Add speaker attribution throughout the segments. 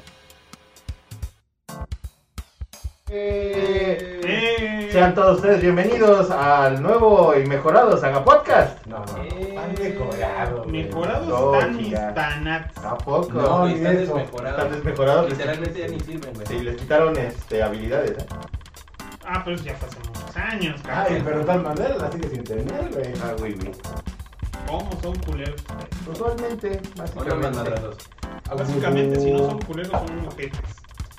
Speaker 1: güey.
Speaker 2: Eh, Sean todos ustedes bienvenidos al nuevo y mejorado Saga Podcast. No, no,
Speaker 3: Eh,
Speaker 2: han mejorado. güey. No,
Speaker 1: Mejorados están mis
Speaker 2: Oh, chica.
Speaker 1: tanats.
Speaker 2: Tampoco.
Speaker 3: No,
Speaker 2: ni
Speaker 3: están
Speaker 2: eso.
Speaker 3: desmejorados.
Speaker 2: Están desmejorados.
Speaker 3: Literalmente ya ni sirven, güey.
Speaker 2: Sí, les quitaron este, habilidades. ¿eh?
Speaker 1: Ah, pero eso ya fue hace muchos años,
Speaker 4: Ay,
Speaker 1: cabrón.
Speaker 4: pero de tal manera la sigue sin tener, güey.
Speaker 2: Ah, güey, güey.
Speaker 1: ¿Cómo son culeros ustedes?
Speaker 2: Usualmente,
Speaker 3: Hola,
Speaker 2: básicamente.
Speaker 3: mamadrazos.
Speaker 4: Ah,
Speaker 1: Básicamente, si no son culeros, son moquetes.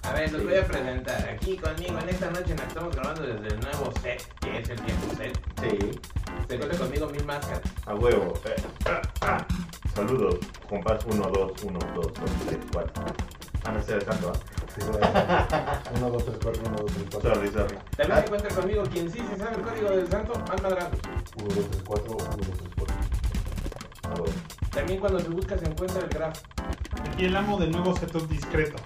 Speaker 3: A ver, los voy a presentar. Aquí conmigo en esta noche nos estamos grabando desde el nuevo set, que es el viejo set.
Speaker 2: Sí,
Speaker 3: Se cuenta conmigo mil máscaras.
Speaker 2: a huevo. Eh, ah, ah. Saludos. Compás 1, 2, 1, 2, 2, 3, 4. Ah, no estoy tanto, ¿ah?
Speaker 4: Sí, güey. Uno, dos, tres, cuatro, uno, dos, tres, cuatro.
Speaker 2: Sorry, sorry.
Speaker 3: También
Speaker 2: Ah,
Speaker 3: se encuentra conmigo quien sí se sabe el código del santo, al madrazo.
Speaker 4: Uno, dos, tres, cuatro, uno, dos, tres, cuatro.
Speaker 2: a huevo.
Speaker 3: También cuando se busca se encuentra el graf.
Speaker 1: Aquí el amo del nuevo setup discreto.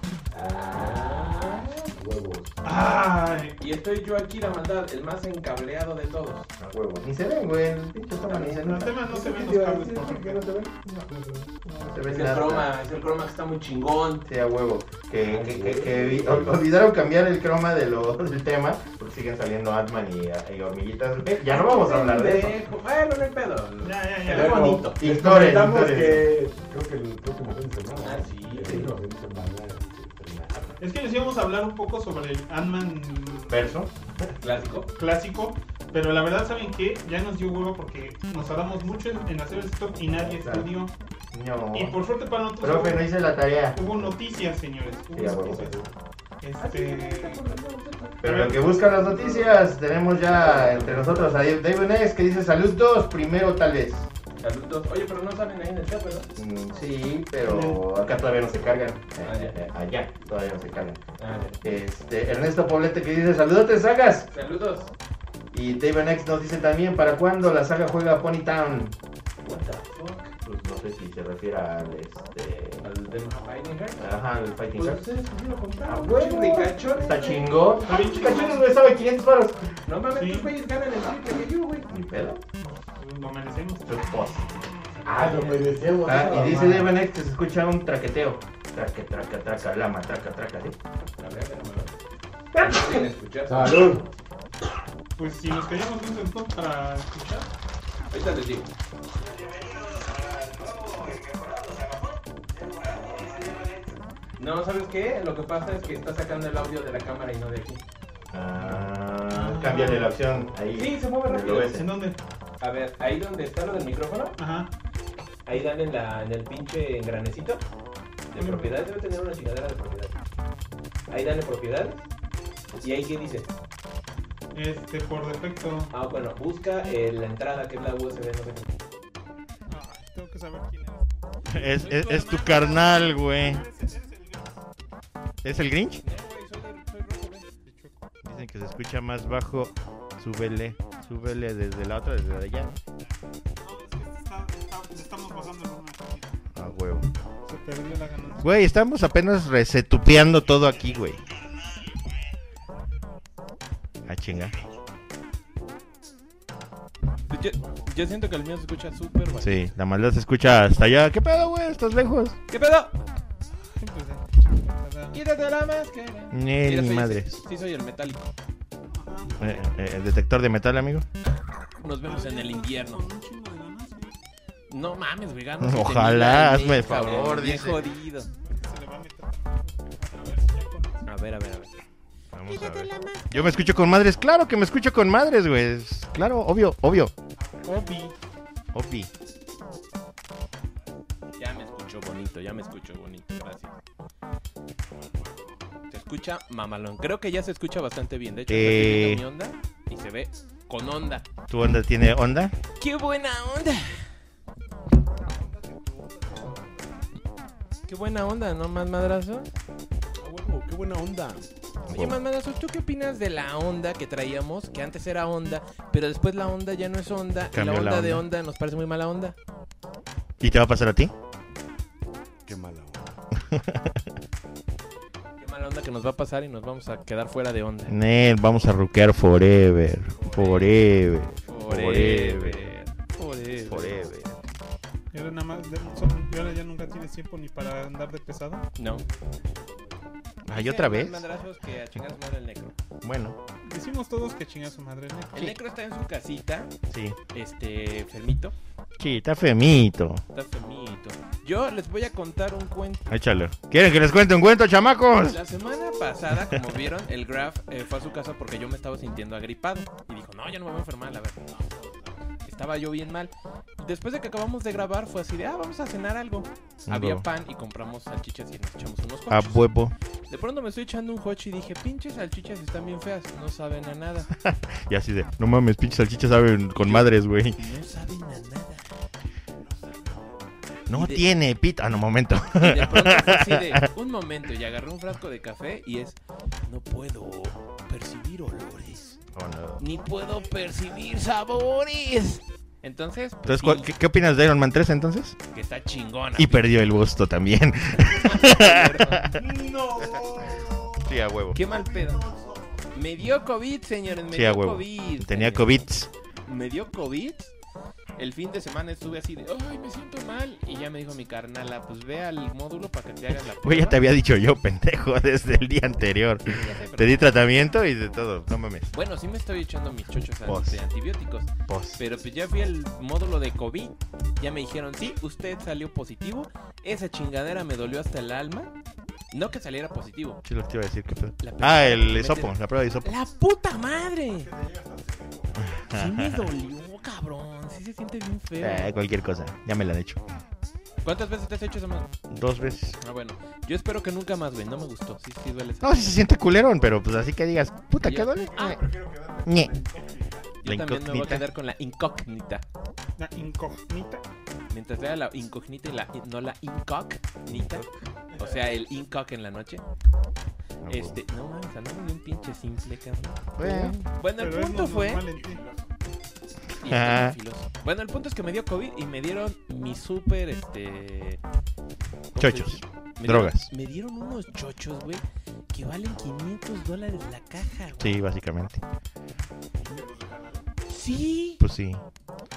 Speaker 4: Ah, huevos.
Speaker 1: Ay,
Speaker 3: Y estoy yo aquí, la maldad, el más encableado de todos.
Speaker 2: A huevo. Ni se ven, güey. El pinche toma ni se
Speaker 1: los
Speaker 2: nota.
Speaker 1: temas no se ven los
Speaker 4: ¿Qué te iba a
Speaker 1: cables
Speaker 4: decir?
Speaker 1: por
Speaker 4: ¿Por qué no te ven? No,
Speaker 2: Se
Speaker 3: Es
Speaker 2: ven
Speaker 3: el
Speaker 2: nada.
Speaker 3: croma, es el croma que está muy chingón.
Speaker 2: Sí, a huevo. Que, que, que, que vi- ol- olvidaron cambiar el croma de lo- del tema, porque siguen saliendo Ant-Man y, y hormiguitas. Eh, ya no vamos a hablar de eso.
Speaker 3: Pendejo. Bueno, no hay pedo.
Speaker 1: Ya, ya,
Speaker 3: Se
Speaker 1: ya.
Speaker 3: ve
Speaker 4: Bueno.
Speaker 3: bonito.
Speaker 4: Les
Speaker 2: Ignoren,
Speaker 4: comentamos
Speaker 2: ignoren.
Speaker 4: que creo que el próximo fin de semana.
Speaker 3: Ah, sí,
Speaker 4: El
Speaker 3: sí.
Speaker 4: próximo fin de semana se estrena.
Speaker 1: Es que les íbamos a hablar un poco sobre el Ant-Man
Speaker 2: Verso.
Speaker 3: Clásico.
Speaker 1: clásico, pero la verdad, ¿saben qué? Ya nos dio huevo porque nos tardamos mucho en, en hacer el setup y nadie
Speaker 2: Claro.
Speaker 1: estudió.
Speaker 2: No.
Speaker 1: Y por suerte para nosotros
Speaker 2: Profe, no hice la tarea.
Speaker 1: hubo, hubo noticias, señores. Hubo
Speaker 2: Sí, a huevo.
Speaker 1: noticias.
Speaker 3: Ah,
Speaker 1: Este...
Speaker 2: Pero lo que buscan las noticias, tenemos ya entre nosotros a David Nex que dice salud 2, primero tal vez.
Speaker 3: Saludos. Oye, pero no salen ahí en el chat, ¿verdad?
Speaker 2: Mm, Sí, pero acá todavía no se cargan. Eh, eh, Allá todavía no se cargan.
Speaker 3: Ah,
Speaker 2: Este, Ernesto Poblete que dice saludotes, sagas.
Speaker 3: ya. Saludos.
Speaker 2: Y David Nex nos dice también para cuándo la saga juega Pony Town.
Speaker 3: What the fuck?
Speaker 2: Pues no sé si se refiere al este.
Speaker 3: ¿Al de Heidinger?
Speaker 2: Ajá, al Fighting
Speaker 3: Pues
Speaker 2: Card.
Speaker 3: ustedes sí lo
Speaker 2: Ah,
Speaker 3: compraron.
Speaker 2: güey.
Speaker 3: Chingo de cachones.
Speaker 2: Está
Speaker 3: güey.
Speaker 2: chingón.
Speaker 1: Está bien chingón.
Speaker 2: Cachones, güey, estaba 500 baros.
Speaker 3: No mames,
Speaker 1: Sí.
Speaker 3: tus güeyes ganan el triple que yo, güey.
Speaker 2: Ni pedo.
Speaker 1: Lo merecemos.
Speaker 2: Esto es post.
Speaker 4: Ah, lo merecemos.
Speaker 2: Ah,
Speaker 4: esa
Speaker 2: y dice
Speaker 4: mamada.
Speaker 2: Devanex que se escucha un traqueteo. Traque, traca, traca, lama, traca, traca, ¿sí?
Speaker 3: La verdad que no me lo- No quieren escuchar.
Speaker 2: Ah.
Speaker 4: Salud.
Speaker 1: Pues si nos queríamos un setup para escuchar.
Speaker 3: Ahorita les digo. No, ¿sabes qué? Lo que pasa es que está sacando el audio de la cámara y no de aquí.
Speaker 2: Ah, cámbiale la opción. Ahí.
Speaker 3: Sí, se mueve
Speaker 2: Del
Speaker 3: rápido.
Speaker 2: OBS.
Speaker 1: ¿En dónde?
Speaker 3: A ver, ahí donde está lo del micrófono,
Speaker 1: Ajá.
Speaker 3: ahí dale en, la, en el pinche granecito de
Speaker 1: Mm.
Speaker 3: propiedad. Debe tener una chingadera de propiedad. Ahí dale propiedad. ¿Y ahí qué dice?
Speaker 1: Este, por defecto.
Speaker 3: Ah, bueno, busca eh, la entrada que es la USB, no sé qué.
Speaker 1: tengo que saber quién es.
Speaker 5: Es, es- es tu carnal, güey. ¿Es el Grinch? Dicen que se escucha más bajo. Súbele, súbele desde la otra, desde allá. ¿no?
Speaker 1: Estamos pasando el momento.
Speaker 5: A huevo.
Speaker 1: Se perdió la ganancia.
Speaker 5: Güey, estamos apenas resetupeando todo aquí, güey. Ah, chinga.
Speaker 6: Yo, yo siento que el mío se escucha súper bajo.
Speaker 5: Sí, la maldad se escucha hasta allá. ¿Qué pedo, güey? ¿Estás lejos?
Speaker 6: ¿Qué pedo?
Speaker 1: Pues, eh,
Speaker 6: Quítate la máscara.
Speaker 5: Ni,
Speaker 6: Mira,
Speaker 5: ni
Speaker 6: soy-
Speaker 5: madres.
Speaker 6: Sí, soy el metálico.
Speaker 1: ajá.
Speaker 5: Eh, eh, ¿El detector de metal, amigo?
Speaker 6: Nos vemos en el invierno.
Speaker 1: Con un chingo de ganancia.
Speaker 6: No mames, güey.
Speaker 5: Ojalá, hazme el favor,
Speaker 6: Bien
Speaker 5: dice.
Speaker 6: jodido.
Speaker 1: Se le va a meter. A ver, ya con-
Speaker 6: A ver, a ver, a ver.
Speaker 5: Vamos a ver. Yo me escucho con madres, claro que me escucho con madres, güey. Es- Claro, obvio, obvio,
Speaker 1: Obi.
Speaker 5: obvio.
Speaker 6: Ya me escucho bonito, ya me escucho bonito. Gracias. Se escucha mamalón. Creo que ya se escucha bastante bien. De hecho,
Speaker 5: Eh.
Speaker 6: estoy viendo mi onda y se ve con onda.
Speaker 5: ¿Tu onda tiene onda?
Speaker 6: ¡Qué buena onda! ¡Qué buena onda, no más madrazo!
Speaker 4: qué buena onda.
Speaker 6: Oye, más madrazo, ¿tú qué opinas de la onda que traíamos? Que antes era onda, pero después la onda ya no es onda. y la
Speaker 5: Cambió la
Speaker 6: onda, de
Speaker 5: onda.
Speaker 6: onda nos parece muy mala onda.
Speaker 5: ¿Y te va a pasar a ti?
Speaker 4: Qué mala onda.
Speaker 6: Qué mala onda que nos va a pasar y nos vamos a quedar fuera de onda.
Speaker 5: Nel, vamos a rockear forever, forever,
Speaker 6: Forever. Forever.
Speaker 5: forever.
Speaker 1: Y ahora nada más. de- son- y ahora ya nunca tienes tiempo ni para andar de pesado.
Speaker 6: No.
Speaker 2: Ay, otra
Speaker 3: Más
Speaker 2: vez.
Speaker 3: madrazos que a chingar su madre el necro.
Speaker 2: Bueno,
Speaker 7: Decimos todos que chinga su madre, ¿no?
Speaker 3: El necro está en su casita,
Speaker 2: sí.
Speaker 3: este, enfermito.
Speaker 2: Sí, está femito.
Speaker 3: Está enfermito. Yo les voy a contar un cuento.
Speaker 2: Échalo. ¿Quieren que les cuente un cuento, chamacos?
Speaker 3: La semana pasada, como vieron, el Graf eh, fue a su casa porque yo me estaba sintiendo agripado. Y dijo, no, yo no me voy a enfermar, la verdad. Estaba yo bien mal. Después de que acabamos de grabar, fue así de, ah, vamos a cenar algo. Había
Speaker 2: huevo.
Speaker 3: pan y compramos salchichas y nos echamos unos
Speaker 2: A
Speaker 3: hochos.
Speaker 2: huevo.
Speaker 3: De pronto me estoy echando un hocho y dije, pinches salchichas están bien feas, no saben a nada.
Speaker 2: Y así de, no mames, pinches salchichas saben con madres, güey.
Speaker 3: No saben a nada.
Speaker 2: No
Speaker 3: Y de-
Speaker 2: tiene pita. Ah, no, momento.
Speaker 3: Y de pronto fue así de, un momento, y agarré un frasco de café y es, no puedo percibir olores.
Speaker 2: Oh, no.
Speaker 3: Ni puedo percibir sabores. Entonces, pues,
Speaker 2: Entonces,
Speaker 3: sí,
Speaker 2: ¿cuál- ¿qué, qué opinas de Iron Man 3 entonces?
Speaker 3: que está chingona.
Speaker 2: Y perdió el gusto también.
Speaker 7: No.
Speaker 2: Sí, a huevo.
Speaker 3: Qué mal pedo. Me dio COVID, señores, me
Speaker 2: Sí, a
Speaker 3: dio
Speaker 2: huevo.
Speaker 3: COVID.
Speaker 2: Tenía
Speaker 3: señores.
Speaker 2: COVID.
Speaker 3: Me dio COVID. El fin de semana estuve así de, ay, me siento mal. Y ya me dijo mi carnala, pues ve al módulo para que te hagan la prueba.
Speaker 2: Güey, ya te había dicho yo, pendejo, desde el día anterior.
Speaker 3: Ya sé, pero-
Speaker 2: Te di tratamiento y de todo. No mames.
Speaker 3: Bueno, sí me estoy echando mis chochos an-
Speaker 2: Pos.
Speaker 3: de antibióticos.
Speaker 2: Pos.
Speaker 3: Pero pues ya fui al módulo de COVID. Ya me dijeron, sí, usted salió positivo. Esa chingadera me dolió hasta el alma. No que saliera positivo.
Speaker 2: Sí, lo que te iba a decir. ¿qué pedo?
Speaker 3: La
Speaker 2: Ah,
Speaker 3: primera
Speaker 2: el
Speaker 3: vez que me
Speaker 2: hisopo, la prueba de hisopo.
Speaker 3: ¡La puta madre! Sí me dolió, cabrón. Sí se siente bien
Speaker 2: Ah,
Speaker 3: feo.
Speaker 2: cualquier cosa. Ya me la han hecho.
Speaker 3: ¿Cuántas veces te has hecho esa madre?
Speaker 2: Dos veces.
Speaker 3: Ah, bueno. Yo espero que nunca más, güey. No me gustó. Sí, sí duele.
Speaker 2: No, sí se siente culerón, pero pues así que digas, puta, ¿qué duele?
Speaker 3: Ah.
Speaker 2: Ñe.
Speaker 3: Yo
Speaker 2: La
Speaker 3: también me voy a
Speaker 2: incógnita.
Speaker 3: quedar con la incógnita.
Speaker 7: La incógnita.
Speaker 3: Mientras vea la incógnita y la, no la incógnita. O sea, el incoc en la noche.
Speaker 2: Ah,
Speaker 3: Este, no mames, andamos bien pinche simple, cabrón.
Speaker 2: Bueno.
Speaker 3: Bueno, el
Speaker 7: Pero es
Speaker 3: punto
Speaker 7: lo
Speaker 3: fue.
Speaker 7: normal en ti.
Speaker 3: Y está
Speaker 2: Ah.
Speaker 3: bien filoso. Bueno, el punto es que me dio COVID y me dieron mi súper, este... ¿cómo se
Speaker 2: Chochos.
Speaker 3: dice? Me
Speaker 2: Drogas.
Speaker 3: dieron- me dieron unos chochos, güey, que valen 500 dólares la caja, güey.
Speaker 2: Sí, básicamente.
Speaker 3: Sí,
Speaker 2: Pues sí.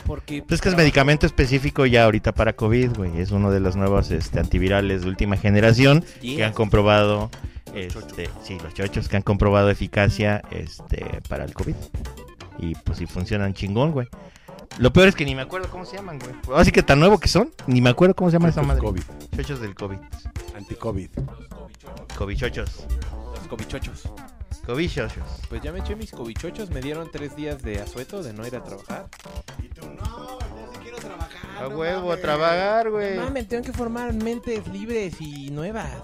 Speaker 3: porque...
Speaker 2: Pues es que es medicamento específico ya ahorita para COVID, güey. Es uno de los nuevos este, antivirales de última generación que han comprobado. Este, sí, los chochos que han comprobado eficacia este, para el COVID. Y pues sí funcionan chingón, güey. Lo peor es que ni me acuerdo cómo se llaman, güey. Así que tan nuevo que son, ni me acuerdo cómo se llama esa madre.
Speaker 1: COVID.
Speaker 2: Chochos del COVID.
Speaker 1: Anti-COVID.
Speaker 2: Covichochos.
Speaker 3: Los cobichochos.
Speaker 2: Covichochos.
Speaker 3: Pues ya me eché mis cobichochos, me dieron tres días de asueto de no ir a trabajar.
Speaker 2: A huevo, a trabajar,
Speaker 1: Eh.
Speaker 2: güey.
Speaker 3: Mames, tengo que formar mentes libres y nuevas.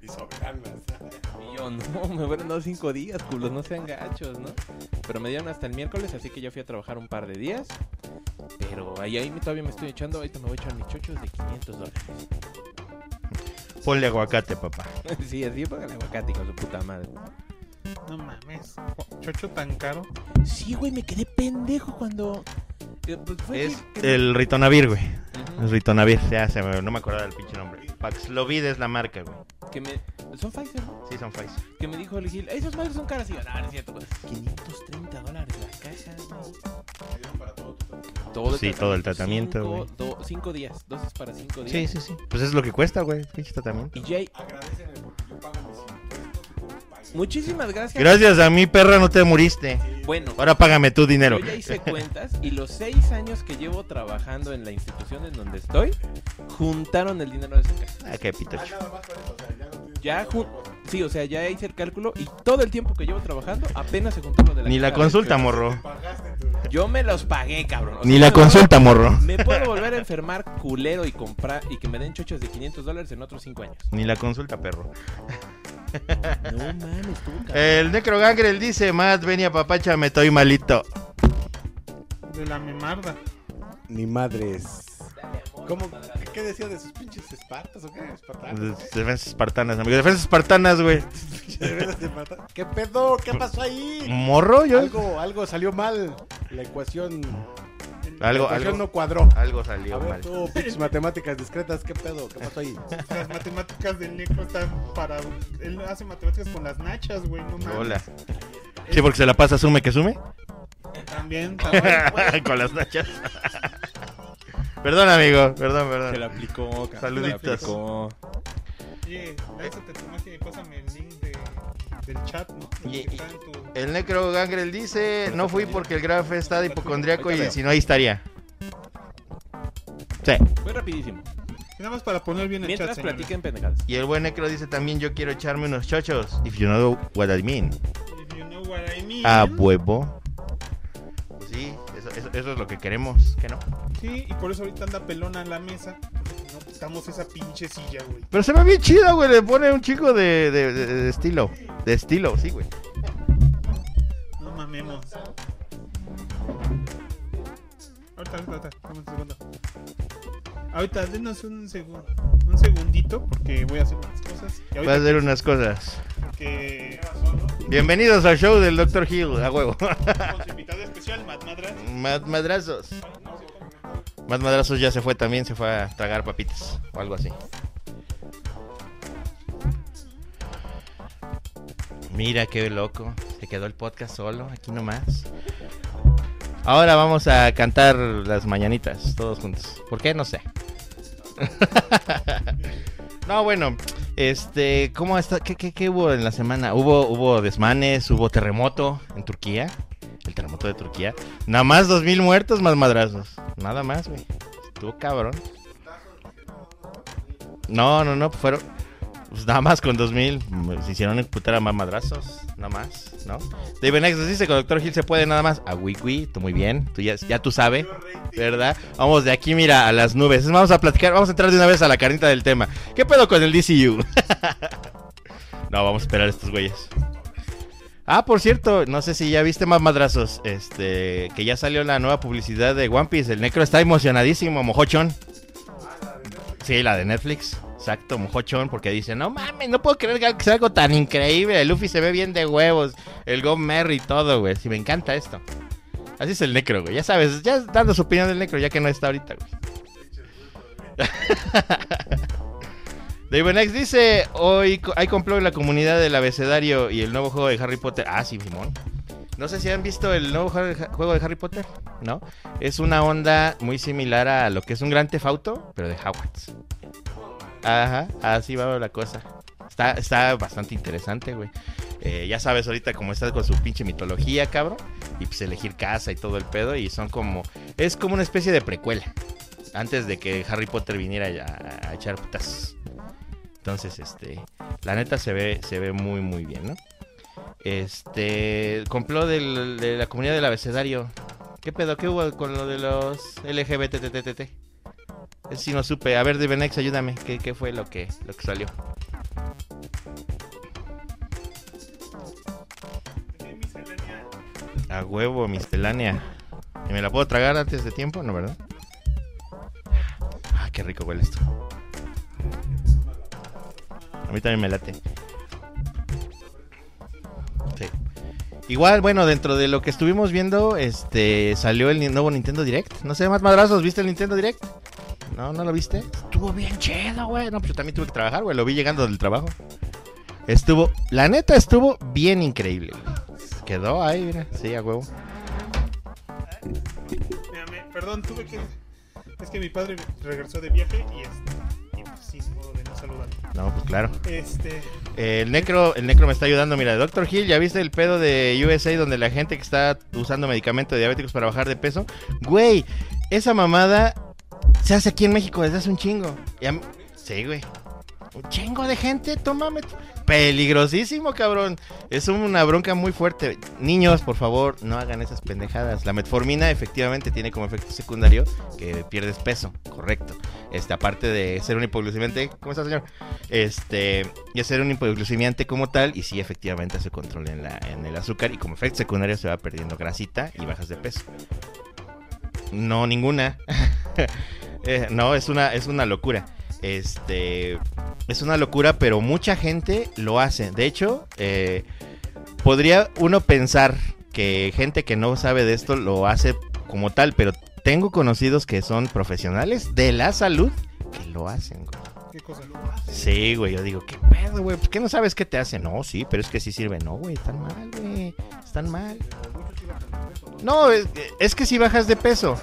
Speaker 1: Y soberanas.
Speaker 3: Y yo, no, me hubieran dado cinco días, culos, no sean gachos, ¿no? Pero me dieron hasta el miércoles, así que yo fui a trabajar un par de días. Pero ahí, ahí todavía me estoy echando, ahorita me voy a echar mis chochos de 500 dólares.
Speaker 2: Ponle aguacate, papá.
Speaker 3: sí, así paga el aguacate con su puta madre.
Speaker 7: No mames. Chocho tan caro.
Speaker 3: Sí, güey, me quedé pendejo cuando... eh, pues fue
Speaker 2: Es
Speaker 3: que- que-
Speaker 2: el ritonavir, güey.
Speaker 3: Ujú,
Speaker 2: Es ritonavir, ya se me- no me acordaba del pinche nombre. Paxlovid es la marca, güey.
Speaker 3: que me... Son Pfizer, ¿no?
Speaker 2: Sí, son Pfizer.
Speaker 3: Que me dijo el Gil, esas madres son caras. Y yo, no, no es cierto. pues". güey. 530 dólares la caja, güey. Todo
Speaker 2: Sí, todo el tratamiento,
Speaker 3: Cinco, do- cinco días, dosis para cinco días.
Speaker 2: Sí, sí, sí. Pues es lo que cuesta, güey. Pinche tratamiento.
Speaker 3: Y Jay, muchísimas gracias.
Speaker 2: Gracias a mi perra no te muriste.
Speaker 3: Bueno,
Speaker 2: Ahora págame tu dinero.
Speaker 3: yo ya hice cuentas y los seis años que llevo trabajando en la institución en donde estoy, juntaron el dinero de esa caja.
Speaker 2: Ah, qué pitocho.
Speaker 3: Ya jun- Sí, o sea, ya hice el cálculo y todo el tiempo que llevo trabajando apenas se juntó lo de la
Speaker 2: Ni la
Speaker 3: caja de
Speaker 2: consulta,
Speaker 3: chochos.
Speaker 2: morro.
Speaker 3: Yo me los pagué, cabrón. O sea,
Speaker 2: Ni la
Speaker 3: me puedo-
Speaker 2: consulta, morro.
Speaker 3: Me puedo volver a enfermar culero y comprar y que me den chochos de 500 dólares en otros cinco años.
Speaker 2: Ni la consulta, perro.
Speaker 3: No mames, tú, cabrón.
Speaker 2: El necrogangrel dice, Matt, venia papacha, me estoy malito.
Speaker 7: De la memarda.
Speaker 1: Ni madres. ¿Cómo? ¿Qué- ¿Qué decía de sus pinches espartas o qué? ¿Espartanos?
Speaker 2: Defensas espartanas, amigo. Defensas espartanas, güey.
Speaker 1: ¿De veras de espartanos? ¿Qué pedo? ¿Qué pasó ahí?
Speaker 2: Morro, yo.
Speaker 1: Algo, algo salió mal. La ecuación,
Speaker 2: Algo,
Speaker 1: la ecuación
Speaker 2: algo.
Speaker 1: no cuadró.
Speaker 2: Algo
Speaker 1: A
Speaker 2: salió
Speaker 1: ver,
Speaker 2: mal.
Speaker 1: tú, pinches matemáticas discretas, ¿qué pedo? ¿Qué pasó ahí?
Speaker 7: Las matemáticas del Necro están para. Él hace matemáticas con las nachas, güey. No mames.
Speaker 2: Hola. Sí, porque se la pasa, sume que sume.
Speaker 7: También. también.
Speaker 2: Con las nachas. perdón, amigo. Perdón,
Speaker 3: Se
Speaker 2: perdón.
Speaker 3: la aplicó, cabrón.
Speaker 2: Saluditos.
Speaker 3: Se la aplicó.
Speaker 7: Oye, lánzate tu magia y pásame el link de.
Speaker 1: del chat, ¿no? Los
Speaker 2: Y-
Speaker 1: que
Speaker 2: y-
Speaker 1: están en tu-
Speaker 2: El Necro Gangrel dice, no fui porque el Graf está de hipocondriaco y si no ahí estaría. Sí.
Speaker 3: Voy rapidísimo.
Speaker 1: Nada más para poner bien el
Speaker 3: Mientras
Speaker 1: chat, señores.
Speaker 3: platiquen pendejadas.
Speaker 2: Y el buen Necro dice también yo quiero echarme unos chochos. If you know what I mean.
Speaker 7: If you know what I mean.
Speaker 2: A huevo. Pues sí, eso, eso- eso es lo que queremos, ¿qué no?
Speaker 1: Sí, y por eso ahorita anda pelona en la mesa. porque No quitamos esa pinche silla, güey.
Speaker 2: Pero se ve bien chido, güey. Le pone un chico de, de- de- de estilo. De estilo, sí, güey.
Speaker 1: No mamemos. Ahorita, ahorita, ahorita, dame un segundo. Ahorita, denos un segundo. Un segundito, porque voy a hacer unas cosas. Y
Speaker 2: Va a
Speaker 1: ahorita
Speaker 2: hacer unas cosas.
Speaker 1: que
Speaker 2: Bienvenidos al show del Dr. Hill, a huevo.
Speaker 1: con su invitado especial, Mad Madras.
Speaker 2: Más madrazos. Más madrazos ya se fue también, se fue a tragar papitas o algo así. Mira qué loco, se quedó el podcast solo, aquí nomás. Ahora vamos a cantar las mañanitas, todos juntos. ¿Por qué? No sé. no, bueno, este, ¿cómo está? ¿Qué, qué, qué hubo en la semana? Hubo, hubo desmanes, hubo terremoto en Turquía, el terremoto de Turquía. Nada más 2000 muertos más madrazos. Nada más, güey. Estuvo cabrón. No, no, no, fueron. Pues nada más con 2000. Se hicieron imputar a más madrazos. Nada más, ¿no? David Nexus dice: con Doctor Gil se puede nada más. A Wiki, tú muy bien. Tú ya, ya tú sabes, ¿verdad? Vamos de aquí, mira, a las nubes. Vamos a platicar, vamos a entrar de una vez a la carnita del tema. ¿Qué pedo con el DCU? no, vamos a esperar a estos güeyes. Ah, por cierto, no sé si ya viste más madrazos. Este, que ya salió la nueva publicidad de One Piece. El Necro está emocionadísimo, mojochón. Sí, la de Netflix. Exacto, mojochón, porque dice: No mames, no puedo creer que sea algo tan increíble. El Luffy se ve bien de huevos. El Go Merry y todo, güey. Sí, me encanta esto. Así es el Necro, güey. Ya sabes, ya dando su opinión del Necro, ya que no está ahorita, güey. David Next dice, hoy co- hay complot en la comunidad del abecedario y el nuevo juego de Harry Potter. Ah, sí, Simón. No sé si han visto el nuevo jar- ja- juego de Harry Potter, ¿no? Es una onda muy similar a lo que es un gran tefauto, pero de Hogwarts. Ajá, así va la cosa. Está, está bastante interesante, güey. Eh, ya sabes ahorita cómo estás con su pinche mitología, cabrón. Y pues elegir casa y todo el pedo. Y son como... Es como una especie de precuela. Antes de que Harry Potter viniera a, a echar putas. Entonces, este, la neta se ve, se ve muy, muy bien, ¿no? Este, complot del- de la comunidad del abecedario. ¿Qué pedo? ¿Qué hubo con lo de los LGBTTTT? Eso sí no supe. A ver, Divenex, ayúdame. ¿Qué, qué fue lo que, lo que salió? A huevo, miscelánea. ¿Y me la puedo tragar antes de tiempo? No, ¿verdad? Ah, qué rico huele esto. A mí también me late. Sí. Igual, bueno, dentro de lo que estuvimos viendo, este salió el ni- nuevo Nintendo Direct. No sé, más madrazos, ¿viste el Nintendo Direct? No, no lo viste. Estuvo bien chido, güey. No, pues yo también tuve que trabajar, güey. Lo vi llegando del trabajo. Estuvo, la neta, estuvo bien increíble. güey. Quedó ahí, mira. Sí, a huevo.
Speaker 1: Espérame, Perdón, tuve que. Es que mi padre regresó de viaje y este. Y pues sin modo de no saludar.
Speaker 2: No, pues claro.
Speaker 1: Este.
Speaker 2: Eh, El necro, el necro me está ayudando. Mira, Doctor Hill, ¿ya viste el pedo de USA donde la gente que está usando medicamentos diabéticos para bajar de peso? Güey, esa mamada se hace aquí en México desde hace un chingo. Y a mí- sí, güey. Un chingo de gente, tómame. tu- Peligrosísimo, cabrón. Es una bronca muy fuerte. Niños, por favor, no hagan esas pendejadas. La metformina efectivamente tiene como efecto secundario que pierdes peso, correcto. Este, aparte de ser un hipoglucemiante, ¿cómo está, señor? este y hacer un hipoglucemiante como tal y sí efectivamente hace control en, la, en el azúcar y como efecto secundario se va perdiendo grasita y bajas de peso. No, ninguna. Eh, no, es una, es una locura. Este es una locura, pero mucha gente lo hace. De hecho, eh, podría uno pensar que gente que no sabe de esto lo hace como tal, pero tengo conocidos que son profesionales de la salud que lo hacen. güey.
Speaker 1: ¿Qué cosa? Ah,
Speaker 2: Sí, güey, yo digo, ¿qué pedo, güey? ¿Por qué no sabes qué te hace? No, sí, pero es que sí sirve. No, güey, están mal, güey. Están mal. No, es, es que si bajas de peso.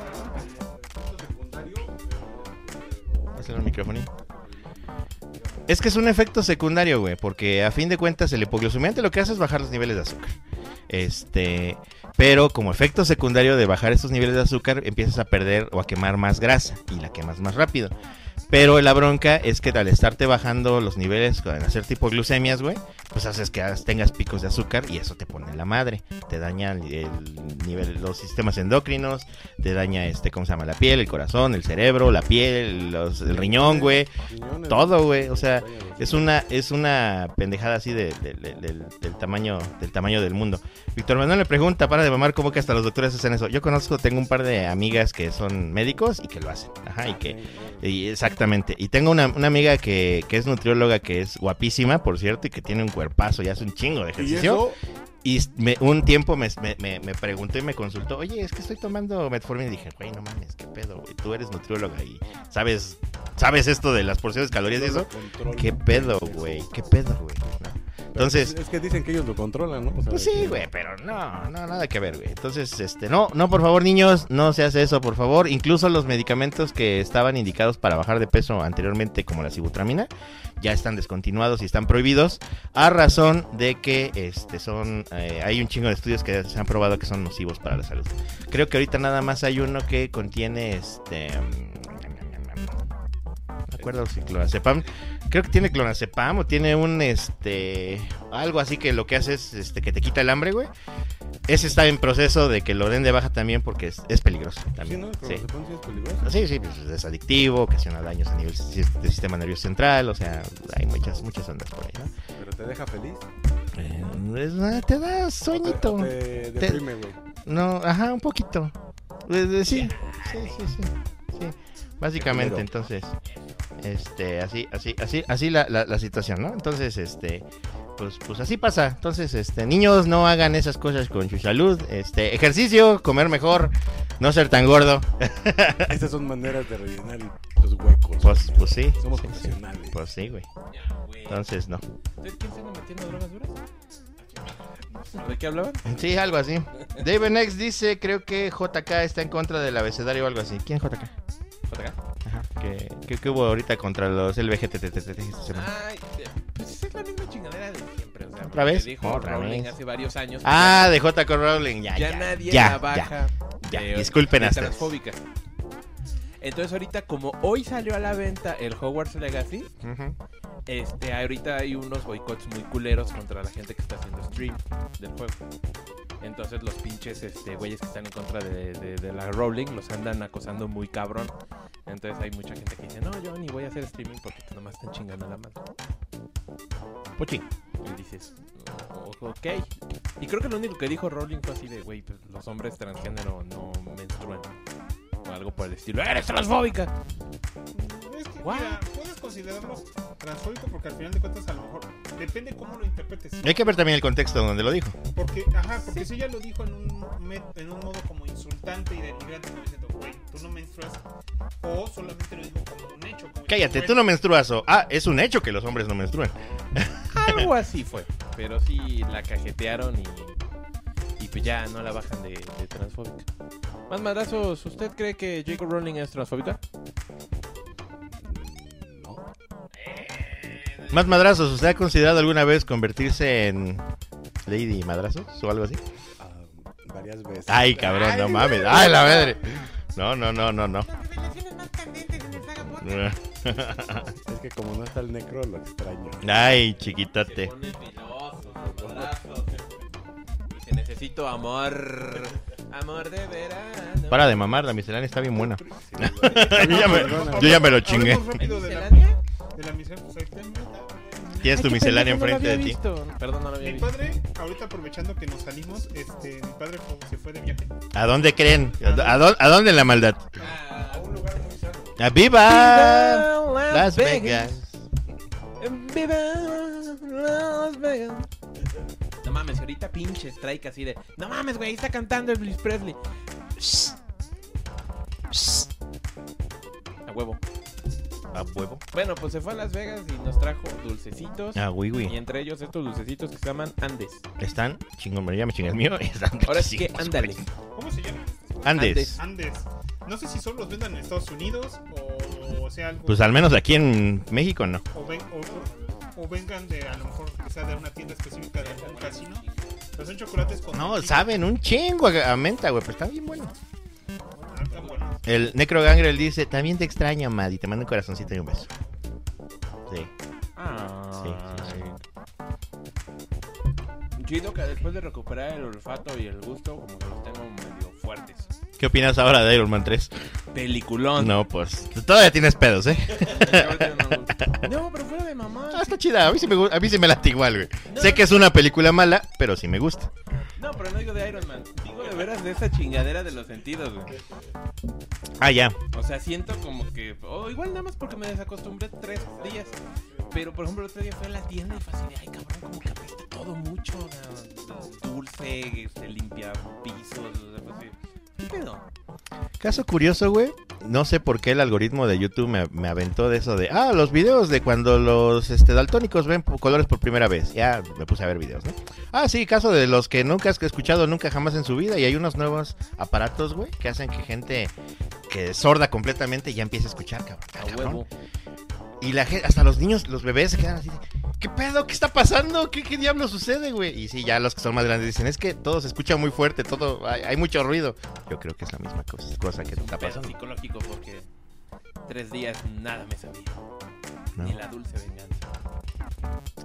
Speaker 2: Pásale el micrófono. Es que es un efecto secundario, güey, porque a fin de cuentas el hipoglucemiante lo que hace es bajar los niveles de azúcar. Este, pero como efecto secundario de bajar estos niveles de azúcar, empiezas a perder o a quemar más grasa y la quemas más rápido. Pero la bronca es que al estarte bajando los niveles, al hacer tipo glucemias, güey, pues haces que has- tengas picos de azúcar y eso te pone la madre. Te daña el, el nivel, los sistemas endocrinos, te daña este, ¿cómo se llama? La piel, el corazón, el cerebro, la piel, los- el riñón, güey.
Speaker 8: Riñones,
Speaker 2: Todo, güey. O sea,
Speaker 8: Vaya, güey.
Speaker 2: es una, es una pendejada así de- de- de- del- del, tamaño, del tamaño del mundo. Víctor Manuel le pregunta, para de mamar, ¿cómo que hasta los doctores hacen eso? Yo conozco, tengo un par de amigas que son médicos y que lo hacen. Ajá, y que... y exactamente. Y tengo una, una amiga que, que es nutrióloga, que es guapísima, por cierto, y que tiene un cuerpazo y hace un chingo de
Speaker 8: Y
Speaker 2: ejercicio.
Speaker 8: eso,
Speaker 2: Y me- un tiempo me, me, me- me preguntó y me consultó, oye, es que estoy tomando metformina. Y dije, güey, no mames, qué pedo, güey. Tú eres nutrióloga y sabes, sabes esto de las porciones, calorías y
Speaker 8: ellos
Speaker 2: eso.
Speaker 8: lo controlan.
Speaker 2: Qué pedo, güey, qué pedo, güey. No.
Speaker 8: Pero pues
Speaker 2: Entonces,
Speaker 8: es- Es que dicen que ellos lo controlan, ¿no? O sea,
Speaker 2: pues
Speaker 8: que-
Speaker 2: sí, güey, pero no, no, nada que ver, güey. Entonces, este, no, no, por favor, niños, no se hace eso, por favor. Incluso los medicamentos que estaban indicados para bajar de peso anteriormente, como la sibutramina, ya están descontinuados y están prohibidos, a razón de que este, son, eh, hay un chingo de estudios que se han probado que son nocivos para la salud. Creo que ahorita nada más hay uno que contiene este. mm, No recuerdo si clonazepam. Creo que tiene clonazepam o tiene un este. Algo así que lo que hace es este, que te quita el hambre, güey. Ese está en proceso de que lo den de baja también porque es, es peligroso.
Speaker 8: Sí,
Speaker 2: También.
Speaker 8: ¿no? Como
Speaker 2: Sí.
Speaker 8: se ponen, sí es peligroso.
Speaker 2: Sí, sí, pues, es adictivo, ocasiona daños a nivel si- del sistema nervioso central, o sea, hay muchas, muchas ondas por ahí, ¿no?
Speaker 8: Pero te deja feliz.
Speaker 2: Eh, es- ah, te da sueñito.
Speaker 8: O Te, te deprime, güey.
Speaker 2: No, ajá, un poquito. Eh, eh, Sí, sí, sí, sí. sí. Básicamente,
Speaker 8: Primero.
Speaker 2: entonces, este, así, así, así, así la, la, la situación, ¿no? Entonces, este, pues, pues así pasa. Entonces, este, niños, no hagan esas cosas con su salud. Este, ejercicio, comer mejor, no ser tan gordo.
Speaker 8: Estas son maneras de rellenar los huecos.
Speaker 2: Pues, pues sí.
Speaker 8: Somos
Speaker 2: sí, sí.
Speaker 8: profesionales.
Speaker 2: Pues sí, güey.
Speaker 3: Ya, güey.
Speaker 2: Entonces, no.
Speaker 3: ¿Ustedes quién se anda metiendo drogas duras? ¿De qué hablaban?
Speaker 2: Sí, algo así. David Next dice, creo que JK está en contra del abecedario o algo así. ¿Quién JK?
Speaker 3: ¿JK?
Speaker 2: Ajá. ¿Qué, qué, qué hubo ahorita contra los LBGTTT esta semana?
Speaker 3: Ay, eh, pues es la misma chingadera de siempre. O sea,
Speaker 2: ¿Otra vez?
Speaker 3: que Dijo
Speaker 2: Otra
Speaker 3: Rowling
Speaker 2: vez.
Speaker 3: hace varios años.
Speaker 2: Ah, de JK Rowling, ya,
Speaker 3: ya,
Speaker 2: ya.
Speaker 3: nadie
Speaker 2: ya,
Speaker 3: la baja.
Speaker 2: ya.
Speaker 3: de-
Speaker 2: Disculpen
Speaker 3: de
Speaker 2: hasta-
Speaker 3: transfóbica. Entonces ahorita como hoy salió a la venta el Hogwarts Legacy,
Speaker 2: ya. Ujú.
Speaker 3: este ahorita hay unos boicots muy culeros contra la gente que está haciendo stream del juego. Entonces los pinches este güeyes que están en contra de, de- de la Rowling los andan acosando muy cabrón. Entonces hay mucha gente que dice, no, yo ni voy a hacer streaming porque nomás están chingando a la madre.
Speaker 2: Puchi.
Speaker 3: Y dices, "O- ok. Y creo que lo único que dijo Rowling fue así de, güey, pues, los hombres transgénero no menstruan. O algo por el estilo. ¡Eres transfóbica!
Speaker 1: Es que,
Speaker 3: What?
Speaker 1: mira, puedes considerarlo transfóbico porque al final de cuentas a lo mejor depende cómo lo interpretes.
Speaker 2: Hay que ver también el contexto donde lo dijo.
Speaker 1: Porque, ajá, porque si ella lo dijo en un, met- en un modo como insultante y denigrante, como diciendo, güey, tú no menstruas, o solamente lo dijo como un hecho. Como
Speaker 2: Cállate, tú no menstruas. o- Ah, es un hecho que los hombres no menstruan.
Speaker 3: Algo así fue. Pero sí la cajetearon y. Y pues ya no la bajan de, de transfóbica. Más madrazos, ¿usted cree que Jacob Rowling es transfóbica?
Speaker 2: Más madrazos, ¿usted ha considerado alguna vez convertirse en Lady Madrazos o algo así?
Speaker 8: Ah, varias veces.
Speaker 2: Ay, cabrón, no mames. Ay, la madre. No, no, no, no, no.
Speaker 9: Las revelaciones más candentes en el Saga Podcast.
Speaker 8: Es que como no está el necro, lo extraño.
Speaker 2: Ay, chiquitote.
Speaker 3: pone filoso, madrazos. Dice, necesito amor. Amor de verano.
Speaker 2: Para de mamar, la miscelánea está bien buena.
Speaker 8: Sí, güey.
Speaker 2: yo, ya me, yo ya me lo chingué.
Speaker 1: Hablemos rápido de la,
Speaker 3: ¿Islandia?
Speaker 1: de la misión. pues, ahí está.
Speaker 2: Tienes tu
Speaker 3: Ay, qué
Speaker 2: miscelánea
Speaker 3: pendejo,
Speaker 2: enfrente
Speaker 3: no lo
Speaker 2: de
Speaker 3: había
Speaker 2: ti.
Speaker 3: visto. Perdón, no lo había
Speaker 1: Mi
Speaker 3: visto.
Speaker 1: padre, ahorita aprovechando que nos salimos, este, mi padre fue- se fue de viaje.
Speaker 2: ¿A dónde creen? ¿A, dó- a dó- a dónde la maldad?
Speaker 3: Ah,
Speaker 2: ¡A viva!
Speaker 3: Viva
Speaker 2: Ah, Las Vegas.
Speaker 3: Viva Las Vegas. No mames, ahorita pinche strike así de. No mames, güey, ahí está cantando Elvis Presley. Shh. Shh. A huevo.
Speaker 2: A huevo.
Speaker 3: Bueno, pues se fue a Las Vegas y nos trajo dulcecitos.
Speaker 2: A
Speaker 3: Y
Speaker 2: wiwi.
Speaker 3: entre ellos estos dulcecitos que se llaman Andes.
Speaker 2: Están chingón, pero ya me chingué el mío. Están
Speaker 3: Ahora sí que
Speaker 2: riquísimos,
Speaker 3: ándale.
Speaker 1: ¿Cómo se llama?
Speaker 2: güey. Andes.
Speaker 1: Andes. No sé si solo los vendan en Estados Unidos o o sea algo
Speaker 2: Pues al menos aquí en México no.
Speaker 1: o, ven- o- o vengan de a lo mejor quizá de una tienda específica de algún casino pero son chocolates con
Speaker 2: No,
Speaker 1: mantequilla.
Speaker 2: saben un chingo a, a menta, güey, pero está bien bueno.
Speaker 1: Ah, están buenos.
Speaker 2: El Necro Gangrel dice, también te extraño, Mad, y te mando un corazoncito y un beso. Sí,
Speaker 3: Ah,
Speaker 2: Sí, sí,
Speaker 3: Chido que después de recuperar el olfato y el gusto, como que los tengo medio fuertes.
Speaker 2: ¿Qué opinas ahora de Iron Man 3?
Speaker 3: Peliculón.
Speaker 2: No, pues todavía tienes pedos, ¿eh?
Speaker 3: No, pero fuera de mamá.
Speaker 2: Ah, está chida, a mí sí me, gu- a mí sí me late igual, güey. Sé que es una película mala, pero sí me gusta.
Speaker 3: No, pero no digo de Iron Man. Digo de veras de esa chingadera de los sentidos, güey.
Speaker 2: Ah, ya.
Speaker 3: O sea, siento como que. O igual nada más porque me desacostumbré tres días. Pero por ejemplo, el otro día fui a la tienda y fue así de, ay cabrón, como que apesta todo mucho. o sea, Dulce, este, limpia pisos, o sea, pues sí. ¿Qué pedo?
Speaker 2: Caso curioso, güey. No sé por qué el algoritmo de YouTube me, me aventó de eso de, ah, los videos de cuando los este, daltónicos ven po- colores por primera vez. Ya me puse a ver videos, ¿no? Ah, sí, caso de los que nunca has escuchado nunca jamás en su vida y hay unos nuevos aparatos, güey, que hacen que gente que es sorda completamente ya empiece a escuchar, cabrón. Ah,
Speaker 3: A
Speaker 2: cabrón.
Speaker 3: huevo.
Speaker 2: Y la gente, hasta los niños, los bebés se quedan así. de, ¿Qué pedo? ¿Qué está pasando? ¿Qué, qué diablo sucede, güey? Y sí, ya los que son más grandes dicen, es que todo se escucha muy fuerte, todo, hay, hay mucho ruido. Yo creo que es la misma cosa, cosa que te está
Speaker 3: Pero
Speaker 2: pasando.
Speaker 3: psicológico porque tres días nada me sabía.
Speaker 2: ¿no?
Speaker 3: Ni la dulce venganza.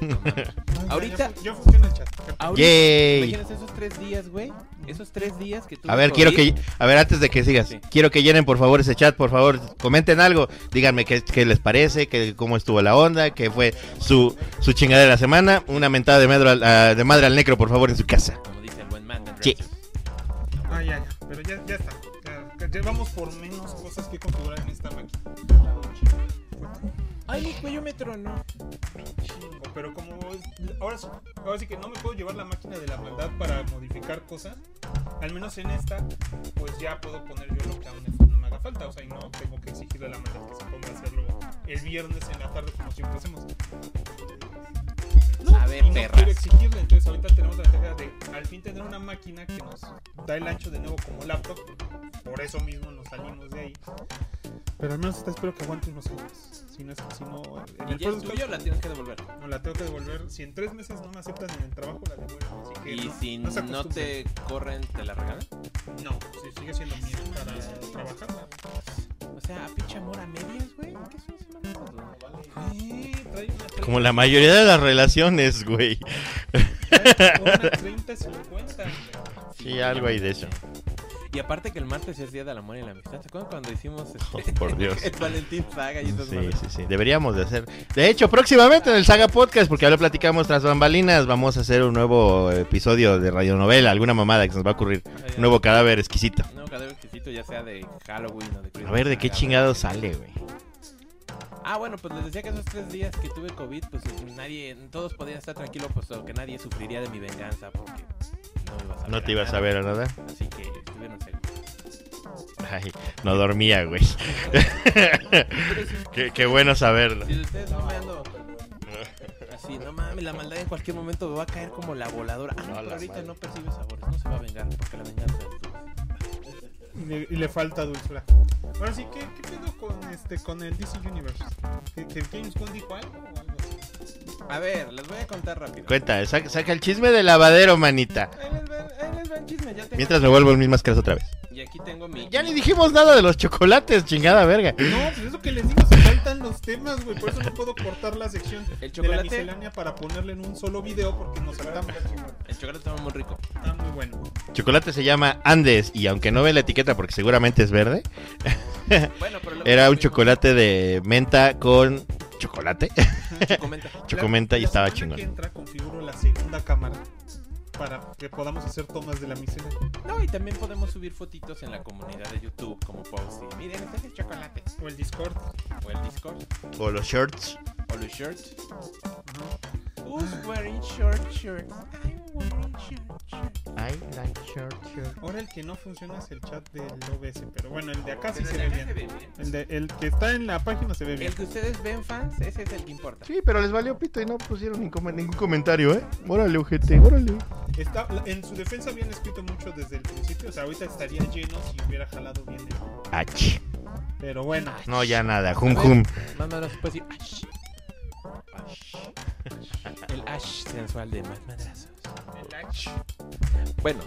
Speaker 1: Ay, ya,
Speaker 3: Ahorita-
Speaker 1: yo, yo fui en el chat
Speaker 3: Ahorita,
Speaker 2: ¡Yay!
Speaker 3: imagínate esos tres días, güey. Esos tres días que tú.
Speaker 2: A ver, quiero que, a ver, antes de que sigas,
Speaker 3: Sí.
Speaker 2: quiero que llenen por favor ese chat, por favor, comenten algo, díganme qué, qué les parece, qué, cómo estuvo la onda, qué fue su, su chingada de la semana, una mentada de, madre al- a- de madre al necro, por favor, en su casa.
Speaker 3: Como dice el buen man. del
Speaker 2: Sí.
Speaker 3: Rapture.
Speaker 1: Ah, ya, ya, pero ya, ya está. Ya, ya vamos por menos cosas que configurar en esta máquina.
Speaker 3: Ay, mi cuello me tronó.
Speaker 1: Chingo, Pero como es- ahora, sí- ahora sí que no me puedo llevar la máquina de la maldad para modificar cosas, al menos en esta, pues ya puedo poner yo lo que aún no me haga falta. O sea, y no tengo que exigirle a la maldad que se ponga a hacerlo el viernes en la tarde como siempre hacemos.
Speaker 3: A ver,
Speaker 1: y no
Speaker 3: perras.
Speaker 1: quiero exigirle. Entonces ahorita tenemos la tarea de al fin tener una máquina que nos da el ancho de nuevo como laptop. Por eso mismo nos salimos de ahí. Pero al menos esta espero que aguante unos años. Si no, es, si no en
Speaker 3: Y
Speaker 1: el
Speaker 3: ya Pues es
Speaker 1: first
Speaker 3: tuyo, la tienes que devolver.
Speaker 1: no la tengo que devolver. Si en tres meses no me aceptan en el trabajo, la devuelvo. Así que
Speaker 3: Y
Speaker 1: no,
Speaker 3: si
Speaker 1: se
Speaker 3: no
Speaker 1: acostumbren.
Speaker 3: te corren, te la regalan.
Speaker 1: No, si sigue siendo mía para trabajarla.
Speaker 3: O sea, a pinche amor a medias, güey. ¿Qué son esas mamadas, güey?
Speaker 1: Sí, trae una 30,
Speaker 2: Como la mayoría de las relaciones, güey.
Speaker 1: trae una 30 50.
Speaker 2: Sí, algo hay de eso.
Speaker 3: Y aparte que el martes es Día del Amor y la Amistad. ¿Se acuerdan cuando hicimos
Speaker 2: Oh,
Speaker 3: este,
Speaker 2: por Dios.
Speaker 3: el Valentín Saga y esas
Speaker 2: Sí,
Speaker 3: mamadas?
Speaker 2: sí, sí. Deberíamos de hacer. De hecho, próximamente en el Saga Podcast, porque ahora platicamos tras bambalinas, vamos a hacer un nuevo episodio de radionovela, alguna mamada que se nos va a ocurrir.
Speaker 3: Ah, ya.
Speaker 2: Un nuevo cadáver exquisito.
Speaker 3: No, cada exquisito, ya sea de Halloween o de
Speaker 2: A
Speaker 3: Christmas.
Speaker 2: ver de qué
Speaker 3: Ah,
Speaker 2: chingado sale, güey.
Speaker 3: Ah, bueno, pues les decía que esos tres días que tuve COVID, pues nadie, todos podían estar tranquilos, puesto que nadie sufriría de mi venganza, porque no me ibas a ver.
Speaker 2: No te ibas a ver a nada.
Speaker 3: nada. Así que estuvieron seguros.
Speaker 2: Ay, no dormía, güey.
Speaker 3: Pero si,
Speaker 2: Qué, qué bueno saberlo.
Speaker 3: si ustedes no me ando así, no mames, la maldad en cualquier momento me va a caer como la voladora. Ah,
Speaker 2: No,
Speaker 3: no,
Speaker 2: la
Speaker 3: pero ahorita
Speaker 2: madre.
Speaker 3: no percibe sabores, no se va a vengar, porque la venganza es dulce.
Speaker 1: Y le, y le falta dulzura. Ahora sí, ¿qué, qué pedo con, este, con el DC Universe? ¿Que, que James Gunn dijo algo o algo así?
Speaker 3: A ver, les voy a contar rápido.
Speaker 2: Cuenta, saca, saca el chisme del lavadero, manita.
Speaker 3: Ahí les va, ahí les va el chisme, ya tengo.
Speaker 2: Mientras me vuelvo el mismo caras otra vez.
Speaker 3: Y aquí tengo mi.
Speaker 2: Ya ni dijimos nada de los chocolates, chingada verga.
Speaker 1: No, pues es lo que les digo, se faltan los temas, güey. Por eso no puedo cortar la sección
Speaker 3: El
Speaker 1: de la
Speaker 3: chocolate,
Speaker 1: miscelánea para ponerle en un solo video porque nos saltamos.
Speaker 3: el chocolate estaba muy rico.
Speaker 1: Está muy bueno.
Speaker 2: Chocolate se llama Andes y aunque no ve la etiqueta porque seguramente es verde,
Speaker 3: Bueno, pero luego
Speaker 2: Era un
Speaker 3: vimos-
Speaker 2: chocolate de menta con chocolate,
Speaker 3: Chocomenta.
Speaker 2: chocomenta y
Speaker 1: La- la
Speaker 2: estaba
Speaker 1: semana que
Speaker 2: chingón.
Speaker 1: entra configuro la segunda cámara para que podamos hacer tomas de la miscelánea.
Speaker 3: No, y también podemos subir fotitos en la comunidad de YouTube como post. y, Miren, este es el chocolate.
Speaker 1: O el Discord.
Speaker 3: O el Discord.
Speaker 2: O los shorts.
Speaker 3: O los shirts. Who's wearing short shirts? I'm wearing short shirts.
Speaker 2: I'm
Speaker 1: Ahora el que no funciona es el chat del OBS, pero bueno, el de acá sí
Speaker 10: Pero
Speaker 1: se
Speaker 10: de
Speaker 1: ve
Speaker 10: acá se
Speaker 1: bien.
Speaker 10: ve bien.
Speaker 1: El, de- el que está en la página se ve bien.
Speaker 3: El que ustedes ven, fans, ese es el que importa.
Speaker 2: Sí, pero les valió pito y no pusieron ningún, ningún comentario, ¿eh? Órale, ojete, órale.
Speaker 1: Está, en su defensa habían escrito mucho desde el principio, o sea, ahorita estaría lleno si hubiera jalado bien eso.
Speaker 2: Ach.
Speaker 1: Pero bueno,
Speaker 2: No, ya nada, jum jum.
Speaker 3: Más o menos se puede decir Ash. El Ash sensual de Más Madrazos.
Speaker 1: el Ash.
Speaker 3: Bueno,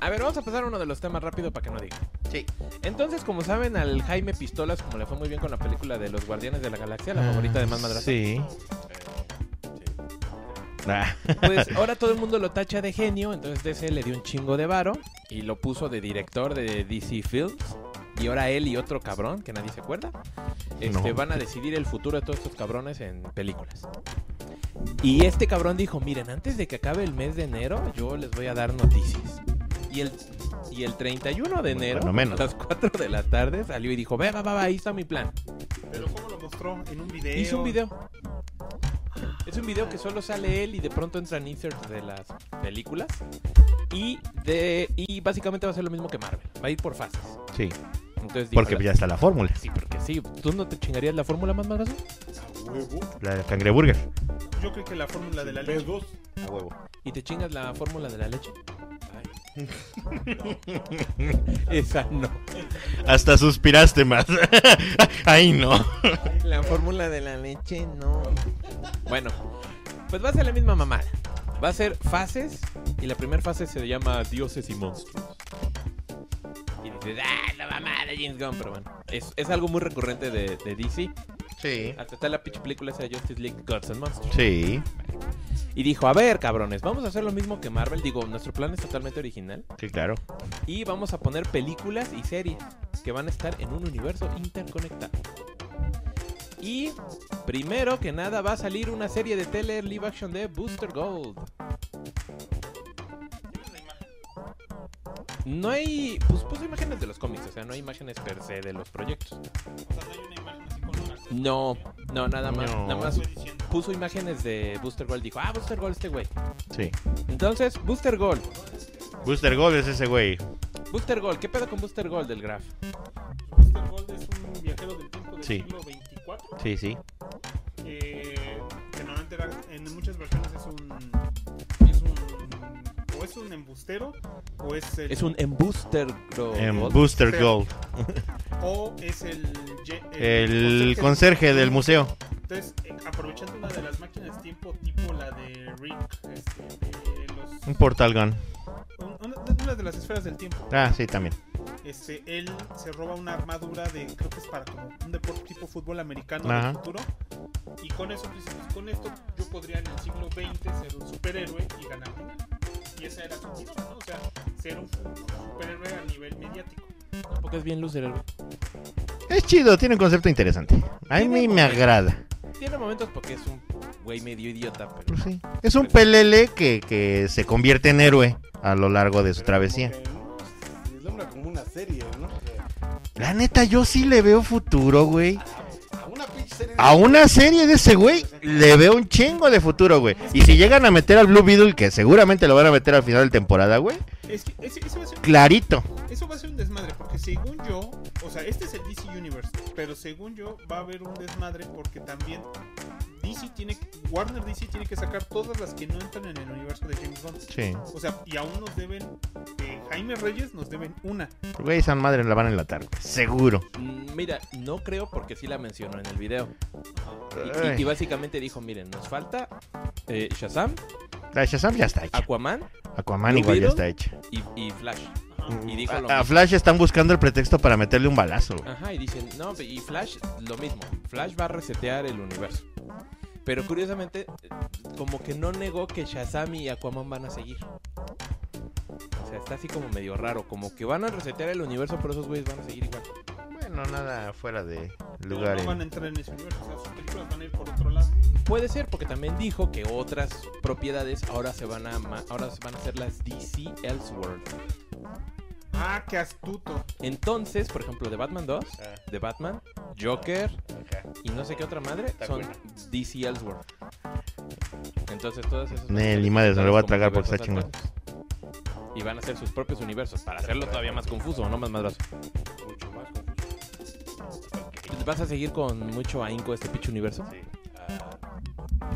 Speaker 3: a ver, vamos a pasar a uno de los temas rápido para que no digan. Sí. Entonces, como saben, al Jaime Pistolas, como le fue muy bien con la película de los Guardianes de la Galaxia,
Speaker 2: Ah,
Speaker 3: la favorita de Más Madrazos.
Speaker 2: Sí. Ah,
Speaker 3: Pues ahora todo el mundo lo tacha de genio, entonces DC le dio un chingo de varo y lo puso de director de DC Films. Y ahora él y otro cabrón, que nadie se acuerda, este,
Speaker 2: No.
Speaker 3: van a decidir el futuro de todos estos cabrones en películas. Y este cabrón dijo, miren, antes de que acabe el mes de enero, yo les voy a dar noticias. Y el, y el 31
Speaker 2: Pues
Speaker 3: de
Speaker 2: Bueno,
Speaker 3: enero,
Speaker 2: por lo menos.
Speaker 3: a las 4 de la tarde, salió y dijo, ve, va, va, va, ahí está mi plan.
Speaker 1: Pero ¿cómo lo mostró? En un video.
Speaker 3: Hizo un video. Es un video que solo sale él y de pronto entran inserts de las películas. Y de y básicamente va a ser lo mismo que Marvel. Va a ir por fases.
Speaker 2: sí,
Speaker 3: Entonces, digo,
Speaker 2: porque
Speaker 3: la-
Speaker 2: ya está la fórmula,
Speaker 3: Sí, porque sí. ¿Tú no te chingarías la fórmula más madrazo?
Speaker 2: la cangreburger.
Speaker 1: Yo creo que la fórmula de la leche.
Speaker 8: Pedos.
Speaker 2: A huevo.
Speaker 3: ¿Y te chingas la fórmula de la leche? Esa no.
Speaker 2: Hasta suspiraste más. Ay, no.
Speaker 3: La fórmula de la leche no. Bueno, pues va a ser la misma mamada. Va a ser fases y la primera fase se llama Dioses y Monstruos. Y dices, ah, la mamada de James Gunn, pero bueno. Es, es algo muy recurrente de, de DC.
Speaker 2: Sí.
Speaker 3: Hasta está la pinche película esa de Justice League Gods and Monsters.
Speaker 2: Sí,
Speaker 3: Y dijo, a ver, cabrones, vamos a hacer lo mismo que Marvel. Digo, nuestro plan es totalmente original.
Speaker 2: sí, claro.
Speaker 3: Y vamos a poner películas y series que van a estar en un universo interconectado. Y primero que nada va a salir una serie de tele live action de Booster Gold. No hay. Pues puso imágenes de los cómics, o sea, no hay imágenes per se de los proyectos.
Speaker 1: O sea, no hay una imagen así con una cosa.
Speaker 3: No, no, nada más.
Speaker 2: No.
Speaker 3: Nada más
Speaker 1: Fue diciendo.
Speaker 3: puso imágenes de Booster Gold. Dijo, ah, Booster Gold este güey.
Speaker 2: Sí.
Speaker 3: Entonces, Booster Gold.
Speaker 2: Booster Gold es ese güey.
Speaker 3: Booster Gold, ¿qué pedo con Booster Gold del Graf?
Speaker 1: Mr. Gold "Este es un viajero del tiempo del
Speaker 2: Sí.
Speaker 1: siglo XXIV.
Speaker 2: Sí, sí.
Speaker 1: eh, que normalmente era- en muchas versiones es un es un o es un embustero o es el
Speaker 3: Es un embuster Gold.
Speaker 2: Em, Booster Gold.
Speaker 1: o es el ye-
Speaker 2: El
Speaker 1: conserje.
Speaker 2: conserje del museo.
Speaker 1: entonces eh, aprovechando una de las máquinas tiempo tipo la de Rick este, de los-
Speaker 2: Un portal gun.
Speaker 1: un- una, de- una de las esferas del tiempo
Speaker 2: Ah, sí, también.
Speaker 1: este él se roba una armadura de creo que es para como un deporte tipo fútbol americano
Speaker 2: Ajá.
Speaker 1: del futuro y con eso pues, pues, con esto yo podría en el siglo XX ser un superhéroe y ganar dinero y esa era su tirada, ¿no? o sea ser un superhéroe a nivel mediático
Speaker 3: Porque es bien loser el güey.
Speaker 2: Es chido, tiene un concepto interesante. A mí me agrada.
Speaker 3: Tiene momentos porque es un güey medio idiota, pero.
Speaker 2: Pues sí. Es un pelele que, que se convierte en héroe a lo largo de su travesía.
Speaker 8: Es una- pues, como una serie, ¿no? O sea,
Speaker 2: La neta, yo sí le veo futuro, güey.
Speaker 8: A una pinche serie. de-
Speaker 2: A una serie de ese güey le veo un chingo de futuro, güey. Y si llegan a meter al Blue Beetle, que seguramente lo van a meter al final de temporada, güey.
Speaker 1: es que ese- ese va a ser-
Speaker 2: Clarito.
Speaker 1: eso va a ser un desmadre porque según yo o sea este es el DC Universe pero según yo va a haber un desmadre porque también DC tiene Warner DC tiene que sacar todas las que no entran en el universo de James Bond
Speaker 2: Sí.
Speaker 1: O sea, y aún nos deben, de Jaime Reyes nos deben una.
Speaker 2: Güey, esa madre la van a enlatar, güey. Seguro.
Speaker 3: Mm, Mira, no creo porque sí la mencionó en el video. Y- Y, y
Speaker 2: Ay.
Speaker 3: básicamente dijo: Miren, nos falta eh, Shazam,
Speaker 2: La de Shazam ya está hecha.
Speaker 3: Aquaman
Speaker 2: Aquaman
Speaker 3: Blue
Speaker 2: igual ya está
Speaker 3: Beetle.
Speaker 2: hecha.
Speaker 3: y, y Flash. Y dijo lo
Speaker 2: A, a
Speaker 3: mismo.
Speaker 2: Flash están buscando el pretexto para meterle un balazo, güey.
Speaker 3: Ajá, y dicen: No, pe- y Flash, lo mismo. Flash va a resetear el universo. Pero curiosamente, eh, como que no negó que Shazam y Aquaman van a seguir. O sea, está así como medio raro. Como que van a resetear el universo, pero esos güeyes van a seguir igual.
Speaker 2: Ah, Bueno, nada fuera de
Speaker 1: Pero
Speaker 2: lugar.
Speaker 1: no
Speaker 2: en-
Speaker 1: van a entrar en ese universo, o sea, sus películas van a ir por otro lado.
Speaker 3: Puede ser, porque también dijo que otras propiedades ahora se van a ma- ahora se van a hacer las DC Elseworld.
Speaker 1: Ah, qué astuto.
Speaker 3: Entonces, por ejemplo, de Batman 2,
Speaker 2: Ah,
Speaker 3: de Batman, Joker y no sé qué otra madre son DC Elseworld. Entonces todas esas
Speaker 2: Eh, Nel, ni madres, no le voy a tragar porque está
Speaker 3: chingón. y van a hacer sus propios universos para hacerlo todavía más confuso, ¿o ¿no? Más madrazo.
Speaker 8: Mucho más confuso.
Speaker 3: ¿Vas a seguir con mucho ahínco este pinche universo?
Speaker 8: Sí. Ah,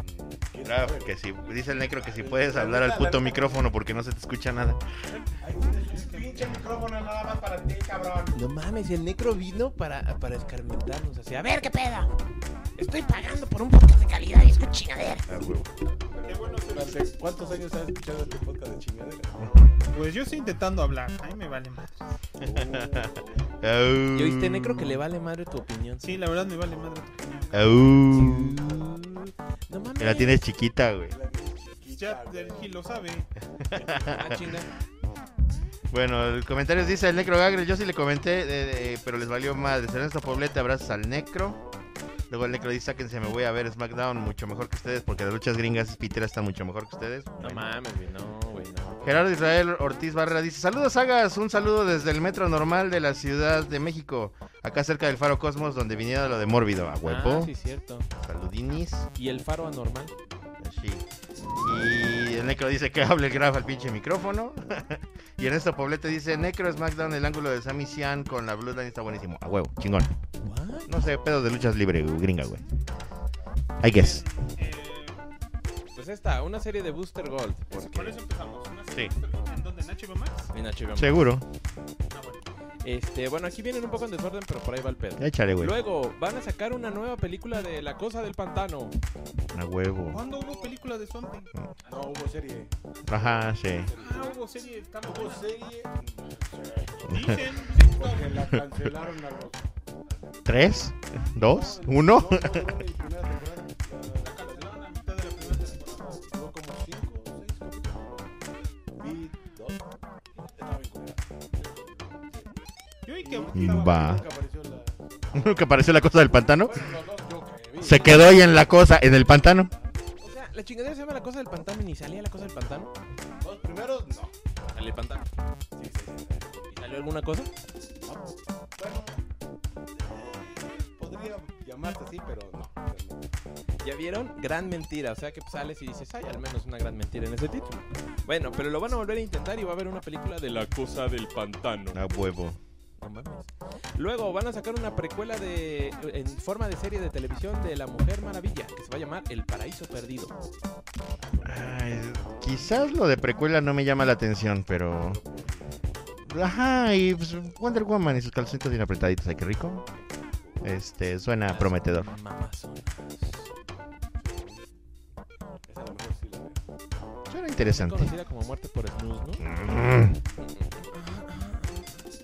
Speaker 8: mm, ¿qué
Speaker 2: Graf,
Speaker 8: sabe?
Speaker 2: que si, dice el necro que si puedes hablar al puto micrófono porque no se te escucha nada.
Speaker 10: Ahí tienes un pinche micrófono nada más para ti, cabrón.
Speaker 3: No mames, el necro vino para, para escarmentarnos así. A ver, ¿qué pedo? Estoy pagando por un podcast de calidad y escucho chingadera.
Speaker 8: Ah, huevo.
Speaker 1: Qué bueno ser-
Speaker 8: Durante ¿Cuántos años has escuchado este podcast de chingadera?
Speaker 1: Pues yo estoy intentando hablar. A mí me vale madre.
Speaker 2: Au.
Speaker 3: ¿Y oíste, necro, que le vale madre tu opinión?
Speaker 1: Sí, la verdad me vale madre tu opinión.
Speaker 2: Au.
Speaker 3: No mames.
Speaker 2: Te la tienes chiquita, güey.
Speaker 1: Ya el Gil lo sabe.
Speaker 3: Ah, chinga.
Speaker 2: Bueno, el comentario dice el Necro Gagre. Yo sí le comenté, de- de- pero les valió más. De esta Poblete, abrazos al Necro. Luego el Necro dice: Sáquense, me voy a ver SmackDown mucho mejor que ustedes, porque las luchas gringas piteras están mucho mejor que ustedes.
Speaker 3: No
Speaker 2: Bueno.
Speaker 3: mames, güey, no, güey, no.
Speaker 2: Gerardo Israel Ortiz Barrera dice: Saludos, Sagas. Un saludo desde el metro normal de la Ciudad de México, acá cerca del Faro Cosmos, donde vinieron lo de Mórbido. A huevo.
Speaker 3: Ah, sí, cierto.
Speaker 2: Saludinis.
Speaker 3: ¿Y el faro anormal?
Speaker 2: Sí. Y el Necro dice que hable el graf al pinche micrófono. y Ernesto Poblete dice: Necro SmackDown, el ángulo de Sami Cian con la Bloodline está buenísimo. A huevo, chingón.
Speaker 3: ¿What?
Speaker 2: No sé, pedos de luchas libre, güey, gringa, güey. I guess.
Speaker 3: Pues esta, una serie de Booster Gold.
Speaker 1: Por eso empezamos. Una serie
Speaker 2: Sí.
Speaker 1: perfecta. ¿En dónde? ¿En HBO Max?
Speaker 3: En HBO.
Speaker 2: Seguro.
Speaker 1: Ah, bueno.
Speaker 3: Este, bueno, aquí vienen un poco en desorden, pero por ahí va el pedo.
Speaker 2: Échale, güey.
Speaker 3: Luego van a sacar una nueva película de La Cosa del Pantano.
Speaker 2: A huevo.
Speaker 1: ¿Cuándo hubo película de Swamp Thing?
Speaker 8: No, hubo serie.
Speaker 2: Ajá, sí.
Speaker 1: Ah, hubo serie. Está muy
Speaker 8: Hubo
Speaker 1: buena.
Speaker 8: serie.
Speaker 1: Dicen.
Speaker 8: Porque la cancelaron a los.
Speaker 2: ¿Tres? ¿Dos? ¿Uno?
Speaker 8: No, no, duró ni primera temporada.
Speaker 1: La cancelaron a mitad de la primera temporada.
Speaker 8: Ya Duró como cinco o seis capítulos. Vi dos. Estaba bien culera.
Speaker 1: Yo y que
Speaker 2: Va.
Speaker 8: Nunca apareció la.
Speaker 2: Nunca apareció la cosa del pantano.
Speaker 8: Bueno, los dos yo que vi.
Speaker 2: Se quedó ahí en la cosa, en el pantano.
Speaker 3: O sea, la chingadera se llama La Cosa del Pantano y ni salía La Cosa del Pantano.
Speaker 8: Los primeros, Pues, no.
Speaker 3: Sale el pantano.
Speaker 8: Sí, sí, sí.
Speaker 3: ¿Y salió alguna cosa?
Speaker 8: Bueno, eh, podría llamarse así, pero no. realmente.
Speaker 3: ¿Ya vieron? Gran mentira. O sea que sales y dices, ay, al menos una gran mentira en ese título. Bueno, pero lo van a volver a intentar y va a haber una película de La Cosa del Pantano.
Speaker 2: A huevo.
Speaker 3: No mames. Luego van a sacar una precuela de en forma de serie de televisión de La Mujer Maravilla, que se va a llamar El Paraíso Perdido.
Speaker 2: Ay, quizás lo de precuela no me llama la atención, pero. Ajá, y pues, Wonder Woman y sus calcetitos bien apretaditos, ay, qué rico. Este, suena prometedor.
Speaker 3: Mamazonas.
Speaker 8: Esa a lo mejor sí la veo.
Speaker 2: Suena
Speaker 3: Es
Speaker 2: interesante.
Speaker 3: conocida como Muerte por Snus, ¿no?
Speaker 2: Mm.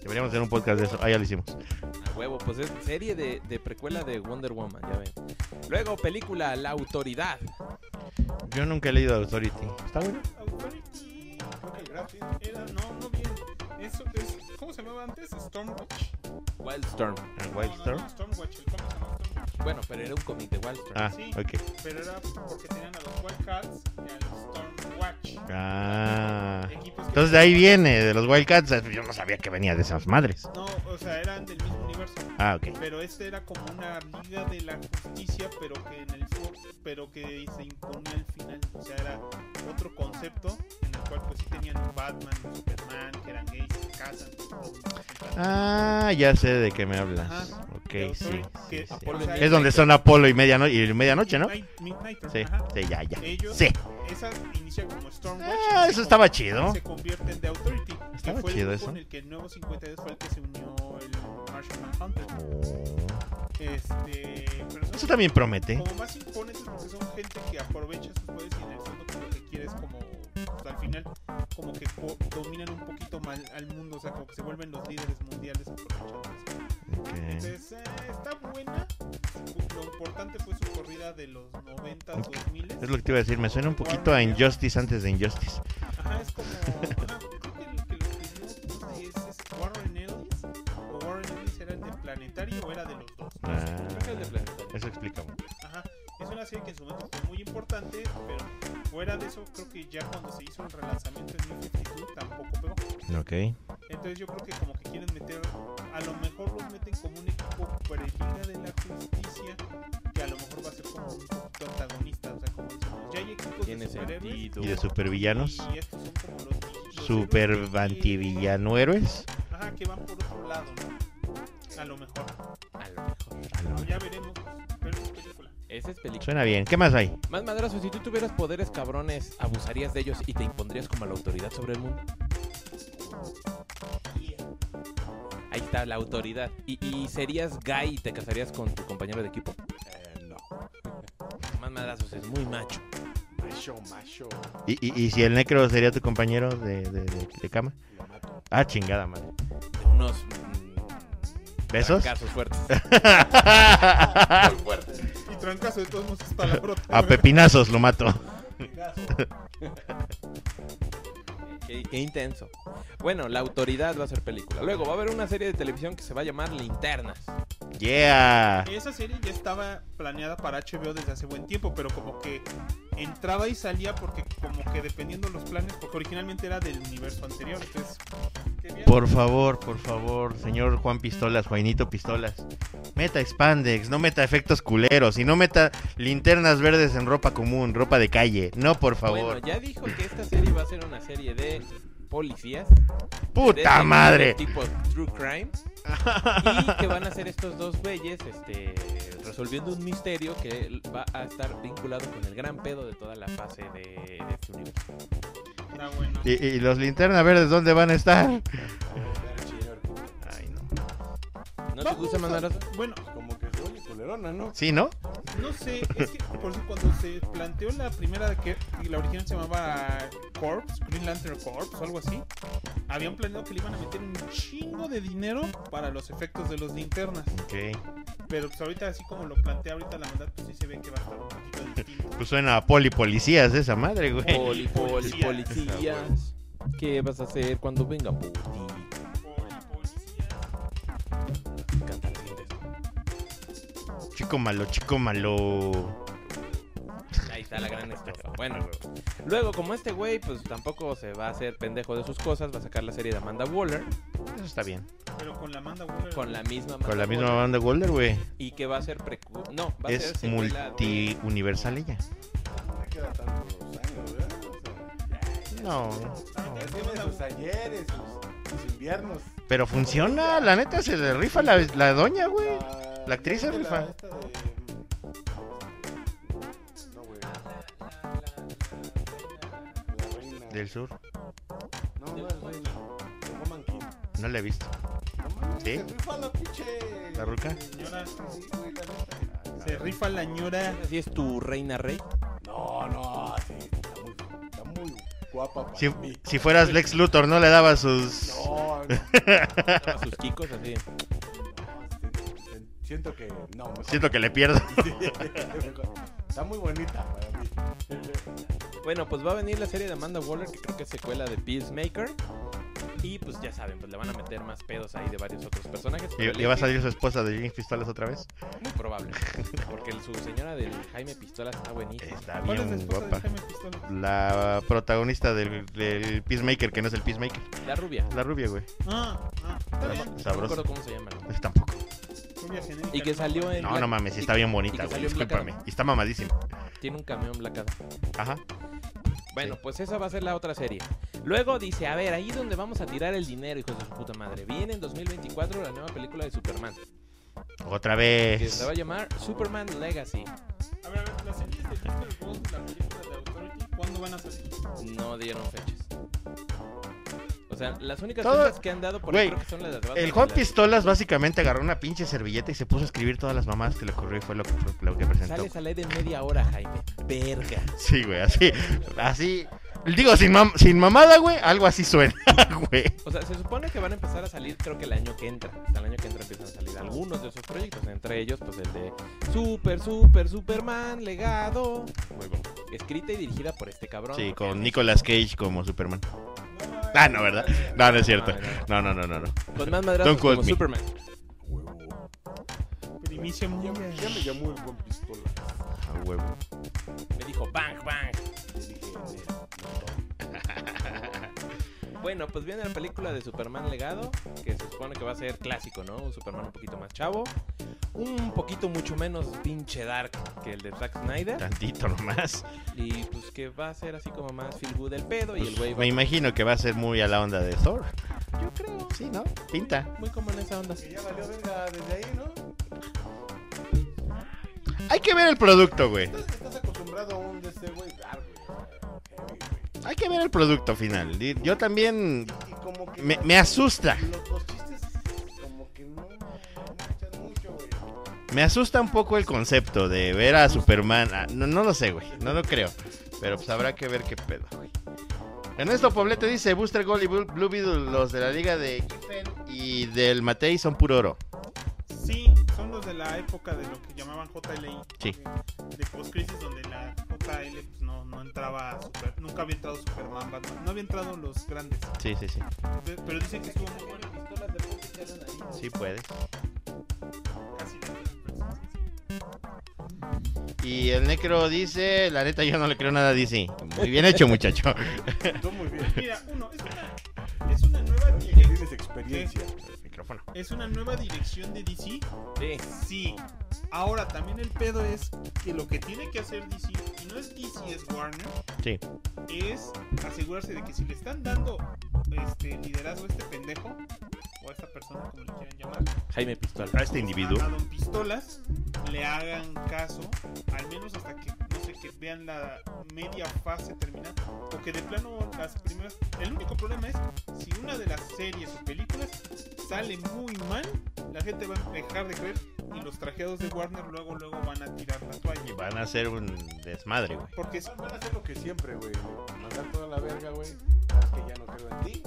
Speaker 2: Deberíamos hacer un podcast de eso. Ah, ya lo hicimos.
Speaker 3: A huevo, pues es serie de, de precuela de Wonder Woman, ya ven. Luego película La Autoridad.
Speaker 2: Yo nunca he leído Authority. ¿Está bueno?
Speaker 1: Authority
Speaker 8: Creo que el Graffiti
Speaker 1: era. No, no bien. Eso es. ¿Cómo se llamaba antes? Stormwatch.
Speaker 3: Wildstorm.
Speaker 2: Wildstorm.
Speaker 1: No, no, Stormwatch. El cómic se llamaba Stormwatch.
Speaker 3: Bueno, pero era un cómic de Wildstorm.
Speaker 2: Ah,
Speaker 1: Sí.
Speaker 2: ok.
Speaker 1: Pero era porque tenían a los Wildcats y al Stormwatch.
Speaker 2: Ah.
Speaker 1: Equipos que-
Speaker 2: Entonces de ahí viene, de los Wildcats. Yo no sabía que venía de esas madres.
Speaker 1: No, o sea, eran del mismo universo.
Speaker 2: Ah, ok.
Speaker 1: Pero este era como una liga de la justicia, pero que en el sur- pero que se imponía al final. O sea, era otro concepto en el cual pues sí tenían un Batman, un Superman, que eran gays, que se casan.
Speaker 2: Ah, ya sé de qué me hablas.
Speaker 1: Ajá.
Speaker 2: Ok, sí. sí, sí.
Speaker 3: Apolo y
Speaker 2: Es donde son Apolo y mediano y medianoche, ¿no?
Speaker 1: Midnight- Midnighter,
Speaker 2: Sí,
Speaker 1: ajá.
Speaker 2: sí, ya, ya.
Speaker 1: Ellos-
Speaker 2: Sí.
Speaker 1: Esa inicia como Stormwatch.
Speaker 2: Ah,
Speaker 1: y
Speaker 2: eso
Speaker 1: se
Speaker 2: estaba
Speaker 1: conv-
Speaker 2: chido.
Speaker 1: Se convierte en The Authority. que
Speaker 2: Estaba
Speaker 1: fue el
Speaker 2: chido
Speaker 1: grupo
Speaker 2: eso.
Speaker 1: En el que el nuevo 52 fue el que se unió el Martian Manhunter. Este. Pero son
Speaker 2: Oh. Eso también promete.
Speaker 1: como más imponentes porque son gente que aprovecha sus poderes y en el fondo pues, lo que quiere es como pues, al final como que po- dominan un poquito mal al mundo, o sea, como que se vuelven los líderes mundiales aprovechando eso.
Speaker 2: Ok.
Speaker 1: Entonces, eh, está buena. Su- Lo importante fue su corrida de los 90,
Speaker 2: Es
Speaker 1: 2000.
Speaker 2: Es lo que te iba a decir, me suena un poquito a Injustice antes de Injustice.
Speaker 1: Ajá, es como. Ajá, creo que el que lo escribió no sé, es, es Warren Ellis. O Warren Ellis era el de Planetario o era de los dos.
Speaker 2: Ah,
Speaker 3: Creo que es de Planetario.
Speaker 2: eso explica mucho.
Speaker 1: Ajá. Es una serie que en su momento fue muy importante, pero fuera de eso, creo que ya cuando se hizo el relanzamiento en New 52 tampoco pegó.
Speaker 2: Ok.
Speaker 1: Entonces yo creo que como que quieren meter, a lo mejor los meten como un equipo preliga de la justicia, que a lo mejor va a ser como un poquito
Speaker 3: pues,
Speaker 1: antagonista, o sea, como decimos, "Pues, ya hay equipos de
Speaker 3: Tiene
Speaker 1: superhéroes
Speaker 3: sentido.
Speaker 2: ¿Y de supervillanos?
Speaker 1: y estos son como los, los
Speaker 2: super antivillanueros.
Speaker 1: Ajá, que van por otro lado, ¿no? A lo mejor. Pues
Speaker 3: A lo mejor.
Speaker 1: Ya veremos. Pero es película.
Speaker 3: Esa es película.
Speaker 2: Suena bien. ¿Qué más hay?
Speaker 3: Más madrazo, si tú tuvieras poderes cabrones, ¿abusarías de ellos y te impondrías como la autoridad sobre el mundo? Ahí está la autoridad. ¿Y, y serías gay y te casarías con tu compañero de equipo?
Speaker 8: Eh, no.
Speaker 3: Más madrazos, es muy macho.
Speaker 8: Macho, macho.
Speaker 2: ¿Y, y, y si el necro sería tu compañero de, de- de- de cama?
Speaker 8: Lo mato.
Speaker 2: Ah, chingada madre.
Speaker 3: De unos. mm,
Speaker 2: ¿Besos?
Speaker 3: trancazos fuertes.
Speaker 8: Muy fuerte.
Speaker 1: Y trancazo de todos modos es palabrota.
Speaker 2: A pepinazos lo mato.
Speaker 3: Qué, qué intenso. Bueno, la autoridad va a ser película. Luego va a haber una serie de televisión que se va a llamar Linternas.
Speaker 2: Yeah.
Speaker 1: Esa serie ya estaba planeada para HBO desde hace buen tiempo, pero como que entraba y salía porque como que dependiendo los planes, porque originalmente era del universo anterior, entonces... querían-
Speaker 2: Por favor, por favor, señor Juan Pistolas, Juanito Pistolas. Meta expandex, no meta efectos culeros y no meta linternas verdes en ropa común, ropa de calle. No, por favor.
Speaker 3: Bueno, ya dijo que esta serie va a ser una serie de policías. de
Speaker 2: ¡Puta
Speaker 3: ese
Speaker 2: madre!
Speaker 3: Tipo True Crime. y que van a ser estos dos güeyes este, resolviendo un misterio que va a estar vinculado con el gran pedo de toda la fase de, de este universo.
Speaker 1: Era bueno.
Speaker 2: ¿Y, y los linternas verdes dónde van a estar? Ay, no.
Speaker 3: ¿No te gusta mandar
Speaker 1: Bueno,
Speaker 8: Como que se oye culerona, ¿no?
Speaker 2: ¿Sí, no?
Speaker 1: no sé, es que por eso cuando se planteó la primera de que y la original se llamaba Corps, Green Lantern Corps o algo así, habían planeado que le iban a meter un chingo de dinero para los efectos de los linternas.
Speaker 2: Ok.
Speaker 1: Pero pues ahorita así como lo plantea ahorita la verdad, pues sí se ve que va a estar un poquito distinto.
Speaker 2: Pues suena a poli policías esa madre, güey.
Speaker 3: Poli, poli,
Speaker 1: Policías.
Speaker 3: policías. ¿Qué vas a hacer cuando venga por ti?
Speaker 2: Chico malo, chico malo.
Speaker 3: Ahí está la gran estrofa. Bueno, luego como este güey pues tampoco se va a hacer pendejo de sus cosas, va a sacar la serie de Amanda Waller
Speaker 2: Eso está bien.
Speaker 1: Pero con la Amanda Waller.
Speaker 3: con la misma Amanda
Speaker 2: Con la misma
Speaker 3: Waller,
Speaker 2: banda Golder, güey.
Speaker 3: y que va a ser precu- no, va a ser
Speaker 2: Es
Speaker 3: secuela de-
Speaker 2: multiuniversal ella.
Speaker 8: Me queda tantos años, ¿verdad? O sea,
Speaker 2: No.
Speaker 8: ya tiene sus ayeres, sus, sus inviernos.
Speaker 2: Pero funciona, la neta se le rifa la, la doña, güey. la actriz
Speaker 8: de
Speaker 2: es rifa.
Speaker 8: esta de- No, güey. La reina.
Speaker 2: Del sur.
Speaker 8: No, no es reina. De Woman King.
Speaker 2: No la he visto.
Speaker 8: No mames,
Speaker 2: ¿Sí?
Speaker 8: se rifa la pinche.
Speaker 2: ¿Eh? ¿La ruca?
Speaker 8: señora. Sí, güey, la neta.
Speaker 1: Se rifa la ñora.
Speaker 3: Así es tu reina rey.
Speaker 8: No, no, sí. Está muy, está muy guapa para
Speaker 2: Si,
Speaker 8: mí.
Speaker 2: si fueras Lex Luthor, no le daba sus.
Speaker 8: No, no.
Speaker 3: A sus kikos así.
Speaker 8: no, Siento que. No, mejor.
Speaker 2: Siento que le pierdo.
Speaker 8: Mejor. Está muy bonita para mí.
Speaker 3: Bueno, pues va a venir la serie de Amanda Waller, que creo que es secuela de Peacemaker. Y pues ya saben, pues le van a meter más pedos ahí de varios otros personajes.
Speaker 2: Y,
Speaker 3: pero el
Speaker 2: y va a
Speaker 3: eje-
Speaker 2: salir su esposa de James Pistolas otra vez.
Speaker 3: Muy probable. Porque el- su señora del Jaime Pistola está buenísima.
Speaker 2: Está
Speaker 1: ¿Cuál es la
Speaker 2: bien
Speaker 1: esposa
Speaker 2: guapa.
Speaker 1: de Jaime Pistola?
Speaker 2: La protagonista del, del Peacemaker, que no es el Peacemaker.
Speaker 3: La rubia.
Speaker 2: La rubia, güey.
Speaker 1: Ah, ah,
Speaker 2: La-
Speaker 1: está bien.
Speaker 3: No me acuerdo
Speaker 2: Sabrosa.
Speaker 3: cómo se llama. ¿no?
Speaker 2: Yo Tampoco.
Speaker 1: Rubia genérica,
Speaker 3: Y que salió en.
Speaker 2: No,
Speaker 3: Black-
Speaker 2: no mames, sí
Speaker 3: y
Speaker 2: está
Speaker 3: que-
Speaker 2: bien
Speaker 3: y que
Speaker 2: bonita, güey.
Speaker 3: salió en Black
Speaker 2: Discúlpame.
Speaker 3: Adam.
Speaker 2: Y está mamadísima.
Speaker 3: Tiene un camión Black Adam.
Speaker 2: Ajá.
Speaker 3: Bueno, pues esa va a ser la otra serie. Luego dice: A ver, ahí es donde vamos a tirar el dinero, hijos de su puta madre. Viene en 2024 la nueva película de Superman.
Speaker 2: Otra
Speaker 3: Que se
Speaker 2: vez.
Speaker 3: va a llamar Superman Legacy.
Speaker 1: A ver, a ver, las series de Mr. Gold, la película de Authority, ¿cuándo van a salir?
Speaker 3: No dieron fechas. O sea, las únicas
Speaker 2: Todo-
Speaker 3: fechas que han dado por
Speaker 2: Güey,
Speaker 3: ahí creo que son las de Batman
Speaker 2: El
Speaker 3: y
Speaker 2: Juan
Speaker 3: las-
Speaker 2: Pistolas básicamente agarró una pinche servilleta y se puso a escribir todas las mamadas que le ocurrió y fue lo que, lo que presentó.
Speaker 3: Sale esa ley de media hora, Jaime. Verga.
Speaker 2: Sí, güey, así. Así. Digo, sin, mam- sin mamada, güey, algo así suena, güey.
Speaker 3: O sea, se supone que van a empezar a salir, creo que el año que entra. Hasta el año que entra empiezan a salir algunos de esos proyectos. Entre ellos, pues el de Super, Super, Superman, Legado. Escrita y dirigida por este cabrón.
Speaker 2: Sí,
Speaker 3: porque
Speaker 2: con
Speaker 3: es-
Speaker 2: Nicolas Cage como Superman. Ah, no, ¿verdad? No, no es cierto. No, no, no, no. no.
Speaker 3: Con más madrazos
Speaker 2: Don't quote
Speaker 3: como
Speaker 2: me.
Speaker 3: Superman.
Speaker 8: Huevo.
Speaker 1: Primicia
Speaker 8: Ya,
Speaker 1: mundial.
Speaker 8: ya me llamó el buen pistola.
Speaker 2: A huevo.
Speaker 3: Me dijo, bang, bang.
Speaker 8: Le dije, "No, no,
Speaker 3: Bueno, pues viene la película de Superman Legado, que se supone que va a ser clásico, ¿no? Un Superman un poquito más chavo. un poquito mucho menos pinche dark que el de Zack Snyder.
Speaker 2: Tantito nomás.
Speaker 3: Y pues que va a ser así como más feel good el pedo y el
Speaker 2: Pues,
Speaker 3: güey va
Speaker 2: me imagino que va a ser muy a la onda de Thor.
Speaker 3: Yo creo,
Speaker 2: Sí, ¿no? Pinta.
Speaker 3: muy como en esa onda.
Speaker 8: Que ya valió verga desde ahí, ¿no?
Speaker 2: Hay que ver el producto, güey.
Speaker 8: Estás, estás acostumbrado a un de este güey dark, güey. heavy, güey.
Speaker 2: Hay que ver el producto final. Y- Yo también
Speaker 8: Y como que
Speaker 2: me, me asusta.
Speaker 8: los, los chistes como que no, no me echan mucho, güey.
Speaker 2: Me asusta un poco el concepto de ver a Superman. ah, No, no lo sé, güey. No lo creo. Pero pues habrá que ver qué pedo, güey. Ernesto Poblete dice, Booster Gold y Blue Blue Beetle, los de la liga de Kiffen y del Matei son puro oro.
Speaker 1: Sí, son los de la época de lo que llamaban JLI.
Speaker 2: Sí.
Speaker 1: De, de post-crisis, donde la JL pues, no, no entraba, super- nunca había entrado Superman, Batman, no había entrado los grandes.
Speaker 2: Sí, sí, sí.
Speaker 1: Pe- Pero dicen que estuvo muy bueno,
Speaker 2: Sí puede.
Speaker 1: casi de los superhéroes.
Speaker 2: Y el Necro dice, la neta yo no le creo nada a DC. Muy bien hecho, muchacho.
Speaker 8: Tú muy bien.
Speaker 1: Mira, uno, es una, es una nueva
Speaker 8: Y que
Speaker 1: dirección.
Speaker 8: tienes experiencia.
Speaker 2: Micrófono.
Speaker 1: ¿Es una nueva dirección de DC?
Speaker 3: Sí.
Speaker 1: Sí. Ahora, también el pedo es que lo que tiene que hacer DC, y no es DC, es Warner,
Speaker 2: Sí.
Speaker 1: es asegurarse de que si le están dando este liderazgo a este pendejo, o a esta persona, como le quieran llamar,
Speaker 3: Jaime Pistola.
Speaker 2: A este individuo.
Speaker 1: a Don Pistolas, le hagan caso, al menos hasta que, no sé, que vean la media fase terminada, o que de plano las primeras... El único problema es, si una de las series o películas sale muy mal, la gente va a dejar de creer y los trajeados de Warner luego, luego van a tirar la
Speaker 2: Y
Speaker 1: toalla.
Speaker 2: van a hacer un desmadre, güey.
Speaker 1: Porque es-
Speaker 8: Van a hacer lo que siempre, güey. Mandar toda la verga, güey. Sabes que ya no creo en ti.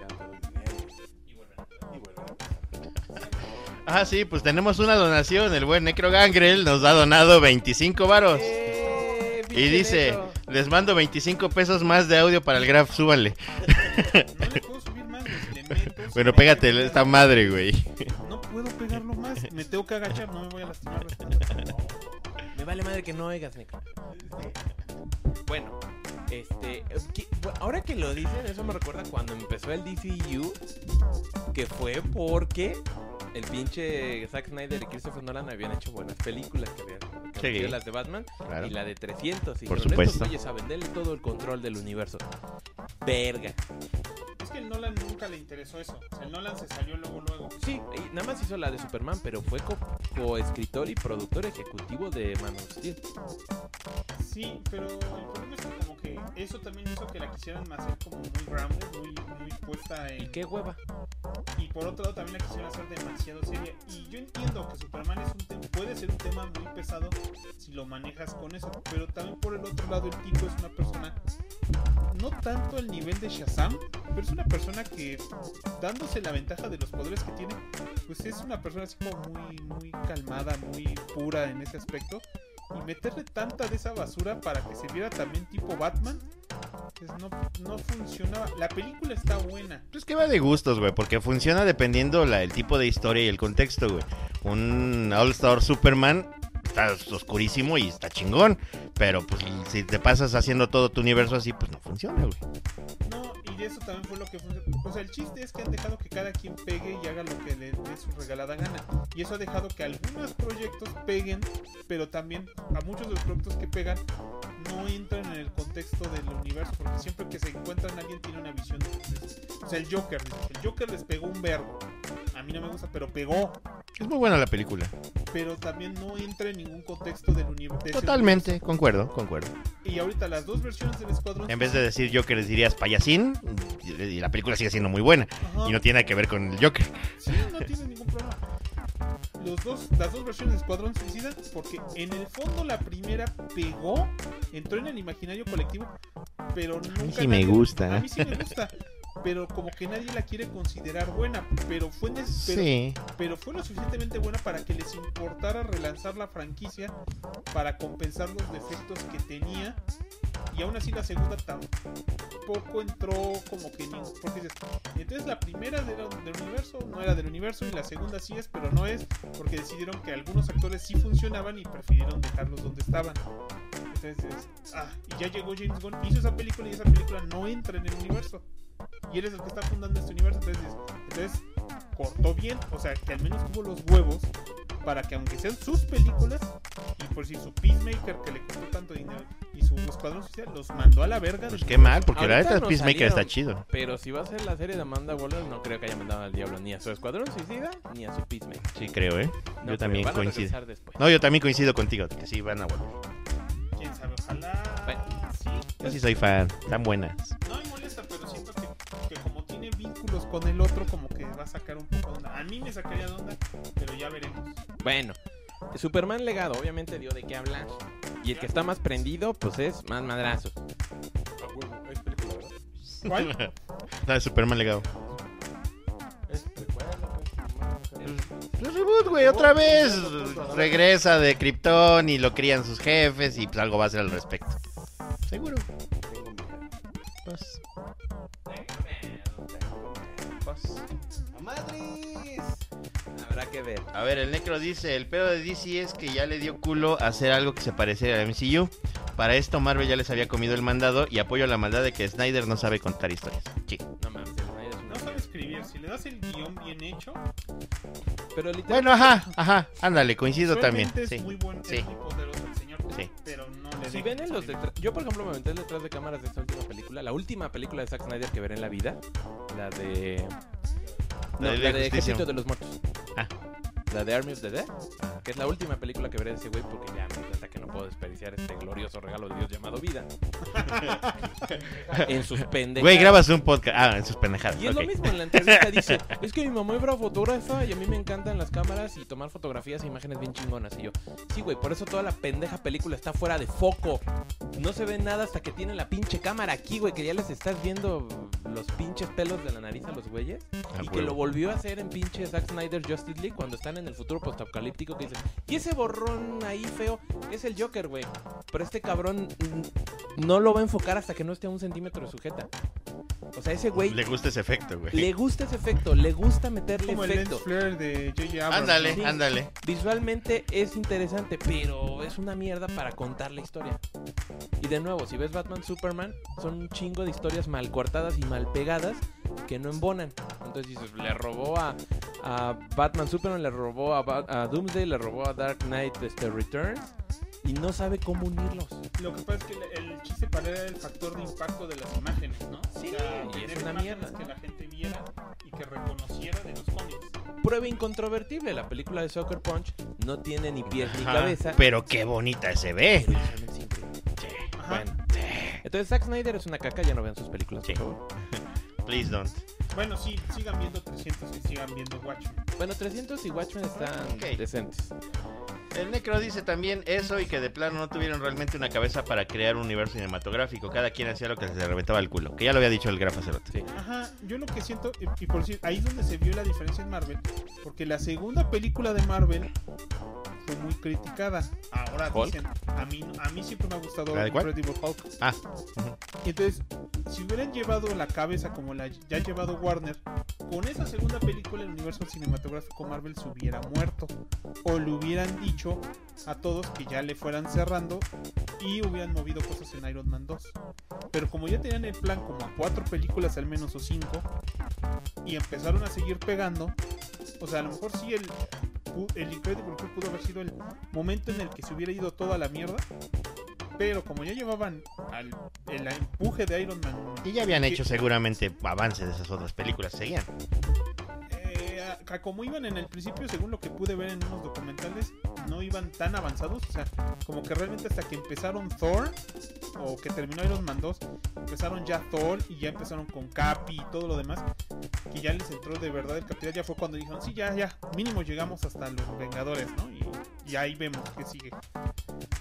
Speaker 8: Ya no te doy dinero. Y vuelven a empezar.
Speaker 2: Ah, sí, pues tenemos una donación. El buen Necro Gangrel nos ha donado 25 varos.
Speaker 3: Eh,
Speaker 2: Y dice, les mando 25 pesos más de audio para el graph, súbanle.
Speaker 1: no le puedo subir más, güey, si le meto, si
Speaker 2: Bueno,
Speaker 1: le
Speaker 2: pégate
Speaker 1: meto-
Speaker 2: esta madre, güey.
Speaker 1: No puedo pegarlo más, me tengo que agachar, no me voy a lastimar. la espalda.
Speaker 3: Me vale madre que no oigas, Nico. Bueno, este. que- bueno, ahora que lo dicen, eso me recuerda cuando empezó el DCU. Que fue porque el pinche Zack Snyder y Christopher Nolan habían hecho buenas películas que habían. Que
Speaker 2: Sí.
Speaker 3: habían sido las de Batman
Speaker 2: Claro.
Speaker 3: y la de 300. Y
Speaker 2: Por
Speaker 3: dijeron,
Speaker 2: supuesto.
Speaker 3: "Estos güeyes saben, denle todo el control del universo. Verga.
Speaker 1: Es que el Nolan nunca le interesó eso. O sea, el Nolan se salió luego, luego.
Speaker 3: Sí, y nada más hizo la de Superman, pero fue co- coescritor y productor ejecutivo de Man of Steel.
Speaker 1: Sí, pero el problema es que como que eso también hizo que la quisieran hacer como muy grounded, muy, muy puesta en...
Speaker 3: Y qué hueva.
Speaker 1: y por otro lado también la quisieron hacer demasiado seria. Y yo entiendo que Superman es un tem- puede ser un tema muy pesado si lo manejas con eso, pero también por el otro lado el tipo es una persona no tanto al nivel de Shazam, pero es una persona que dándose la ventaja de los poderes que tiene, pues es una persona así como muy muy calmada, muy pura en ese aspecto. Y meterle tanta de esa basura para que se viera también tipo Batman, pues no, no funcionaba. La película está buena,
Speaker 2: Pues que va de gustos, güey, porque funciona dependiendo la- el tipo de historia y el contexto, güey. Un All-Star Superman está oscurísimo y está chingón, pero pues si te pasas haciendo todo tu universo así, pues no funciona, güey.
Speaker 1: No, y de eso también fue lo que funcionó. O sea, el chiste es que han dejado que cada quien pegue y haga lo que le dé su regalada gana. Y eso ha dejado que algunos proyectos peguen, pero también a muchos de los proyectos que pegan no entran en el contexto del universo, porque siempre que se encuentran alguien tiene una visión. diferente. O sea, el Joker, dices, el Joker les pegó un verbo. A mí no me gusta, pero pegó.
Speaker 2: Es muy buena la película.
Speaker 1: Pero también no entra en ningún contexto del universo.
Speaker 2: Totalmente, concuerdo, concuerdo.
Speaker 1: Y ahorita las dos versiones del Escuadrón.
Speaker 2: En vez de decir Joker, dirías payasín y y la película sigue siendo muy buena
Speaker 1: Ajá.
Speaker 2: y
Speaker 3: Ah.
Speaker 2: no tiene nada que ver con el Joker.
Speaker 1: Sí, no tiene ningún problema. Los dos, las dos versiones de Escuadrón Suicida, porque en el fondo la primera pegó, entró en el imaginario colectivo, pero nunca.
Speaker 2: sí me gusta. ¿eh?
Speaker 1: A mí sí me gusta. Pero como que nadie la quiere considerar buena, pero fue, nes- pero,
Speaker 2: Sí.
Speaker 1: pero fue lo suficientemente buena para que les importara relanzar la franquicia para compensar los defectos que tenía. Y aún así la segunda tampoco entró como que ni... Porque dices, entonces la primera era del universo, no era del universo, y la segunda sí es, pero no es, porque decidieron que algunos actores sí funcionaban y prefirieron dejarlos donde estaban. Entonces, ah, y ya llegó James Gunn, hizo esa película y esa película no entra en el universo. Y él es el que está fundando este universo, entonces, dices, entonces cortó bien, o sea, que al menos tuvo los huevos para que aunque sean sus películas, y por si su Peacemaker que le costó tanto dinero y su Escuadrón Social los mandó a la verga.
Speaker 2: Pues
Speaker 1: de-
Speaker 2: qué mal, porque la
Speaker 3: Ahorita
Speaker 2: neta
Speaker 3: nos
Speaker 2: Peacemaker está
Speaker 3: salieron.
Speaker 2: chido.
Speaker 3: Pero si va a ser la serie de Amanda Waller, no creo que haya mandado al diablo ni a su escuadrón suicida ni a su Pitman.
Speaker 2: Sí, creo, ¿eh?
Speaker 3: No,
Speaker 2: yo también
Speaker 3: creo. Van a
Speaker 2: coincido.
Speaker 3: regresar después.
Speaker 2: No, yo también coincido contigo, que sí van a volver.
Speaker 1: Quién sabe, ojalá.
Speaker 3: Bueno.
Speaker 1: Sí,
Speaker 2: Yo sí soy fan, tan buenas.
Speaker 1: no me molesta, pero siento que, que como tiene vínculos con el otro, como que va a sacar un poco de onda. A mí me sacaría de onda, pero ya veremos.
Speaker 3: Bueno, Superman legado, obviamente dio de qué hablar. Y el que está más prendido, pues es más madrazo.
Speaker 8: A huevo, es película, ¿verdad?
Speaker 1: ¿Cuál?
Speaker 2: No, es Superman legado.
Speaker 8: Es precuela, pues.
Speaker 2: Pues reboot, güey, otra vez. Regresa de Krypton y lo crían sus jefes y pues algo va a hacer al respecto. Seguro.
Speaker 8: Tengo miedo.
Speaker 2: Pues,
Speaker 8: ¡A madres!
Speaker 3: Habrá que ver.
Speaker 2: A ver, el Necro dice, el pedo de DC es que ya le dio culo a hacer algo que se pareciera al MCU. Para esto Marvel ya les había comido el mandado y apoyo la maldad de que Snyder no sabe contar historias. Sí.
Speaker 3: No mames, el Snyder es una
Speaker 1: No sabe escribir. Si le das el guión bien hecho,
Speaker 3: Pero literal,
Speaker 2: Bueno, ajá, ajá, ándale, coincido también.
Speaker 1: realmente es
Speaker 2: Sí,
Speaker 1: muy bueno,
Speaker 2: sí.
Speaker 1: es muy poderoso el señor.
Speaker 2: Sí.
Speaker 1: Pero no le
Speaker 3: si
Speaker 1: dejes
Speaker 3: ven en los
Speaker 1: escribir.
Speaker 3: detrás... Yo, por ejemplo, me aventé el detrás de cámaras de esta última película. La última película de Zack Snyder que veré en la vida. La de... No,
Speaker 2: La
Speaker 3: la
Speaker 2: de
Speaker 3: de,
Speaker 2: Liga de Justicia.
Speaker 3: Ejército de los Muertos.
Speaker 2: Ah.
Speaker 3: La de Army of the Dead. Que es la última película que veré de ese güey porque ya me di cuenta que no puedo desperdiciar este glorioso regalo de Dios llamado vida. en sus pendejadas.
Speaker 2: Güey, grabas un podcast. Ah, en sus pendejadas.
Speaker 3: Y es
Speaker 2: ok.
Speaker 3: lo mismo, en la entrevista dice, es que mi mamá era fotógrafa y a mí me encantan las cámaras y tomar fotografías e imágenes bien chingonas. Y yo, sí, güey, por eso toda la pendeja película está fuera de foco. No se ve nada hasta que tienen la pinche cámara aquí, güey, que ya les estás viendo los pinches pelos de la nariz a los güeyes.
Speaker 2: Ah,
Speaker 3: y que
Speaker 2: huevo.
Speaker 3: lo volvió a hacer en pinche Zack Snyder Justice League cuando están en el futuro postapocalíptico que dicen, y ese borrón ahí feo es el Joker, güey. Pero este cabrón mm, no lo va a enfocar hasta que no esté a un centímetro de sujeta. O sea, ese güey
Speaker 2: Le gusta ese efecto, güey.
Speaker 3: le gusta ese efecto, le gusta meterle
Speaker 1: Como el
Speaker 3: efecto.
Speaker 1: lens flare de J.J. Abrams.
Speaker 2: Ándale,
Speaker 3: Sí.
Speaker 2: ándale.
Speaker 3: Visualmente es interesante, pero es una mierda para contar la historia. Y de nuevo, si ves Batman Superman, son un chingo de historias mal cortadas y mal pegadas que no embonan. Entonces dices, le robó a, a Batman Superman, le robó a, Ba- a Doomsday, le robó a Dark Knight este, Returns y no sabe cómo unirlos.
Speaker 1: Lo que pasa es que el, el chiste para él era el factor de impacto de las imágenes, ¿no?
Speaker 3: Sí, y
Speaker 1: tener
Speaker 3: es una
Speaker 1: imágenes
Speaker 3: mierda.
Speaker 1: que la gente viera y que reconociera de los cómics.
Speaker 3: Prueba incontrovertible, la película de Soccer Punch no tiene ni pies ni
Speaker 2: Ajá,
Speaker 3: cabeza.
Speaker 2: Pero qué bonita se ve.
Speaker 3: pero visualmente es increíble.
Speaker 1: Ajá.
Speaker 3: Bueno. Entonces Zack Snyder es una caca, ya no vean sus películas,
Speaker 2: Sí.
Speaker 3: por favor.
Speaker 2: Please don't.
Speaker 1: Bueno, sí, sigan viendo 300 y sigan viendo Watchmen.
Speaker 3: Bueno, 300 y Watchmen están
Speaker 2: Ok.
Speaker 3: decentes.
Speaker 2: El Necro dice también eso y que de plano no tuvieron realmente una cabeza para crear un universo cinematográfico. Cada quien hacía lo que se le reventaba el culo. Que ya lo había dicho el Grafa Cerote.
Speaker 3: Sí.
Speaker 1: Ajá, yo lo que siento, y, y por decir, ahí es donde se vio la diferencia en Marvel, porque la segunda película de Marvel fue muy criticada. Ahora
Speaker 3: ¿Hulk?
Speaker 1: dicen, a mí, no- a mí siempre me ha gustado
Speaker 2: ¿La de cuál?
Speaker 1: Incredible Hulk.
Speaker 2: Ah.
Speaker 1: Y entonces, si hubieran llevado la cabeza como la ya ha llevado Warner, con esa segunda película el universo cinematográfico Marvel se hubiera muerto. O le hubieran dicho a todos que ya le fueran cerrando y hubieran movido cosas en Iron Man 2. Pero como ya tenían el plan como a cuatro películas al menos o cinco, y empezaron a seguir pegando, o sea, a lo mejor sí el, el Incredible Hulk pudo haber sido el momento en el que se hubiera ido toda la mierda. Pero como ya llevaban al, el empuje de Iron Man
Speaker 2: Y ya habían hecho seguramente avance de esas otras películas. Seguían.
Speaker 1: Eh, a- a como iban en el principio, según lo que pude ver en unos documentales, no iban tan avanzados. O sea, como que realmente hasta que empezaron Thor, o que terminó Iron Man 2, empezaron ya Thor y ya empezaron con Capi y todo lo demás. Que ya les entró de verdad el capital. Ya fue cuando dijeron, sí, ya, ya, mínimo llegamos hasta los Vengadores, ¿no? Y, y ahí vemos que sigue.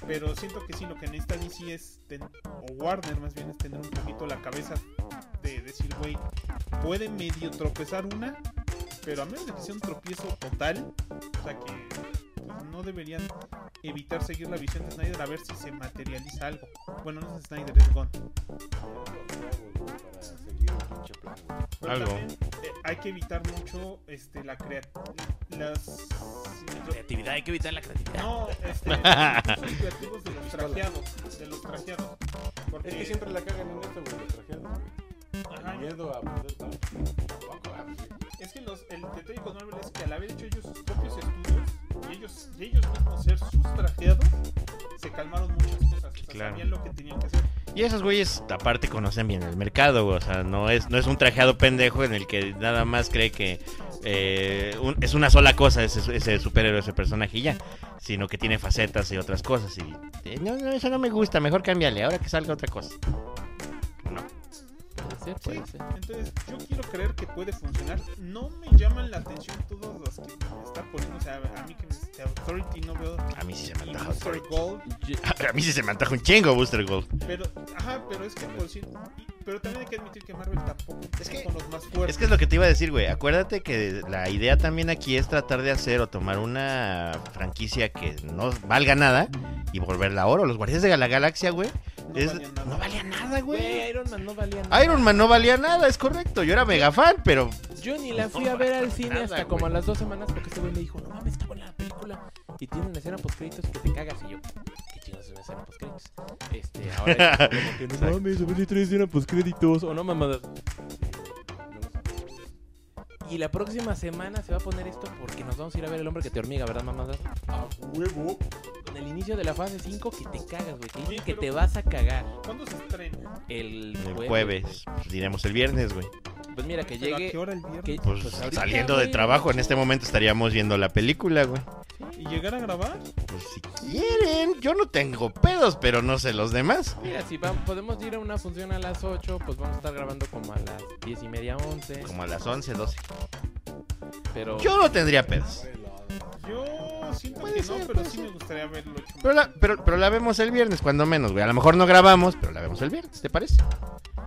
Speaker 1: Pero siento que sí, lo que necesita DC es, ten- o Warner más bien, es tener un poquito la cabeza de decir, güey, puede medio tropezar una, pero a menos de que sea un tropiezo total, o sea que pues, no deberían evitar seguir la visión de Snyder a ver si se materializa algo. Bueno, no es Snyder, es Gon.
Speaker 8: Para seguir el pinche plan, güey.
Speaker 1: Pero
Speaker 2: Algo.
Speaker 1: también eh, hay que evitar mucho este, la creatividad. Las.
Speaker 3: Creatividad, hay que evitar la creatividad.
Speaker 1: No, este, los usos creativos de los trajeados. De los trajeados. Porque,
Speaker 8: Es que siempre la cagan en esto, güey, los trajeados, güey.
Speaker 1: Ajá,
Speaker 8: El miedo a poder parar. Tampoco, ah, güey.
Speaker 1: es que los, el detalle con Marvel es que al haber hecho ellos sus propios estudios, y ellos, y ellos mismos ser sustrajeados, se calmaron muchas cosas. O sea,
Speaker 2: Claro.
Speaker 1: sabían lo que tenían que hacer.
Speaker 2: Y esos güeyes, aparte, conocen bien el mercado, güey. O sea, no es, no es un trajeado pendejo en el que nada más cree que eh, un- es una sola cosa ese, ese superhéroe, ese personaje y ya. Sino que tiene facetas y otras cosas. Y eh, no, no, eso no me gusta. Mejor cámbiale. Ahora que salga otra cosa.
Speaker 3: Puede ser,
Speaker 2: Pues,
Speaker 3: puede ser.
Speaker 1: Entonces, yo quiero creer que puede funcionar. No me llaman la atención todos los que me están poniendo. O sea, a mí que me este, Authority no veo.
Speaker 2: A mí sí se me
Speaker 1: Y
Speaker 2: antoja.
Speaker 1: Monster Gold.
Speaker 3: Ye-
Speaker 2: A mí sí se me antoja un chingo Booster Gold.
Speaker 1: Pero, ajá, pero es que por si- y- Pero también hay que admitir que Marvel tampoco es que, con los más fuertes.
Speaker 2: Es que es lo que te iba a decir, güey. Acuérdate que la idea también aquí es tratar de hacer o tomar una franquicia que no valga nada y volverla a oro. Los Guardianes de la Galaxia, güey.
Speaker 1: No
Speaker 2: es-
Speaker 1: valían nada.
Speaker 2: No valía nada,
Speaker 3: Güey,
Speaker 2: güey.
Speaker 3: Iron Man no valía nada.
Speaker 2: Iron Man no valía nada, es correcto. Yo era mega fan, pero
Speaker 3: Yo ni la fui
Speaker 2: No
Speaker 3: a ver al
Speaker 2: valía
Speaker 3: cine
Speaker 2: nada,
Speaker 3: hasta como a
Speaker 2: güey.
Speaker 3: las dos semanas porque este güey me dijo, no mames, está buena la película. Y tiene una escena post créditos que te cagas. Y yo, qué chingados es una escena post créditos. Este, ahora es como que no
Speaker 2: Exacto.
Speaker 3: mames, a ver si traes escena post créditos. O no mamadas. Y la próxima semana se va a poner esto porque nos vamos a ir a ver el hombre que te hormiga, ¿verdad, mamadas?
Speaker 1: a huevo.
Speaker 3: Con el inicio de la fase 5 que te cagas, güey. Te
Speaker 1: Oye,
Speaker 3: dicen que
Speaker 1: pero-
Speaker 3: te vas a cagar
Speaker 1: ¿Cuándo se estrena?
Speaker 3: el
Speaker 2: el
Speaker 3: jueves.
Speaker 2: jueves, pues, diremos el viernes, güey.
Speaker 3: Pues mira, que
Speaker 1: ¿Pero ¿A
Speaker 3: llegue...
Speaker 1: qué hora el viernes?
Speaker 3: que-
Speaker 2: Pues,
Speaker 3: pues ahorita,
Speaker 2: saliendo de
Speaker 3: güey.
Speaker 2: trabajo, en este momento estaríamos viendo la película, güey.
Speaker 1: ¿Y llegar a grabar?
Speaker 2: Pues si quieren, yo no tengo pedos, pero no sé los demás.
Speaker 3: Mira, si va- podemos ir a una función a las 8, pues vamos a estar grabando como a las 10 y media, 11.
Speaker 2: Como a las 11, 12.
Speaker 3: Pero
Speaker 2: Yo no tendría pedos.
Speaker 1: Yo siento
Speaker 2: Puede
Speaker 1: que
Speaker 2: ser,
Speaker 1: no, pero
Speaker 2: puede
Speaker 1: sí
Speaker 2: ser.
Speaker 1: me gustaría verlo hecho
Speaker 2: Pero la, pero, pero la vemos el viernes, cuando menos, güey. A lo mejor no grabamos, pero la vemos el viernes, ¿te parece?
Speaker 1: más.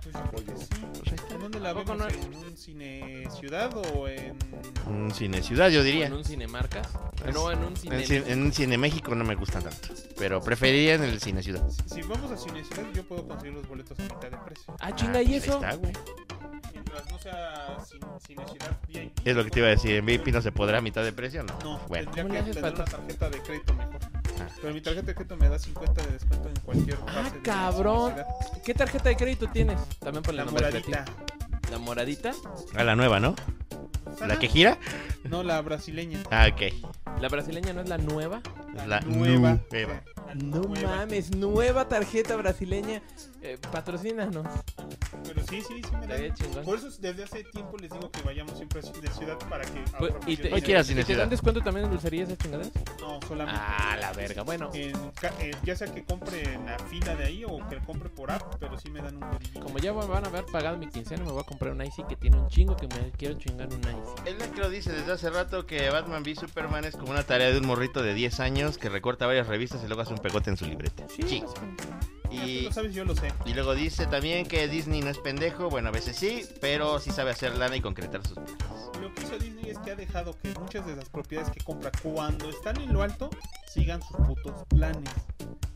Speaker 1: Pues yo creo que sí.
Speaker 2: Pues ahí está.
Speaker 1: ¿En dónde la
Speaker 3: ¿A poco
Speaker 1: vemos?
Speaker 3: no hay-
Speaker 1: ¿En un cine ciudad o en...?
Speaker 2: Un cine ciudad, yo diría.
Speaker 3: en un cinemarcas. No, en un
Speaker 2: En,
Speaker 3: cine.
Speaker 2: ci- en un cine México no me gusta tanto. Pero preferiría en el cine ciudad.
Speaker 1: Si- Si vamos a cine ciudad, yo puedo conseguir los boletos a mitad de precio.
Speaker 3: Ah, chinga,
Speaker 2: Ah,
Speaker 3: ¿y
Speaker 2: pues ahí
Speaker 3: eso?
Speaker 2: está, güey.
Speaker 1: Mientras no sea cine, cine ciudad VIP.
Speaker 2: Es lo que te iba a decir. En VIP no se podrá a mitad de precio, ¿no?
Speaker 1: No,
Speaker 2: Bueno.
Speaker 3: ¿Cómo le
Speaker 1: tendría que
Speaker 3: haces
Speaker 1: tener
Speaker 3: para
Speaker 1: una tarjeta de crédito mejor.
Speaker 2: Ah.
Speaker 1: Pero mi tarjeta de crédito me da 50 de descuento en cualquier pase de cine
Speaker 3: Ah, cabrón.
Speaker 1: ciudad.
Speaker 3: ¿Qué tarjeta de crédito tienes? También por
Speaker 1: La
Speaker 3: el nombre
Speaker 1: moradita.
Speaker 3: creativo. La moradita.
Speaker 2: A la nueva, ¿no? ¿La
Speaker 1: Ajá.
Speaker 2: que gira?
Speaker 1: No, la brasileña.
Speaker 2: Ah, ok.
Speaker 3: La brasileña no es la nueva.
Speaker 2: Es la
Speaker 1: nueva.
Speaker 2: nueva.
Speaker 1: La
Speaker 3: No
Speaker 1: nueva.
Speaker 3: mames, nueva tarjeta brasileña. Eh, patrocínanos.
Speaker 1: Pero sí, sí, sí me da.
Speaker 3: Estaría chingón.
Speaker 1: Por eso desde hace tiempo les digo que vayamos siempre a ci- de ciudad para que...
Speaker 3: Pues,
Speaker 1: ahorramos
Speaker 3: y
Speaker 1: dinero.
Speaker 3: te,
Speaker 2: Hoy quieras
Speaker 3: y
Speaker 2: cine
Speaker 3: te dan
Speaker 2: ciudad.
Speaker 3: descuento también en dulcería esas chingaderas.
Speaker 1: No, solamente.
Speaker 3: Ah, la verga. Bueno,
Speaker 1: en ca- eh, ya sea que compre en la fila de ahí o que lo compre por app, pero sí me dan un codillito.
Speaker 3: como ya van a haber pagado mi quincena, me voy a comprar un IC que tiene un chingo que me quiero chingar un IC.
Speaker 2: El Necro dice desde hace rato que Batman v Superman es como una tarea de un morrito de 10 años que recorta varias revistas y luego hace un pegote en su libreta. Sí.
Speaker 1: Ya, tú
Speaker 2: Y,
Speaker 1: lo sabes, yo lo sé.
Speaker 2: y luego dice también que Disney no es pendejo. Bueno, a veces sí, pero sí sabe hacer lana y concretar sus planes.
Speaker 1: Lo que hizo Disney es que ha dejado que muchas de las propiedades que compra cuando están en lo alto sigan sus putos planes.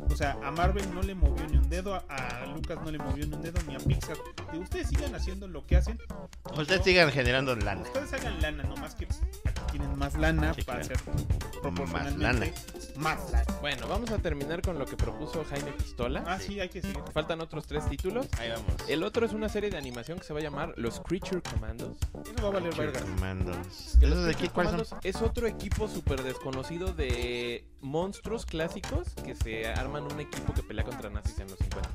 Speaker 1: O sea, a Marvel no le movió ni un dedo, a, a Lucas no le movió ni un dedo, ni a Pixar. De ustedes sigan haciendo lo que hacen.
Speaker 2: Ustedes sigan generando lana.
Speaker 1: Ustedes hagan lana, nomás que aquí tienen más lana
Speaker 2: Sí,
Speaker 1: para
Speaker 2: claro.
Speaker 1: hacer proporcionalmente más lana.
Speaker 3: Bueno, vamos a terminar con lo que propuso Jaime Pistola.
Speaker 1: Ah, sí, hay que seguir.
Speaker 3: Faltan otros tres títulos.
Speaker 2: Ahí vamos.
Speaker 3: El otro es una serie de animación que se va a llamar Los Creature Commandos.
Speaker 1: Eso va a valer verga.
Speaker 2: Comandos.
Speaker 3: Que los
Speaker 2: ¿Esos de aquí
Speaker 3: Creature
Speaker 2: cuáles son?
Speaker 3: Commandos es otro equipo súper desconocido de monstruos clásicos que se arman un equipo que pelea contra nazis en los 50.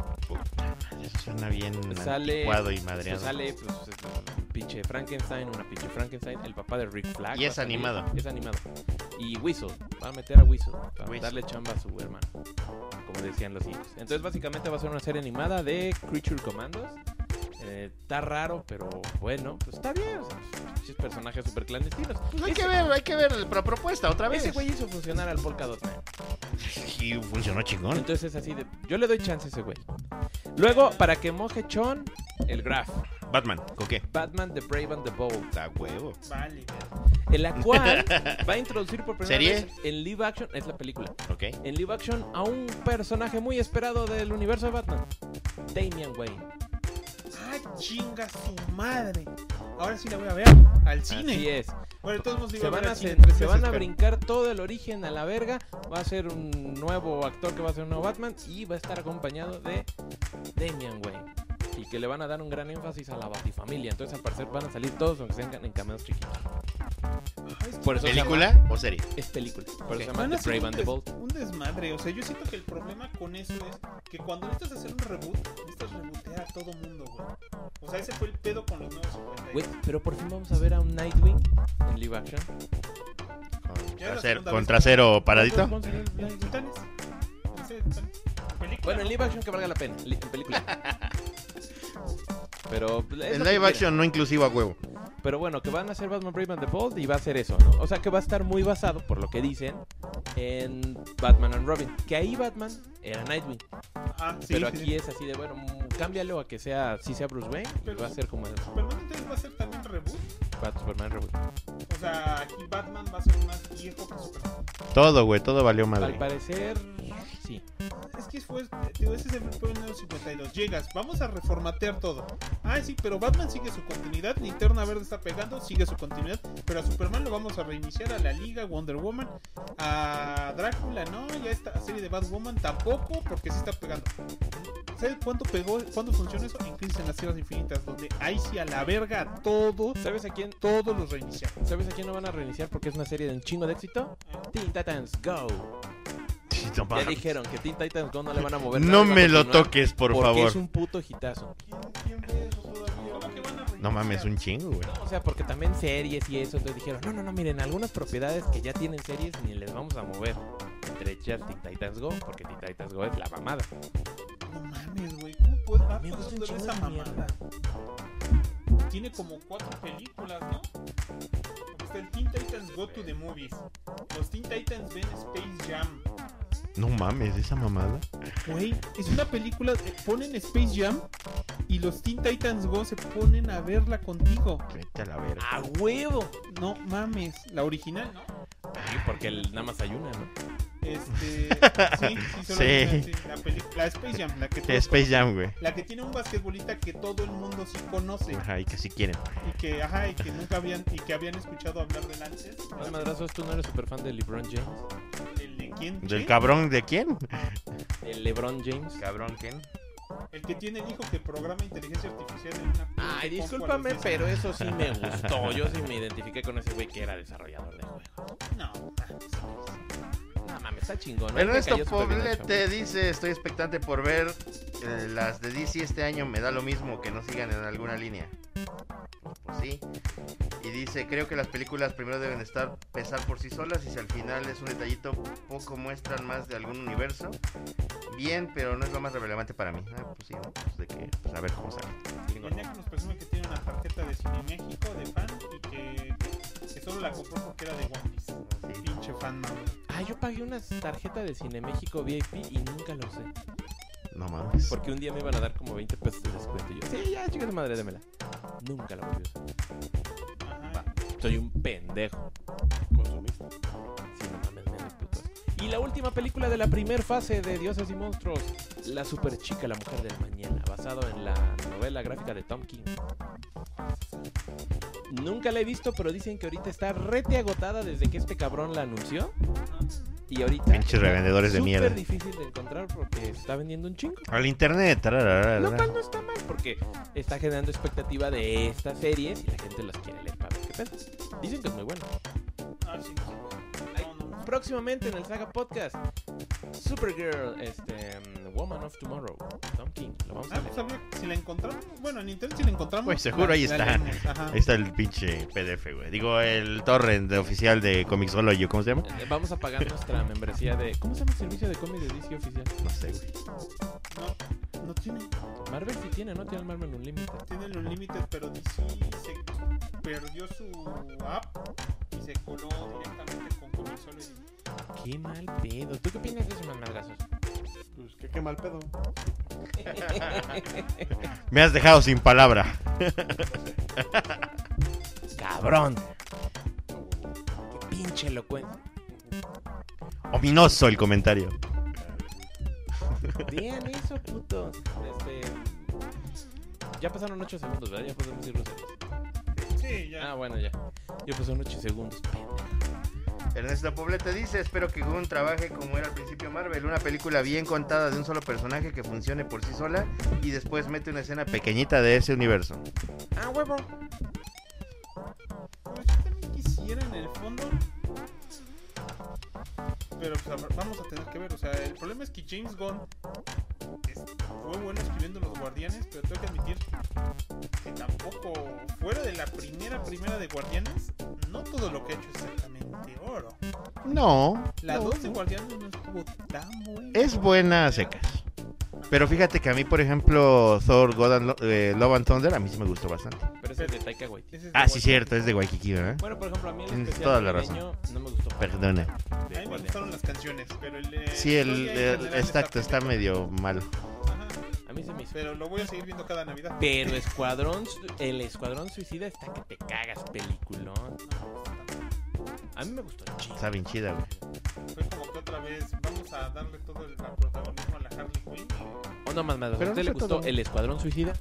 Speaker 2: Eso suena bien
Speaker 3: Sale-
Speaker 2: anticuado y madreado.
Speaker 3: Pues sale pues, es- es un pinche Frankenstein, una pinche Frankenstein, el papá de Rick Flag.
Speaker 2: Y
Speaker 3: va
Speaker 2: es
Speaker 3: a salir.
Speaker 2: animado.
Speaker 3: Es animado. Y Whistle, va a meter a Whistle para
Speaker 2: Whistle.
Speaker 3: darle chamba a su hermano, como decían los hijos. Entonces básicamente va a ser una serie animada de Creature Commandos. Eh, está raro, pero bueno, pues está bien. o sea, pinches personajes súper clandestinos.
Speaker 2: Pues hay
Speaker 3: Ese-
Speaker 2: que ver, hay que ver la propuesta otra vez.
Speaker 3: Ese güey hizo funcionar al Polka Dot Man.
Speaker 2: Y funcionó chingón.
Speaker 3: Entonces es así de. Yo le doy chance a ese güey. Luego, para que moje Chon, el Graf.
Speaker 2: Batman, ¿con qué?
Speaker 3: Batman, The Brave and the Bold.
Speaker 2: Da huevo.
Speaker 1: Vale, verga.
Speaker 3: En la cual va a introducir por primera
Speaker 2: ¿Serie?
Speaker 3: vez en live action. Es la película.
Speaker 2: Ok.
Speaker 3: En live action a un personaje muy esperado del universo de Batman: Damian Wayne.
Speaker 1: Ah, chinga su madre. Ahora sí la voy a ver al cine.
Speaker 3: Así es.
Speaker 1: Bueno, todos hemos ido
Speaker 3: Se
Speaker 1: a
Speaker 3: van
Speaker 1: ver
Speaker 3: a,
Speaker 1: al cine
Speaker 3: se-
Speaker 1: tres
Speaker 3: se
Speaker 1: veces,
Speaker 3: van a
Speaker 1: pero-
Speaker 3: brincar todo el origen a la verga. Va a ser un nuevo actor que va a ser un nuevo Batman. Y va a estar acompañado de Damian Wayne. Y que le van a dar un gran énfasis a la batifamilia. Entonces, al parecer, van a salir todos, aunque sean en cameos chiquitos.
Speaker 1: Ay, es que
Speaker 3: Por eso se
Speaker 2: ¿Película o serie?
Speaker 3: Es película. Por
Speaker 1: Ok. pues.
Speaker 3: eso
Speaker 1: Van
Speaker 3: se llama
Speaker 1: a
Speaker 3: The
Speaker 1: hacer
Speaker 3: Brave
Speaker 1: un
Speaker 3: and the
Speaker 1: des-
Speaker 3: Bold.
Speaker 1: Un desmadre. O sea, yo siento que el problema con eso es que cuando necesitas hacer un reboot, necesitas rebotear a todo mundo, güey. O sea, ese fue el pedo con los nuevos 50.
Speaker 3: Güey, pero por fin vamos a ver a un Nightwing en live action.
Speaker 2: Con,
Speaker 1: Ya la
Speaker 2: traser-
Speaker 1: segunda
Speaker 2: con
Speaker 1: vez.
Speaker 2: trasero paradito.
Speaker 3: Vamos a ver
Speaker 1: Los
Speaker 3: Nightwing.
Speaker 1: titanes. Ese- esa película,
Speaker 3: Bueno, en
Speaker 1: ¿no?
Speaker 3: live action que valga la pena. li- En película. pero. pues, es lo
Speaker 2: El
Speaker 3: que
Speaker 2: live
Speaker 3: quieran.
Speaker 2: action no inclusivo a huevo.
Speaker 3: Pero bueno, que van a hacer Batman Brave and the Bold y va a ser eso, ¿no? O sea, que va a estar muy basado, por lo que dicen, en Batman and Robin. Que ahí Batman era Nightwing.
Speaker 1: Ajá, Ah, sí,
Speaker 3: pero
Speaker 1: sí,
Speaker 3: aquí
Speaker 1: sí.
Speaker 3: es así de, bueno, mm, cámbialo a que sea, si sea Bruce Wayne, y
Speaker 1: Pero-
Speaker 3: va a ser como el
Speaker 1: Pero no entonces va a ser también reboot.
Speaker 3: Bat- Superman Reboot.
Speaker 1: O sea, aquí Batman va a ser más viejo que Superman.
Speaker 2: Todo, güey, todo valió
Speaker 3: Al
Speaker 2: madre.
Speaker 3: parecer, sí.
Speaker 1: Es que fue, te digo, este ese es el problema de los 52. Llegas, vamos a reformatear todo. Ah, sí, pero Batman sigue su continuidad, Linterna Verde está pegando, sigue su continuidad, pero a Superman lo vamos a reiniciar, a la Liga, Wonder Woman, a Drácula, no, ya esta serie de Batwoman tampoco, porque sí está pegando. ¿Sabes cuánto pegó, cuánto funciona eso? En Crisis en las Tierras Infinitas, donde ahí sí a la verga a todos,
Speaker 3: ¿Sabes a quién?
Speaker 1: todos los reiniciaron.
Speaker 3: ¿Sabes a quién no van a reiniciar porque es una serie de un chingo de éxito? Teen Titans Go.
Speaker 2: Sí, no
Speaker 3: Ya
Speaker 2: mames.
Speaker 3: dijeron que Teen Titans Go no le van a mover.
Speaker 2: No
Speaker 3: nada,
Speaker 2: me
Speaker 3: va a
Speaker 2: lo
Speaker 3: continuar,
Speaker 2: toques, por
Speaker 3: porque
Speaker 2: favor.
Speaker 3: es un puto hitazo.
Speaker 8: ¿Quién ve eso todavía?
Speaker 2: No mames, un chingo, güey.
Speaker 3: O sea, porque también series y eso, entonces dijeron, no, no, no, miren, algunas propiedades que ya tienen series ni les vamos a mover. Entre ellas Teen Titans Go, porque Teen Titans Go es la mamada.
Speaker 1: No mames, güey. ¿Cómo puede dar
Speaker 3: Me gusta un
Speaker 1: tanto de
Speaker 3: chingo
Speaker 1: esa
Speaker 3: de
Speaker 1: mamada?
Speaker 3: mierda.
Speaker 1: Tiene como cuatro películas, ¿no? Porque Está el Teen Titans Go to the Movies. Los Teen Titans ven Space Jam.
Speaker 2: No mames, esa mamada.
Speaker 1: Güey, es una película. eh, Ponen Space Jam y los Teen Titans Go se ponen a verla contigo.
Speaker 2: Vete a la verga.
Speaker 3: ¡A huevo!
Speaker 1: No mames. La original, ¿no?
Speaker 3: Sí, porque el- nada más hay una, ¿no?
Speaker 1: Este. Sí, sí, solo
Speaker 2: Sí.
Speaker 1: original, sí, la, peli- la Space Jam, la que todos
Speaker 2: Space Jam, güey.
Speaker 1: La que tiene un basquetbolista que todo el mundo sí conoce.
Speaker 2: Ajá, y que si quieren.
Speaker 1: y que ajá y que nunca habían y que habían escuchado hablar del antes
Speaker 3: Más madrazos, tú no eres super fan de LeBron James.
Speaker 1: el de quién
Speaker 2: ¿Del
Speaker 1: ¿Qué?
Speaker 2: cabrón de quién?
Speaker 3: De LeBron James.
Speaker 10: Cabrón, Ken.
Speaker 1: el que tiene el hijo que programa inteligencia artificial en una
Speaker 3: Ay, discúlpame, pero eso sí me gustó. Yo sí me identifiqué con ese güey que era desarrollador de juegos.
Speaker 1: no
Speaker 3: No mames, está chingón. ¿no? Me
Speaker 2: Ernesto
Speaker 3: cayó súper bien el
Speaker 2: Poblete dice, estoy expectante por ver eh, las de DC este año, me da lo mismo que no sigan en alguna línea. Pues sí. Y dice, creo que las películas primero deben estar pesar por sí solas y si al final es un detallito poco muestran más de algún universo, bien, pero no es lo más relevante para mí. Ah, pues sí, ¿no? Pues de que, pues a ver cómo sale.
Speaker 1: venía con los presume que tiene una tarjeta de Cine México de fan y que, que solo la compró porque era de One Piece
Speaker 2: Sí.
Speaker 1: pinche fan mamón.
Speaker 3: chavo. Ah, yo pagué una tarjeta de Cine México VIP y nunca lo usé.
Speaker 2: No mames.
Speaker 3: Porque un día me iban a dar como 20 pesos de descuento. Y yo, sí, ya, chicas de madre, démela. Nunca la volví a usar.
Speaker 1: Ajá.
Speaker 3: Soy un pendejo.
Speaker 8: Consumiste.
Speaker 3: Sí, no mames, me da puto asco. Y la última película de la primer fase de Dioses y Monstruos, La Super Chica, la Mujer del Mañana, basado en la novela gráfica de Tom King. Nunca la he visto, pero dicen que ahorita está rete agotada desde que este cabrón la anunció. Y ahorita.
Speaker 2: Pinches
Speaker 3: está
Speaker 2: revendedores de
Speaker 3: súper
Speaker 2: mierda.
Speaker 3: difícil de encontrar porque está vendiendo un chingo.
Speaker 2: Al internet. tararara.
Speaker 3: Lo cual no está mal porque está generando expectativa de estas series y la gente las quiere leer para ver qué pedo. Dicen que es muy bueno.
Speaker 1: Ah, sí, sí. No, no.
Speaker 3: Próximamente en el Saga Podcast, Supergirl, este, um, Woman of Tomorrow, Tom King, lo vamos a
Speaker 1: Ah, pues
Speaker 3: leer.
Speaker 1: habría- si la encontramos, bueno, en internet si la encontramos.
Speaker 2: Pues seguro ahí
Speaker 1: la
Speaker 2: está.
Speaker 1: leemos, ajá.
Speaker 2: Ahí está el pinche PDF, güey. Digo, el torrent de- oficial de Comixology, ¿cómo se llama?
Speaker 3: Eh, Vamos a pagar nuestra membresía de. ¿Cómo se llama el servicio de cómic de DC oficial?
Speaker 2: No sé, güey.
Speaker 1: No, no tiene.
Speaker 3: Marvel sí tiene, ¿no? Tiene el Marvel Unlimited.
Speaker 1: tienen los límites, pero DC se perdió su app y se coló directamente con consoles.
Speaker 3: Qué mal pedo. ¿Tú qué opinas de esos madrazos?
Speaker 8: Pues qué, qué mal pedo.
Speaker 2: Me has dejado sin palabra.
Speaker 3: ¡Cabrón! ¡Qué pinche elocuencia!
Speaker 2: Ominoso el comentario.
Speaker 3: Vean eso, puto. Este. Ya pasaron 8 segundos, ¿verdad? Ya podemos ir groseros.
Speaker 1: Sí, ya.
Speaker 3: Ah, bueno, ya. Ya pasaron 8 segundos, pendejo.
Speaker 2: Ernesto Poblete dice, espero que Gunn trabaje como era al principio Marvel, una película bien contada de un solo personaje que funcione por sí sola y después mete una escena pequeñita de ese universo.
Speaker 3: ¡Ah, huevo!
Speaker 1: Pero yo pues también quisiera en el de fondo. Pero pues, a- vamos a tener que ver. O sea, el problema es que James Gunn es- fue bueno escribiendo Los Guardianes, pero tengo que admitir que tampoco, fuera de la primera, primera de Guardianes, no todo lo que ha hecho es exactamente oro.
Speaker 2: No.
Speaker 1: La
Speaker 2: no,
Speaker 1: 2 de
Speaker 2: no.
Speaker 1: Guardianes no estuvo tan buena.
Speaker 2: Es buena a secas. Pero fíjate que a mí, por ejemplo, Thor, God and Lo- eh, Love and Thunder, a mí sí me gustó bastante.
Speaker 3: Pero ese es de Taika Waititi.
Speaker 1: Ese es de
Speaker 2: Ah, sí,
Speaker 1: Guardianes.
Speaker 2: cierto, es de Waikiki, ¿verdad?
Speaker 3: Bueno, por ejemplo, a mí el
Speaker 2: Tienes
Speaker 3: especial
Speaker 2: toda la
Speaker 3: navideño no me gustó.
Speaker 2: Perdona.
Speaker 1: A mí me gustaron las canciones, pero el. eh,
Speaker 2: Sí, el,
Speaker 1: historia en
Speaker 2: el-
Speaker 1: general
Speaker 2: exacto, está
Speaker 1: pendejo.
Speaker 2: medio mal.
Speaker 1: Ajá,
Speaker 3: A mí se me hizo.
Speaker 1: Pero lo voy a seguir viendo cada Navidad.
Speaker 3: Pero Escuadrón, Su- el Escuadrón Suicida está que te cagas, peliculón. A mí me gustó un chingo.
Speaker 2: Está bien chida, güey.
Speaker 1: Fue como que otra vez vamos a darle todo el la protagonismo a la Harley Quinn.
Speaker 3: O no, más, más. ¿A
Speaker 2: Pero
Speaker 3: usted
Speaker 2: no
Speaker 3: le
Speaker 2: fue
Speaker 3: gustó
Speaker 2: todo.
Speaker 3: el Escuadrón Suicida?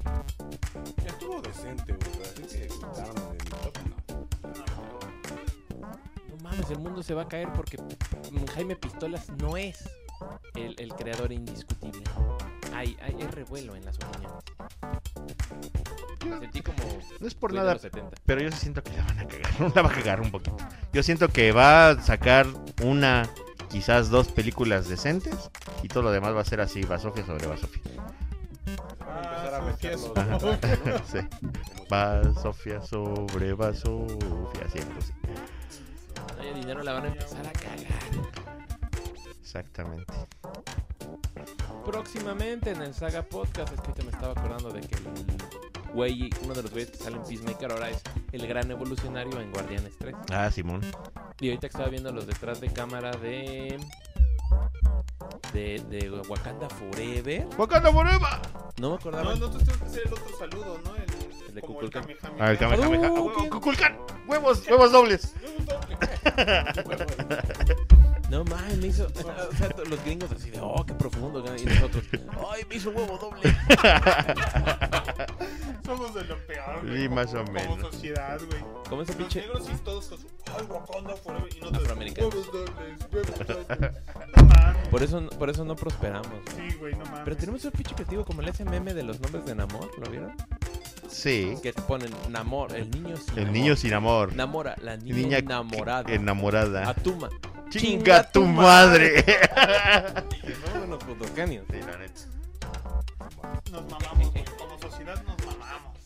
Speaker 8: Estuvo decente, güey. pero Así que quitaron de mi top, no.
Speaker 3: No mames, el mundo se va a caer porque Jaime Pistolas no es el, el creador indiscutible. Hay, hay, hay revuelo en las opiniones. Me sentí como.
Speaker 2: No es por
Speaker 3: güey de
Speaker 2: nada,
Speaker 3: los 70.
Speaker 2: pero yo sí siento que la van a cagar. La va a cagar un poquito. Yo siento que va a sacar una, quizás dos películas decentes y todo lo demás va a ser así, basofia sobre basofia.
Speaker 8: Van a empezar a
Speaker 1: Ah,
Speaker 8: meter
Speaker 1: sí, sí.
Speaker 8: los los trajes, ¿no?
Speaker 2: Sí.
Speaker 8: Como
Speaker 2: Basofia sobre basofia, siento, sí.
Speaker 3: No hay dinero, la van a empezar a cagar.
Speaker 2: Exactamente.
Speaker 3: Próximamente en el Saga Podcast, es que ahorita me estaba acordando de que el güey, uno de los güeyes que sale en Peacemaker ahora es el gran evolucionario en Guardianes 3.
Speaker 2: Ah, Simón.
Speaker 3: Y ahorita que estaba viendo los detrás de cámara de. de, de Wakanda Forever.
Speaker 2: ¡Wakanda Forever!
Speaker 3: No me acordaba.
Speaker 1: No, nosotros tenemos que hacer el otro saludo, ¿no? El,
Speaker 3: El de
Speaker 1: como
Speaker 3: Kukulcán.
Speaker 1: Kamehameha.
Speaker 2: Ah, el Kame Kame Kame. Ah,
Speaker 3: Oh,
Speaker 2: huevo,
Speaker 3: ok.
Speaker 2: Kukulkan. Huevos, huevos dobles.
Speaker 1: Yo un doble.
Speaker 3: No mames, me hizo. O sea, to- los gringos así de, oh, qué profundo. Y nosotros, ay, me hizo huevo doble.
Speaker 1: Somos de lo peor, güey.
Speaker 2: Sí, más o
Speaker 1: como- Como
Speaker 2: menos.
Speaker 1: sociedad, güey.
Speaker 3: Como ese
Speaker 1: Los
Speaker 3: pinche.
Speaker 1: negros sí todos con su. Ay, Wakanda forever. Y nosotros.
Speaker 3: Afroamericanos.
Speaker 1: Huevos dobles, huevos dobles. No mames.
Speaker 3: Por eso, por eso no prosperamos. güey.
Speaker 1: Sí, güey, no mames.
Speaker 3: Pero tenemos un pinche creativo como el SMM de los nombres de Namor, ¿lo vieron?
Speaker 2: Sí.
Speaker 3: Que te ponen Namor, el niño sin
Speaker 2: El
Speaker 3: amor.
Speaker 2: niño sin amor.
Speaker 3: Namora, la niña,
Speaker 2: Niña
Speaker 3: enamorada.
Speaker 2: que- Enamorada. Ah,
Speaker 3: Atuma.
Speaker 2: Chinga tu madre.
Speaker 3: No, bueno, putos genios.
Speaker 2: Sí, la neta.
Speaker 1: Nos mamamos, güey. Como sociedad nos mamamos.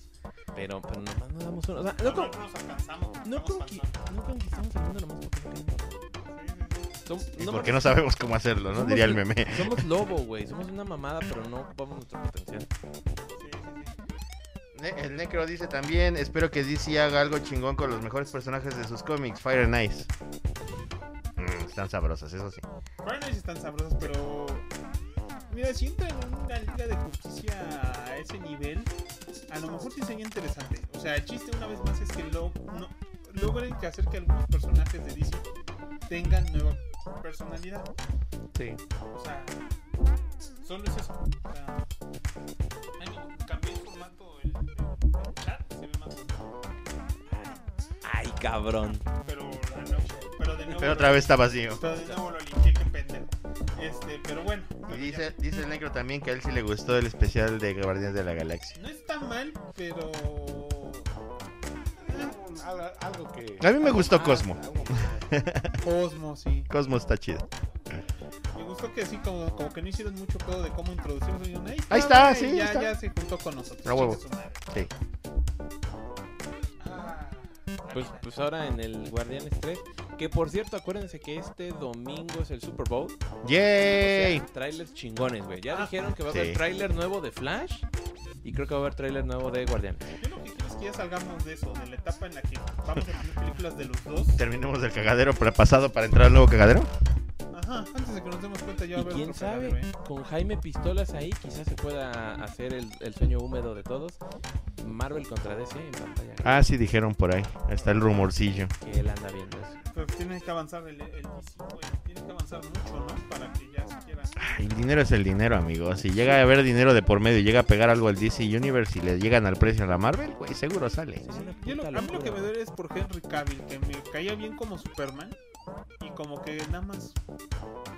Speaker 3: Pero, pero nomás no damos uno. O sea, no,
Speaker 1: No,
Speaker 3: con,
Speaker 1: nos alcanzamos.
Speaker 3: no,
Speaker 1: estamos
Speaker 3: conqui-
Speaker 1: faltando.
Speaker 3: no conquistamos el mundo nomás porque no queremos.
Speaker 1: Sí, sí, sí.
Speaker 3: Som-
Speaker 2: ¿Y
Speaker 3: no
Speaker 2: por
Speaker 3: me-
Speaker 2: qué no sabemos cómo hacerlo, no?
Speaker 3: somos-
Speaker 2: Diría el meme.
Speaker 3: Somos lobo, güey. Somos una mamada, pero no ocupamos nuestro potencial.
Speaker 1: Sí, sí, sí.
Speaker 2: Ne- El Necro dice también, espero que DC haga algo chingón con los mejores personajes de sus cómics, Fire and Ice. Mm, están sabrosas, eso sí.
Speaker 1: Fortnite están sabrosas, pero. Mira, si entran en una liga de justicia a ese nivel, a lo mejor sí sería interesante. O sea, el chiste una vez más es que lo, no, logren que hacer que algunos personajes de DC tengan nueva personalidad.
Speaker 2: Sí.
Speaker 1: O sea, solo es eso. O sea, ay, no, cambié el formato el, el- el chat, se ve más bonito.
Speaker 3: Ay, cabrón.
Speaker 1: Pero, la noche- pero de nuevo.
Speaker 2: Pero otra
Speaker 1: lo-
Speaker 2: vez está vacío.
Speaker 1: Pero de nuevo lo limpié, qué pendejo. Este, pero bueno.
Speaker 2: Y
Speaker 1: pero ya.
Speaker 2: dice, dice el Necro también que a él sí le gustó el especial de Guardianes de la Galaxia.
Speaker 1: No está mal, pero.
Speaker 8: Eh,
Speaker 1: eh,
Speaker 8: un- al- Algo que.
Speaker 2: A mí me gustó
Speaker 8: Ah,
Speaker 2: Cosmo.
Speaker 8: algo más.
Speaker 1: Cosmo, sí.
Speaker 2: Cosmo está chido.
Speaker 1: Me gustó que sí, como, como que no hicieron mucho pedo de cómo introducimos. dijeron, Ahí está,
Speaker 2: Ahí está,
Speaker 1: güey",
Speaker 2: sí,
Speaker 1: Ya,
Speaker 2: está.
Speaker 1: ya se juntó con nosotros.
Speaker 2: A huevo.
Speaker 1: chingue su madre.
Speaker 2: Sí.
Speaker 1: Ah,
Speaker 3: Pues, pues ahora en el Guardianes 3. Que por cierto, acuérdense que este domingo es el Super Bowl.
Speaker 2: ¡Yay!
Speaker 3: O sea, trailers chingones, güey. Ya
Speaker 1: Ah,
Speaker 3: dijeron que va a haber
Speaker 2: sí.
Speaker 3: trailer nuevo de Flash. Y creo que va a haber trailer nuevo de Guardianes.
Speaker 1: Ah, yo lo que quiero es que ya salgamos de eso, de la etapa en la que vamos a tener películas de los dos.
Speaker 2: Terminemos el cagadero para pasado para entrar al nuevo cagadero.
Speaker 1: Ajá, antes de que nos demos cuenta, ya va
Speaker 3: Y
Speaker 1: a haber
Speaker 3: quién
Speaker 1: otro
Speaker 3: sabe,
Speaker 1: cagadero, ¿eh?
Speaker 3: con Jaime Pistolas ahí quizás se pueda hacer el, el sueño húmedo de todos. Marvel contra DC en pantalla.
Speaker 2: Ah, sí, dijeron por ahí. Está el rumorcillo.
Speaker 3: Que él anda viendo eso.
Speaker 1: Pero tiene que avanzar el, el DC, güey. Tiene que avanzar mucho, ¿no? Para que ya siquiera.
Speaker 3: Ah,
Speaker 2: El dinero es el dinero, amigo. Si llega a haber dinero de por medio y llega a pegar algo al DC Universe y le llegan al precio a la Marvel, güey, seguro sale.
Speaker 3: Es una
Speaker 1: Yo lo-
Speaker 3: puta
Speaker 1: a mí lo
Speaker 3: locura,
Speaker 1: que me
Speaker 3: güey.
Speaker 1: duele es por Henry Cavill, que me caía bien como Superman y como que nada más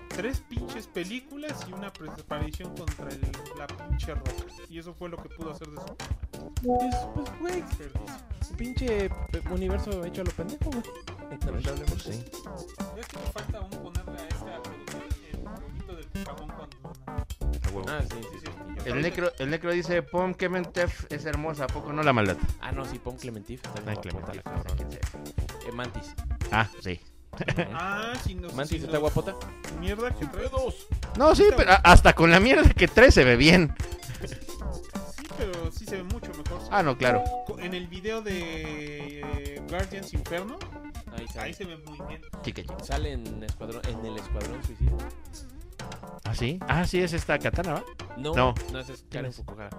Speaker 1: tres pinches películas y una pre- aparición contra el- la pinche roca. Y eso fue lo que pudo hacer de Superman.
Speaker 3: Pues, pues, güey,
Speaker 1: Desperdicio. eh,
Speaker 3: pinche pe- universo hecho a lo pendejo, güey. Lamentablemente.
Speaker 2: Pues sí.
Speaker 1: Creo que me falta aún ponerle a esta producción el loguito del Pokémon cuando.
Speaker 3: Ah, sí, sí,
Speaker 1: Sí,
Speaker 3: sí.
Speaker 1: sí.
Speaker 4: El necro, el necro dice, Pom Kementef es hermosa, ¿a poco no la maldad?
Speaker 3: Ah, no, sí, pon Clementif. está bien
Speaker 2: Ah,
Speaker 3: guapo,
Speaker 2: Clementif,
Speaker 3: está cabrón. Eh, Mantis.
Speaker 2: Ah, sí.
Speaker 1: Ah, sin los.
Speaker 3: Mantis
Speaker 1: sin
Speaker 3: está
Speaker 1: los-
Speaker 3: guapota.
Speaker 1: Mierda que trae dos.
Speaker 2: No, sí, pero a- hasta con la mierda que trae se ve bien.
Speaker 1: Sí, pero sí se ve mucho mejor.
Speaker 2: Ah, no, claro.
Speaker 1: Co- En el video de eh, Guardians Inferno,
Speaker 3: Ahí está.
Speaker 1: ahí se ve muy bien.
Speaker 3: Sale en, escuadrón, en el Escuadrón Suicida.
Speaker 2: ¿Ah, sí? Ah, sí, es esta katana, ¿va?
Speaker 3: No,
Speaker 2: No.
Speaker 3: no, es Karen
Speaker 2: es?
Speaker 3: Fukuhara.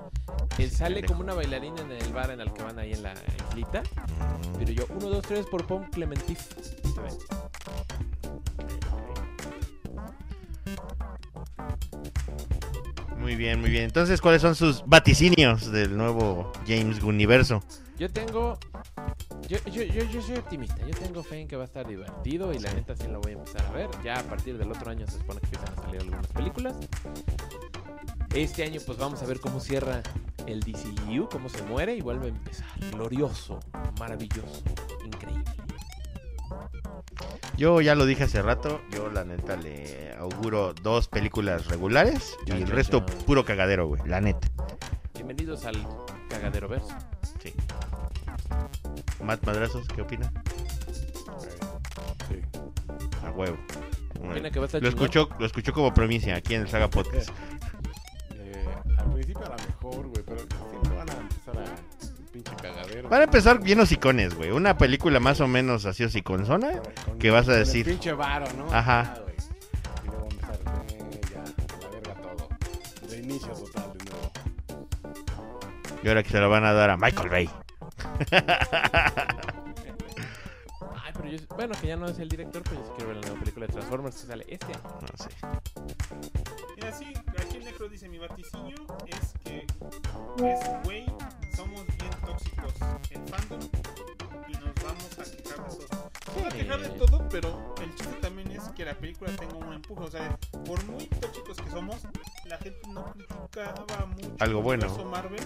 Speaker 3: Eh, sale
Speaker 2: pendejo.
Speaker 3: como una bailarina en el bar en el que van ahí en la islita. Pero yo, 1, 2, 3 por Pom Clementif. Se ve.
Speaker 2: Muy bien, muy bien. Entonces, ¿cuáles son sus vaticinios del nuevo James Gunn universo?
Speaker 3: Yo tengo. Yo, yo, yo, yo soy optimista. Yo tengo fe en que va a estar divertido y la neta sí lo voy a empezar a ver. Ya a partir del otro año se supone que empiezan a salir algunas películas. Este año, pues vamos a ver cómo cierra el DCU, cómo se muere y vuelve a empezar. Glorioso, maravilloso, increíble.
Speaker 2: Yo ya lo dije hace rato, yo la neta le auguro dos películas regulares y
Speaker 3: Ya,
Speaker 2: el
Speaker 3: ya,
Speaker 2: resto
Speaker 3: ya.
Speaker 2: puro cagadero, güey, la neta.
Speaker 3: Bienvenidos al cagadero verso.
Speaker 2: Sí. Matt Madrazos, ¿qué opina?
Speaker 8: Sí.
Speaker 2: A huevo. Bueno,
Speaker 3: Opina que va a estar
Speaker 2: Lo
Speaker 3: chingón.
Speaker 2: escuchó, lo escuchó como primicia aquí en el Saga Podcast.
Speaker 8: Eh, al principio a lo mejor, güey, pero siempre van a empezar a pinche cagadero.
Speaker 2: Van a empezar bien hocicones, güey. Una película más o menos así hociconzona.
Speaker 8: Con-
Speaker 2: ¿Qué vas a
Speaker 8: con el
Speaker 2: decir?
Speaker 8: pinche varo, ¿no?
Speaker 2: Ajá.
Speaker 8: Ah, güey. Y luego empezar, eh, ya, a la verga todo. Reinicio total de nuevo.
Speaker 2: Y ahora que se la van a dar a Michael Bay.
Speaker 3: Ay, pero yo, bueno, que ya no es el director, pero yo sí quiero ver la nueva película de Transformers que sale este año.
Speaker 2: No sé.
Speaker 1: Mira, sí, aquí el Necro dice: Mi vaticinio es que. Es güey, somos bien tóxicos en fandom y nos vamos a quejar de todo. Vamos a quejar de todo, pero el chiste también es que la película tenga un empuje. O sea, por muy tóxicos que somos, la gente no criticaba mucho
Speaker 2: Algo
Speaker 1: el
Speaker 2: bueno.
Speaker 1: universo Marvel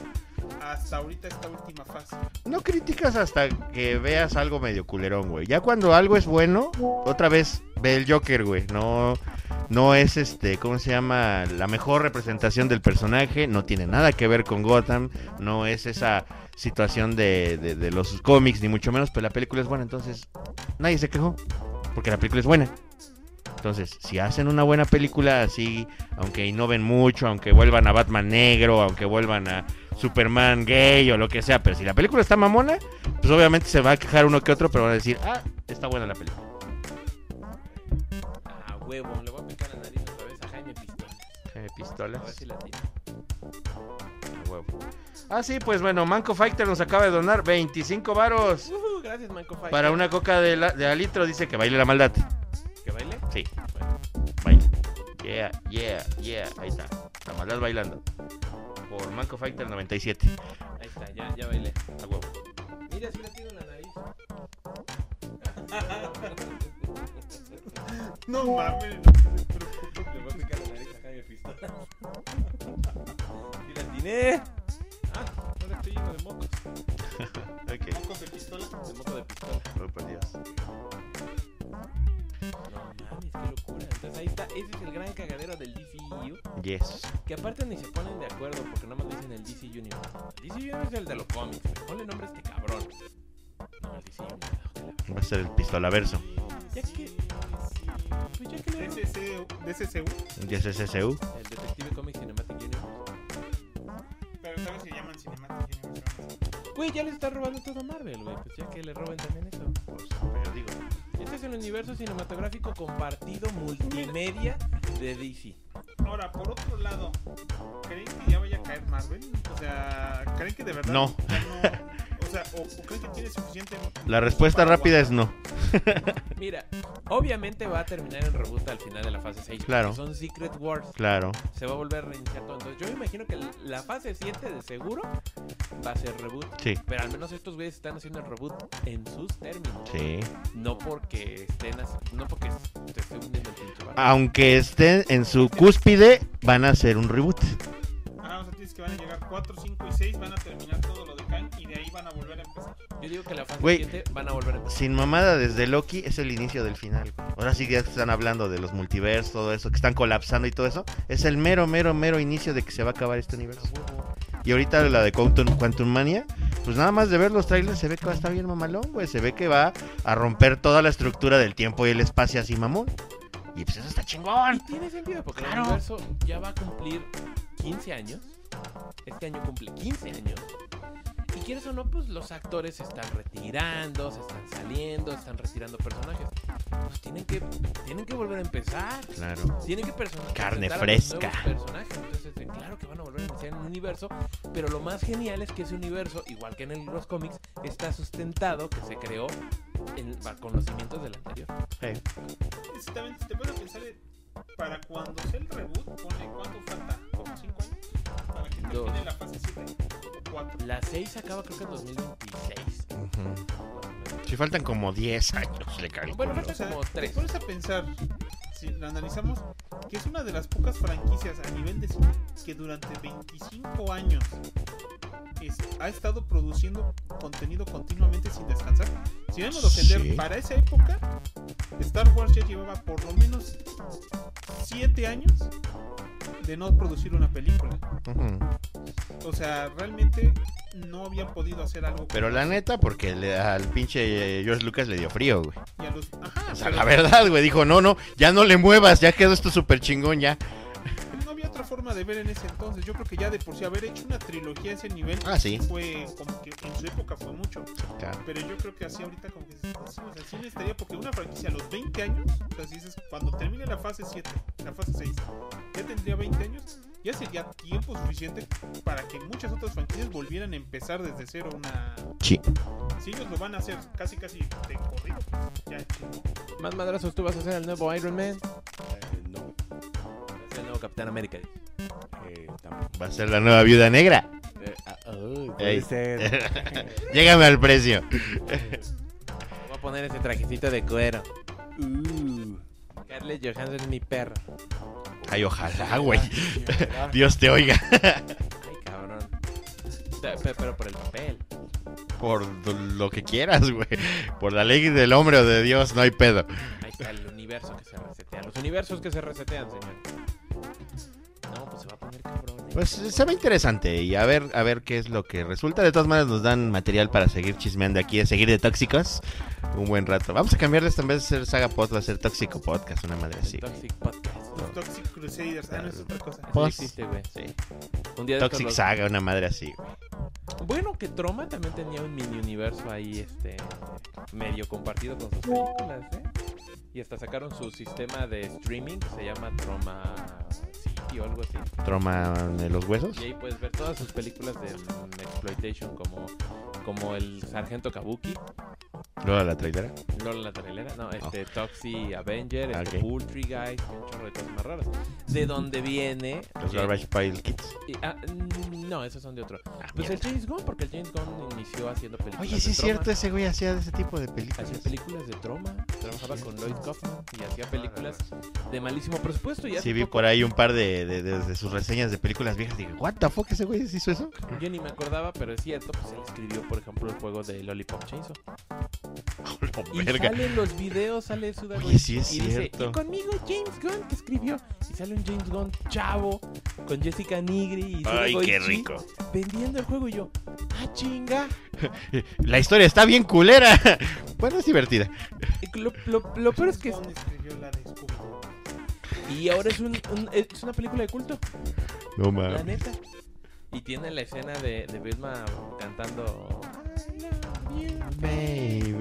Speaker 1: hasta ahorita, esta última fase.
Speaker 2: No criticas hasta que veas algo medio culerón, güey. Ya cuando algo es bueno, otra vez ve el Joker, güey. No, no es este, ¿cómo se llama? La mejor representación del personaje. No tiene nada que ver con Gotham. No es esa situación de, de- de los cómics, ni mucho menos. Pero la película es buena, entonces nadie se quejó. Porque la película es buena. Entonces, si hacen una buena película así, aunque innoven mucho, aunque vuelvan a Batman negro, aunque vuelvan a Superman gay o lo que sea, pero si la película está mamona, pues obviamente se va a quejar uno que otro, pero van a decir, ah, está buena la película.
Speaker 3: Ah, huevo, le voy a picar la nariz otra vez a Jaime Pistola. A ver
Speaker 2: Pistolas.
Speaker 3: si la tiene.
Speaker 2: Ah, sí, pues bueno, Manco Fighter nos acaba de donar 25 varos
Speaker 3: Ujú, gracias, Manco Fighter.
Speaker 2: para una coca de, la- de alitro. Dice que baile la maldad.
Speaker 3: ¿Que baile?
Speaker 2: Sí, baila. Yeah, yeah, yeah. Ahí está. La maldad bailando. Por Manco Fighter 97.
Speaker 3: Ahí está, ya, ya bailé.
Speaker 2: A huevo.
Speaker 3: Mira, si la tiene en la nariz.
Speaker 1: No mames,
Speaker 3: Le voy a picar la nariz a Jaime Pistola. ¿Y la tiene? Ah, ahora estoy lleno de mocos.
Speaker 2: Ok,
Speaker 1: con pistola.
Speaker 3: De moco de pistola.
Speaker 2: oh, por Dios.
Speaker 3: No mames, qué locura. Entonces ahí está, ese es el gran cagadero del E DCU.
Speaker 2: Yes.
Speaker 3: Que aparte ni se ponen de acuerdo porque nada más dicen el DC Universe. El DC Universe es el de los cómics, pero ponle nombre a este cabrón. No, el DC Universe.
Speaker 2: Va a ser el pistolaverso.
Speaker 3: Ya que. Pues ya que le
Speaker 1: DCCU, DCCU,
Speaker 2: SSSU.
Speaker 3: El Detective Comics Cinematic Universe.
Speaker 1: pero tal vez se llaman Cinematic Universe.
Speaker 3: Güey, ya le está robando todo a Marvel, güey. Pues ya que le roben también eso. Este es el universo cinematográfico compartido multimedia de DC.
Speaker 1: Ahora, por otro lado, ¿creen que ya vaya a caer Marvel? O sea, ¿creen que de verdad?
Speaker 2: No.
Speaker 1: ya no- o sea, o, o creen que tiene suficiente.
Speaker 2: La respuesta
Speaker 1: para
Speaker 2: rápida es
Speaker 1: aguantar?
Speaker 2: no.
Speaker 3: Mira, obviamente va a terminar en reboot al final de la fase 6.
Speaker 2: Claro.
Speaker 3: Son Secret Wars.
Speaker 2: Claro.
Speaker 3: Se va a volver a reiniciar todo. Entonces, yo imagino que la fase 7 de seguro va a ser reboot.
Speaker 2: Sí.
Speaker 3: Pero al menos estos güeyes están haciendo el reboot en sus términos.
Speaker 2: Sí.
Speaker 3: No porque estén haci- No porque se esté hundiendo el pinche barco.
Speaker 2: Aunque estén en su cúspide, van a hacer un reboot.
Speaker 1: Ah, o sea, tú dices que van a llegar 4, 5 y 6, van a terminar todo lo de Kang y de ahí van a volver a empezar.
Speaker 3: Yo digo que la fase
Speaker 2: Güey.
Speaker 3: siguiente van a volver a
Speaker 2: Sin mamada, desde Loki es el inicio del final. güey. Ahora sí que ya están hablando de los multiversos, todo eso, que están colapsando y todo eso. Es el mero, mero, mero inicio de que se va a acabar este universo. Y ahorita la de Quantum, Quantum Mania, pues nada más de ver los trailers se ve que va a estar bien mamalón, güey. Se ve que va a romper toda la estructura del tiempo y el espacio así mamón. Y pues eso está chingón.
Speaker 3: Y tiene sentido, porque el
Speaker 2: Claro.
Speaker 3: universo ya va a cumplir 15 años. Este año cumple 15 años. Y quieres o no, pues los actores se están retirando, se están saliendo, están retirando personajes. Pues tienen que, tienen que volver a empezar.
Speaker 2: Claro.
Speaker 3: Tienen que personajes.
Speaker 2: Carne fresca.
Speaker 3: Personajes. Entonces, eh, claro que van a volver a iniciar en un universo. Pero lo más genial es que ese universo, igual que en el- los cómics, está sustentado, que se creó en- con los cimientos del anterior.
Speaker 1: Exactamente, si te pones a pensar, eh, para cuando sea el reboot, ponle cuánto falta, como 5 años, para que
Speaker 3: Dos.
Speaker 1: termine la fase 7 o 4.
Speaker 3: La 6 acaba creo que en 2026.
Speaker 2: Si faltan como 10 años, le calculo.
Speaker 3: Bueno,
Speaker 1: O
Speaker 3: falta
Speaker 1: sea,
Speaker 3: como
Speaker 1: te
Speaker 3: 3.
Speaker 1: pones a pensar, si la analizamos, que es una de las pocas franquicias a nivel de cine que durante 25 años es- ha estado produciendo contenido continuamente sin descansar. Si vemos ofender,
Speaker 2: Sí.
Speaker 1: para esa época, Star Wars ya llevaba por lo menos 7 años de no producir una película.
Speaker 2: Ujú.
Speaker 1: O sea, realmente no habían podido hacer algo.
Speaker 2: Pero la neta, porque le- al pinche eh, George Lucas le dio frío, güey.
Speaker 1: Y a los- Ajá,
Speaker 2: O sea,
Speaker 1: pero
Speaker 2: la verdad, güey, dijo, no, no, ya no le muevas, ya quedó esto súper chingón, ya.
Speaker 1: no había otra forma de ver en ese entonces. Yo creo que ya de por sí haber hecho una trilogía a ese nivel
Speaker 2: Ah, sí.
Speaker 1: fue como que en su época fue mucho.
Speaker 2: Claro.
Speaker 1: Pero yo creo que así ahorita como que sí, o sea, sí necesitaría porque una franquicia a los 20 años, o sea, si dices cuando termine la fase 7, la fase 6, ya tendría 20 años, ya sería tiempo suficiente para que muchas otras franquicias volvieran a empezar desde cero una...
Speaker 2: Sí.
Speaker 1: Si ellos lo van a hacer casi casi de corrido, pues, ya chingó.
Speaker 3: Más madrazos tú vas a hacer el nuevo Iron Man.
Speaker 8: Eh, no,
Speaker 3: el nuevo Capitán América.
Speaker 8: eh, tampoco.
Speaker 2: Va a ser la nueva viuda negra.
Speaker 8: Eh, ah, ay,
Speaker 2: Ey.
Speaker 8: puede ser.
Speaker 2: Llégame al precio.
Speaker 3: Voy a poner ese trajecito de cuero.
Speaker 8: Uh.
Speaker 3: Carles Johansson es mi perro.
Speaker 2: Ay, ojalá, güey.
Speaker 8: Sí, ¿verdad?
Speaker 2: Dios te oiga.
Speaker 3: Ay, cabrón. Pe- pe- Pero por el papel.
Speaker 2: Por lo que quieras, güey. Por la ley del hombre o de Dios, no hay pedo.
Speaker 3: Ahí está el universo que se resetea. Los universos que se resetean, señor. No, pues se va a poner cabrón. ¿eh?
Speaker 2: Pues se ve interesante y a ver, a ver qué es lo que resulta. De todas maneras nos dan material para seguir chismeando aquí, de seguir de tóxicos un buen rato. Vamos a cambiarles en vez de ser Saga Podcast, va a ser Tóxico Podcast, una madre
Speaker 3: El
Speaker 2: así.
Speaker 3: Toxic Podcast.
Speaker 1: Los Toxic Crusaders, ah, no es otra cosa.
Speaker 3: Sí
Speaker 2: Post.
Speaker 3: existe, güey.
Speaker 2: Pues, Sí.
Speaker 3: Un día de estos
Speaker 2: Toxic
Speaker 3: los-
Speaker 2: Saga, una madre así. güey.
Speaker 3: Bueno, que Troma también tenía un mini universo ahí, este, medio compartido con sus películas, ¿eh? Y hasta sacaron su sistema de streaming que se llama Troma City o algo así.
Speaker 2: Troma de los huesos.
Speaker 3: Y ahí puedes ver todas sus películas de mm, exploitation como, como el Sargento Kabuki,
Speaker 2: Luego la traidora.
Speaker 3: Lola la trailera, no, este Toxi Avenger,
Speaker 2: Oh.
Speaker 3: este
Speaker 2: Ah, Ok.
Speaker 3: Poultry Guys, un chorro de cosas más raras. De donde viene
Speaker 2: Los
Speaker 3: James-
Speaker 2: Garbage Pile Kids.
Speaker 3: y- ah, mm, no, esos son de otro.
Speaker 2: Ah,
Speaker 3: Pues el
Speaker 2: mierda.
Speaker 3: James Gunn, porque el James Gunn inició haciendo películas.
Speaker 2: Oye, sí
Speaker 3: de
Speaker 2: es
Speaker 3: Troma.
Speaker 2: cierto, ese güey hacía de ese tipo de
Speaker 3: Hacía
Speaker 2: películas.
Speaker 3: películas de troma, trabajaba con Lloyd Kaufman y hacía películas de malísimo presupuesto. Y hace
Speaker 2: Sí, vi
Speaker 3: poco-
Speaker 2: por ahí un par de, de, de- de sus reseñas de películas viejas. Dije, ¿What the fuck? ¿Ese güey hizo eso?
Speaker 3: Yo ni me acordaba, pero es cierto, pues él escribió, por ejemplo, el juego de Lollipop Chainsaw. Y
Speaker 2: Verga.
Speaker 3: salen los videos, sale su
Speaker 2: Oye, sí es
Speaker 3: y dice,
Speaker 2: cierto.
Speaker 3: y conmigo James Gunn que escribió. Y sale un James Gunn chavo con Jessica Nigri y
Speaker 2: Ay,
Speaker 3: Suda
Speaker 2: qué
Speaker 3: Goichi
Speaker 2: rico.
Speaker 3: vendiendo el juego y yo, ah, chinga.
Speaker 2: La historia está bien culera. Bueno, es divertida.
Speaker 3: Y Lo, lo- lo peor es que
Speaker 1: James Bond escribió la de Scooby-Doo.
Speaker 3: y ahora es, un, un- es una película de culto.
Speaker 2: No
Speaker 3: La
Speaker 2: mames.
Speaker 3: neta. Y tiene la escena de, de Vilma cantando. "I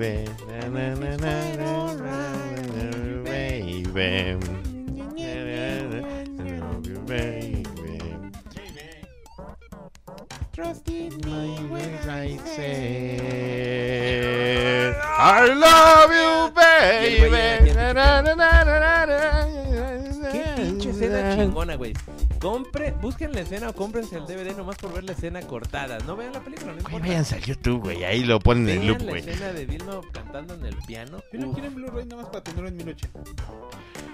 Speaker 3: love you".
Speaker 2: Baby. na, na, na, na, na, na, na, baby. Na, na, na, I love you, baby.
Speaker 3: Trust in me when I say.
Speaker 2: I love you, baby. Na, na, na, na, na, na.
Speaker 3: Qué pinche escena chingona, güey. Compre, busquen la escena o cómprense el DVD nomás por ver la escena cortada. No vean la película, no
Speaker 2: Güey,
Speaker 3: importa.
Speaker 2: váyanse al YouTube, güey. Ahí lo ponen en
Speaker 3: Vean
Speaker 2: loop,
Speaker 3: la
Speaker 2: güey.
Speaker 3: escena de Vilma cantando en el piano.
Speaker 1: Yo no
Speaker 3: Uf,
Speaker 1: quiero en Blu-ray nada más para tenerlo en 1080.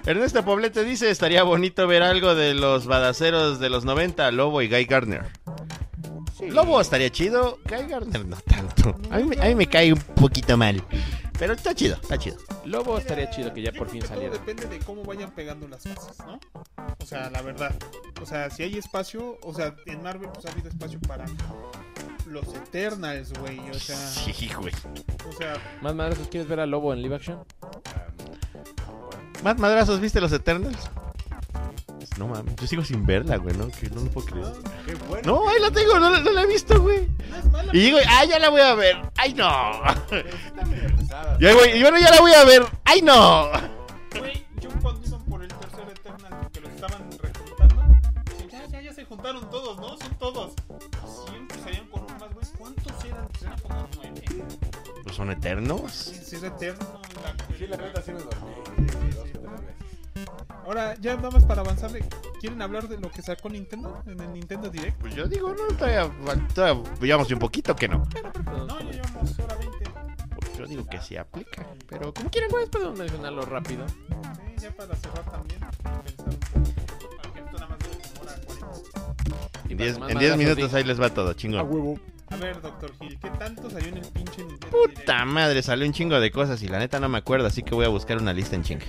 Speaker 2: Ernesto Poblete dice: Estaría bonito ver algo de los badaceros de los 90, Lobo y Guy Gardner. Sí, Lobo estaría chido, Guy Gardner no tanto. A mí, me- a mí me cae un poquito mal. Pero está chido, está chido.
Speaker 3: Lobo Oh, estaría chido que ya por
Speaker 1: Creo
Speaker 3: fin
Speaker 1: que
Speaker 3: saliera.
Speaker 1: Todo depende de cómo vayan pegando las fases, ¿no? O sea, la verdad. O sea, si hay espacio, o sea, en Marvel pues ha habido espacio para los Eternals, güey. O sea,
Speaker 2: Sí, güey.
Speaker 1: o sea,
Speaker 3: Más madrazos, ¿quieres ver a Lobo en live action?
Speaker 2: Más madrazos, ¿viste los Eternals? No mames, yo sigo sin verla, güey, ¿no? Que no lo puedo creer.
Speaker 8: Qué bueno.
Speaker 2: No, ahí la tengo, no, la- no la he visto, güey. Y digo, ah, ya la voy a ver. Ay, no.
Speaker 8: Está medio pesada.
Speaker 2: Y ahí voy, y bueno, ya la voy a ver. Ay, no.
Speaker 1: güey, yo cuando iban por el tercer Eternal que lo estaban recontando, dije, ya, ya, ya se juntaron todos, ¿no? Son todos. Siempre salían con uno más, güey. ¿Cuántos eran? Pues eran como nueve.
Speaker 2: Pues son eternos.
Speaker 1: Sí, es eterno.
Speaker 8: Sí, la neta sí me dormí. Dos o tres veces.
Speaker 1: Ahora, ya nada más para avanzarle, ¿quieren hablar de lo que sacó Nintendo en el Nintendo Direct?
Speaker 2: Pues yo digo, no, todavía, todavía llevamos un poquito que no.
Speaker 1: No, ya llevamos hora 20.
Speaker 2: Pues yo digo que sí aplica. Pero como
Speaker 3: ¿Quieren, güey? Podemos mencionarlo rápido.
Speaker 1: Sí, ya para cerrar también. Pensar un poco. Al ejemplo, nada más dura como hora 40.
Speaker 3: Y
Speaker 2: en
Speaker 3: para
Speaker 2: 10
Speaker 3: más
Speaker 2: en 10
Speaker 3: madrazos,
Speaker 2: minutos
Speaker 3: sí.
Speaker 2: ahí les va todo,
Speaker 3: A
Speaker 2: chingón.
Speaker 3: huevo.
Speaker 1: A ver, Doctor Gil, ¿qué tanto salió en el pinche Nintendo
Speaker 2: Puta madre, salió un chingo de cosas y la neta no me acuerdo, así que voy a buscar una lista en chinga.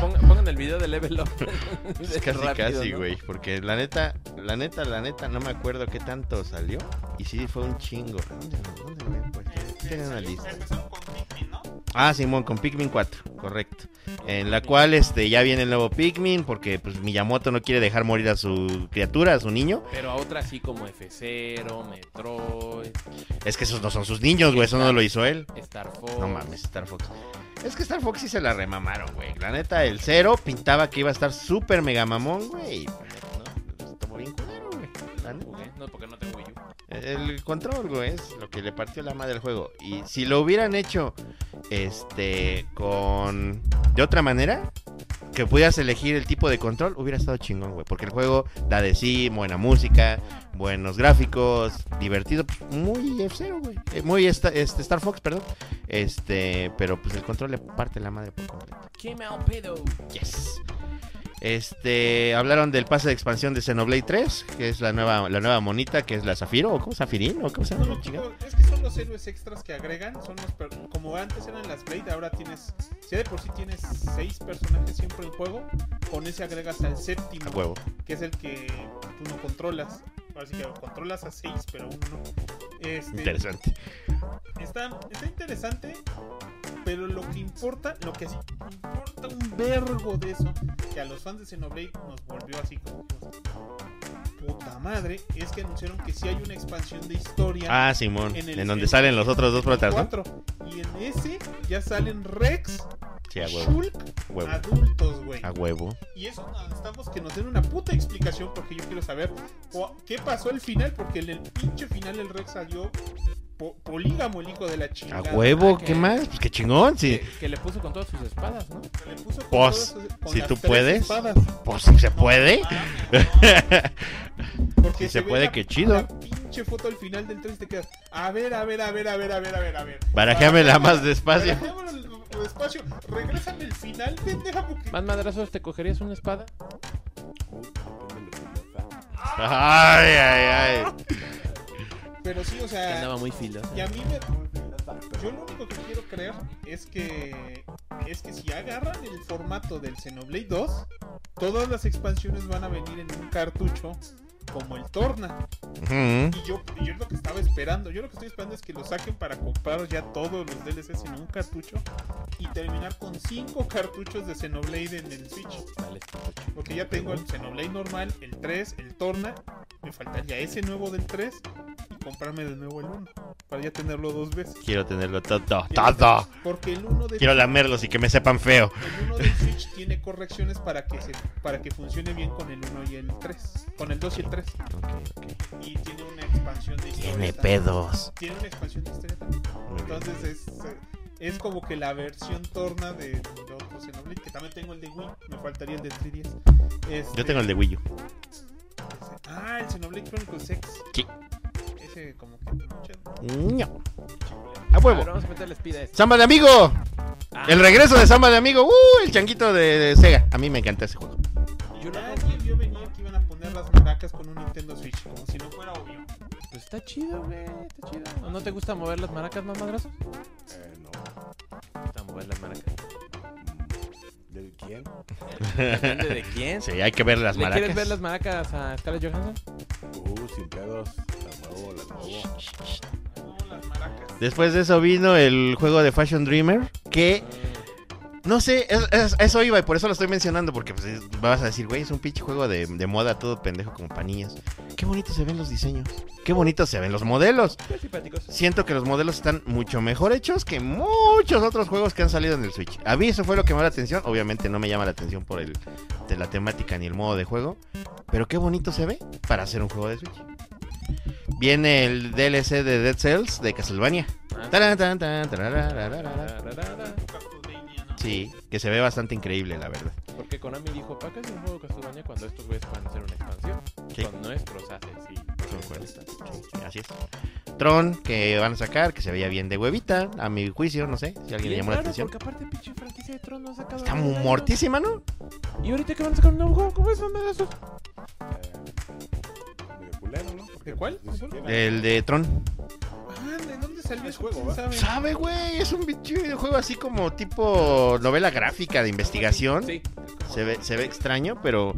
Speaker 3: Ponga- Pongan el video de Level Up.
Speaker 2: Pues casi, casi, güey. Porque la neta, la neta, la neta, no me acuerdo qué tanto salió. Y sí, fue un chingo. ¿Dónde, lo- dónde lo había puesto?
Speaker 1: Direct?
Speaker 2: Tenía una
Speaker 1: salió-
Speaker 2: lista.
Speaker 1: Empezaron con Pikmin, ¿no?
Speaker 2: Ah, Simón, con Pikmin 4, correcto. En la cual este ya viene el nuevo Pikmin, porque pues Miyamoto no quiere dejar morir a su criatura, a su niño.
Speaker 3: Pero a otras sí como F0, Metroid,
Speaker 2: Es que esos no son sus niños, güey, eso no lo hizo él.
Speaker 3: Star Fox.
Speaker 2: No mames, Star Fox. Es que Star Fox sí se la remamaron, güey. La neta, el cero pintaba que iba a estar súper mega mamón, güey. pues, No, estuvo bien culero, güey. La neta.
Speaker 3: Jugué. No, porque no tengo Wii U.
Speaker 2: El control, güey, es lo que le partió la madre del juego. Y si lo hubieran hecho, este, con... De otra manera, que pudieras elegir el tipo de control, hubiera estado chingón, güey. Porque el juego da de sí, buena música, buenos gráficos, divertido, pues, muy F0, güey. Eh, Muy esta- este, Star Fox, perdón. Este, pero pues el control le parte la madre por completo.
Speaker 3: Quema un pedo.
Speaker 2: Yes. Este, hablaron del pase de expansión de Xenoblade 3, que es la nueva, la nueva monita, que es la Zafiro, o cómo Zafirín, o cómo se
Speaker 1: No,
Speaker 2: llama,
Speaker 1: no,
Speaker 2: chingada?
Speaker 1: no, es que son los héroes extras que agregan, son los per- como antes eran las Blade, ahora tienes, si de por sí tienes seis personajes siempre en juego, con ese agregas al
Speaker 2: A
Speaker 1: séptimo,
Speaker 2: huevo.
Speaker 1: que es el que tú no controlas. Ahora sí que controlas a seis, pero uno no. Este,
Speaker 2: Interesante.
Speaker 1: Está, está interesante, pero lo que importa, lo que sí importa un vergo de eso, que a los fans de Xenoblade nos volvió así como puta madre, es que anunciaron que sí hay una expansión de historia
Speaker 2: Ah, Simón,
Speaker 1: en
Speaker 2: en,
Speaker 1: el-
Speaker 2: donde salen los otros dos protas, ¿no?
Speaker 1: cuatro. Y en ese ya salen Rex,
Speaker 2: Sí, a huevo,
Speaker 1: Shulk,
Speaker 2: a huevo,
Speaker 1: adultos, güey.
Speaker 2: a huevo.
Speaker 1: Y eso necesitamos que nos den una puta explicación porque yo quiero saber cua- qué pasó al final, porque en el pinche final el Rex salió po- polígamo el hijo de la
Speaker 2: A
Speaker 1: chingada.
Speaker 2: huevo,
Speaker 3: Ah,
Speaker 2: ¿qué
Speaker 3: que-
Speaker 2: más? Pues qué chingón, sí.
Speaker 3: Que, que le puso con todas sus espadas, ¿no?
Speaker 1: Se le puso
Speaker 2: Pos,
Speaker 1: con todas sus- con
Speaker 2: Pues, si
Speaker 1: las
Speaker 2: tú
Speaker 1: tres
Speaker 2: puedes.
Speaker 1: espadas.
Speaker 2: Pues si se
Speaker 1: No,
Speaker 2: puede.
Speaker 1: mames, no. Porque
Speaker 2: Si se
Speaker 1: ve
Speaker 2: puede,
Speaker 1: la-
Speaker 2: qué chido.
Speaker 1: La pinche foto al final del 3 te quedas. A ver, a ver, a ver, a ver, a ver, a ver, a ver.
Speaker 2: Barajéamela más despacio.
Speaker 1: Barajéamela despacio. Regrésame el final, pendeja, porque
Speaker 3: Más madrazos, ¿te cogerías una espada?
Speaker 8: Uy, depende de lo que yo haga.
Speaker 2: Ay, ay, ay.
Speaker 1: Pero sí, o
Speaker 2: Ah.
Speaker 3: Que
Speaker 1: sea,
Speaker 3: andaba muy filoso.
Speaker 1: y a mí me...
Speaker 8: Exacto.
Speaker 1: Yo lo único que quiero creer es que... Es que si agarran el formato del Xenoblade 2, todas las expansiones van a venir en un cartucho como el Torna.
Speaker 2: Ujú.
Speaker 1: Y yo, y yo es lo que estaba esperando. Yo lo que estoy esperando es que lo saquen para comprar ya todos los DLCs en un cartucho y terminar con 5 cartuchos de Xenoblade en el Switch.
Speaker 3: Vale, este coche.
Speaker 1: Porque ya tengo el Xenoblade normal, el 3, el Torna. Me faltaría ese nuevo del 3 y comprarme de nuevo el 1. Para ya tenerlo dos veces.
Speaker 2: Quiero tenerlo todo, todo.
Speaker 1: Porque el 1 de,
Speaker 2: Quiero lamerlos y que me sepan feo.
Speaker 1: el 1 del Switch tiene correcciones para que, se, para que funcione bien con el 1 y el 3. Con el 2 y el 3. Y tiene una expansión de historia.
Speaker 2: Tiene
Speaker 1: también.
Speaker 2: pedos.
Speaker 1: Tiene una expansión de historia también.
Speaker 2: Muy bien.
Speaker 1: Entonces es, eh, es como que la versión torna de, de otro Xenoblade. Que también tengo el de Wii. Me faltaría el de 3DS. Este,
Speaker 2: Yo tengo el de Wii U.
Speaker 1: Ah, el Xenoblade Chronicles X.
Speaker 2: Sí.
Speaker 1: Ese como que te mucha-
Speaker 2: No. A
Speaker 3: A ver,
Speaker 2: huevo.
Speaker 3: vamos a meterle speed a este.
Speaker 2: Samba de amigo.
Speaker 3: Ah,
Speaker 2: El regreso de Samba de amigo. Uh, el changuito de, de Sega. A mí me encanta ese juego.
Speaker 1: Nadie vio venir que iban a poner las maracas con un Nintendo Switch, como si no fuera obvio.
Speaker 3: Pues está chido, güey. Está chido. ¿No, no te gusta mover las maracas, mamadrazos?
Speaker 8: Eh, no.
Speaker 3: Gusta mover las maracas.
Speaker 8: ¿De quién?
Speaker 3: Depende de quién.
Speaker 2: Sí, hay que ver las
Speaker 3: ¿Le quieres ver
Speaker 2: maracas.
Speaker 3: las maracas a Scarlett Johansson?
Speaker 8: Uh, sin pedos. La muevo, la Eh, muevo.
Speaker 2: Después de eso vino el juego de Fashion Dreamer, que no sé, es- es- eso iba y por eso lo estoy mencionando, porque pues, es- vas a decir, güey, es un pinche juego de, de moda todo pendejo como panillas. Qué bonito se ven los diseños, qué bonito se ven los modelos. Siento que los modelos están mucho mejor hechos que muchos otros juegos que han salido en el Switch. A mí eso fue lo que me llamó la atención, obviamente no me llama la atención por el, de la temática ni el modo de juego, pero qué bonito se ve para hacer un juego de Switch. Viene el DLC de Dead Cells de Castlevania.
Speaker 3: Ah.
Speaker 2: Tarán, tarán, tarán, tarararararara.
Speaker 3: Tararara.
Speaker 2: Sí, que se ve bastante increíble, la verdad.
Speaker 3: Porque Konami dijo, ¿para qué es un juego de Castlevania cuando estos güeyes van a hacer una expansión?
Speaker 2: Sí.
Speaker 3: Con nuestros assets y propuestas.
Speaker 2: Así es. Tron, que van a sacar, que se veía bien de huevita, a mi juicio, no sé, si alguien le
Speaker 3: Bien
Speaker 2: llamó la
Speaker 3: raro,
Speaker 2: atención.
Speaker 3: porque aparte pinche franquicia de Tron no ha sacado
Speaker 2: Está
Speaker 3: nada en años.
Speaker 2: muertísima, ¿no?
Speaker 3: ¿Y ahorita que van a sacar un nuevo juego? ¿Cómo es, mamadrazos?
Speaker 8: Eh, medio culero, ¿no? Porque
Speaker 3: ¿De cuál?
Speaker 8: ni siquiera-
Speaker 2: El de Tron.
Speaker 1: Ah, ¿de dónde salió ese
Speaker 8: juego,
Speaker 1: juego?
Speaker 8: va?
Speaker 1: ¿Sabe?
Speaker 2: ¿Sabe, güey? Es un pinche videojuego así como tipo novela gráfica de investigación.
Speaker 3: Sí.
Speaker 2: Se ve, se ve extraño, pero,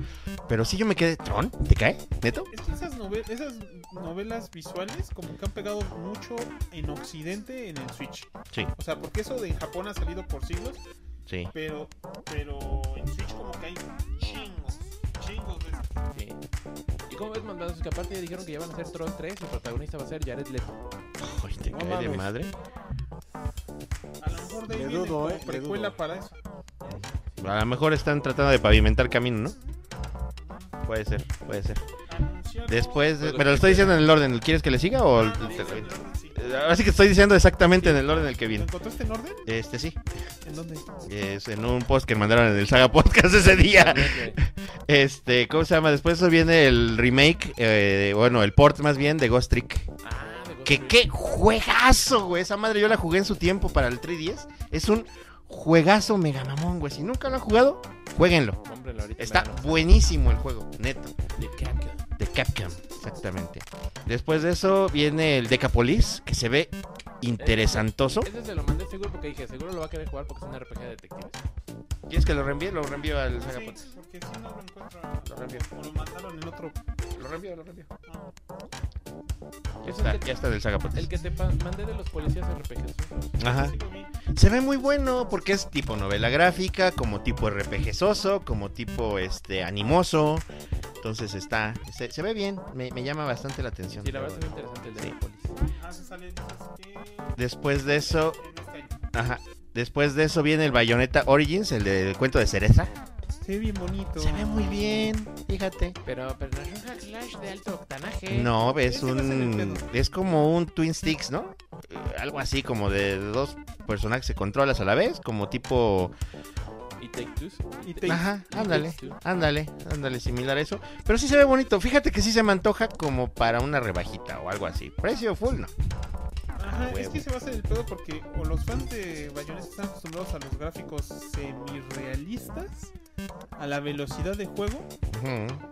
Speaker 2: pero sí yo me quedé. ¿Tron? ¿Te cae? ¿Neto?
Speaker 1: Es que esas, nove- esas novelas visuales como que han pegado mucho en Occidente en el Switch.
Speaker 2: Sí.
Speaker 1: O sea, porque eso de en Japón ha salido por siglos,
Speaker 2: Sí.
Speaker 1: pero, pero en Switch como que hay chingos, chingos de esas.
Speaker 3: Sí. ¿Y cómo ves, mamadrazos? Que aparte ya dijeron que ya van a hacer Tron 3 y el protagonista va a ser Jared Leto.
Speaker 2: Ay, te
Speaker 8: No
Speaker 2: cae de
Speaker 8: mames.
Speaker 2: madre.
Speaker 1: A lo mejor de ahí
Speaker 8: Le
Speaker 1: viene
Speaker 8: dudo,
Speaker 1: como
Speaker 8: eh, le
Speaker 1: precuela
Speaker 8: dudo.
Speaker 1: para eso.
Speaker 2: A lo mejor están tratando de pavimentar camino, ¿no? Puede ser, puede ser.
Speaker 1: Anunciaron-
Speaker 2: Después,
Speaker 3: Pues lo
Speaker 2: pero lo
Speaker 3: que
Speaker 2: estoy diciendo
Speaker 3: quieras.
Speaker 2: en el orden. ¿Quieres que le siga o.?
Speaker 1: Ah, no,
Speaker 2: te-
Speaker 1: sí,
Speaker 2: te-
Speaker 1: sí.
Speaker 2: Ahora sí que estoy diciendo exactamente en el orden en el que
Speaker 1: ¿Lo
Speaker 2: viene.
Speaker 1: encontraste en orden?
Speaker 2: Este sí,
Speaker 1: ¿En dónde?
Speaker 2: es en un post que mandaron en el Saga Podcast ese
Speaker 3: Ah,
Speaker 2: día. Este, ¿cómo se llama? Después eso viene el remake, eh, bueno, el port más bien de Ghost Trick.
Speaker 3: Ah, de
Speaker 2: Que
Speaker 3: Ghost
Speaker 2: qué juegazo, güey. Esa madre yo la jugué en su tiempo para el 3DS. Es un juegazo mega mamón, güey. Si nunca lo han jugado, jueguenlo.
Speaker 3: Trick. Cómprenlo ahorita.
Speaker 2: Está
Speaker 3: Vean,
Speaker 2: buenísimo el juego, neto.
Speaker 3: De Capcom.
Speaker 2: De Capcom, exactamente. Después de eso viene el Decapolis, que se ve interesantoso.
Speaker 3: Ese se lo mandé seguro porque dije, seguro lo va a querer jugar porque es un RPG de detectives.
Speaker 2: ¿Quieres que lo reenvíe? Lo reenvío al Saga Podcast.
Speaker 1: Sí, porque si no lo encuentro.
Speaker 2: Lo reenvío.
Speaker 1: O lo mandaron en otro.
Speaker 2: Lo reenvío, lo reenvío.
Speaker 1: Ah,
Speaker 2: Ya está, ya está en el Saga
Speaker 3: El
Speaker 2: Podcast.
Speaker 3: que te pa- mandé de los policías RPGs. esos.
Speaker 2: Ajá.
Speaker 1: sí lo vi.
Speaker 2: Se ve muy bueno porque es tipo novela gráfica, como tipo RPG soso, como tipo este animoso. Entonces está, se, se ve bien, me, me llama bastante la atención.
Speaker 3: Sí, la verdad es muy interesante el de
Speaker 2: Sí.
Speaker 3: los policías.
Speaker 1: Ah, se sale dices que
Speaker 2: Después de eso,
Speaker 1: en este año.
Speaker 2: ajá. Después de eso viene el Bayonetta Origins, el del cuento de cereza.
Speaker 1: Se ve bien bonito.
Speaker 2: Se ve muy bien, fíjate.
Speaker 3: Pero, pero no es un hack slash de alto octanaje.
Speaker 2: No, es
Speaker 1: Ese va a ser el
Speaker 2: un.
Speaker 1: pedo.
Speaker 2: Es como un Twin Sticks, ¿no? Eh, Algo así, como de dos personajes que se controlas a la vez, como tipo.
Speaker 3: Y Take Two.
Speaker 1: Y
Speaker 3: Take-
Speaker 1: Take-
Speaker 2: Ajá,
Speaker 3: y
Speaker 2: ándale.
Speaker 3: Take Two.
Speaker 2: Ándale, ándale, similar a eso. Pero sí se ve bonito. Fíjate que sí se me antoja como para una rebajita o algo así. Precio full, no.
Speaker 1: Ajá, es
Speaker 2: Ah, huevo.
Speaker 1: que se va a hacer el pedo porque o los fans de Bayonetta están acostumbrados a los gráficos semi-realistas, a la velocidad de juego,
Speaker 2: Ujú.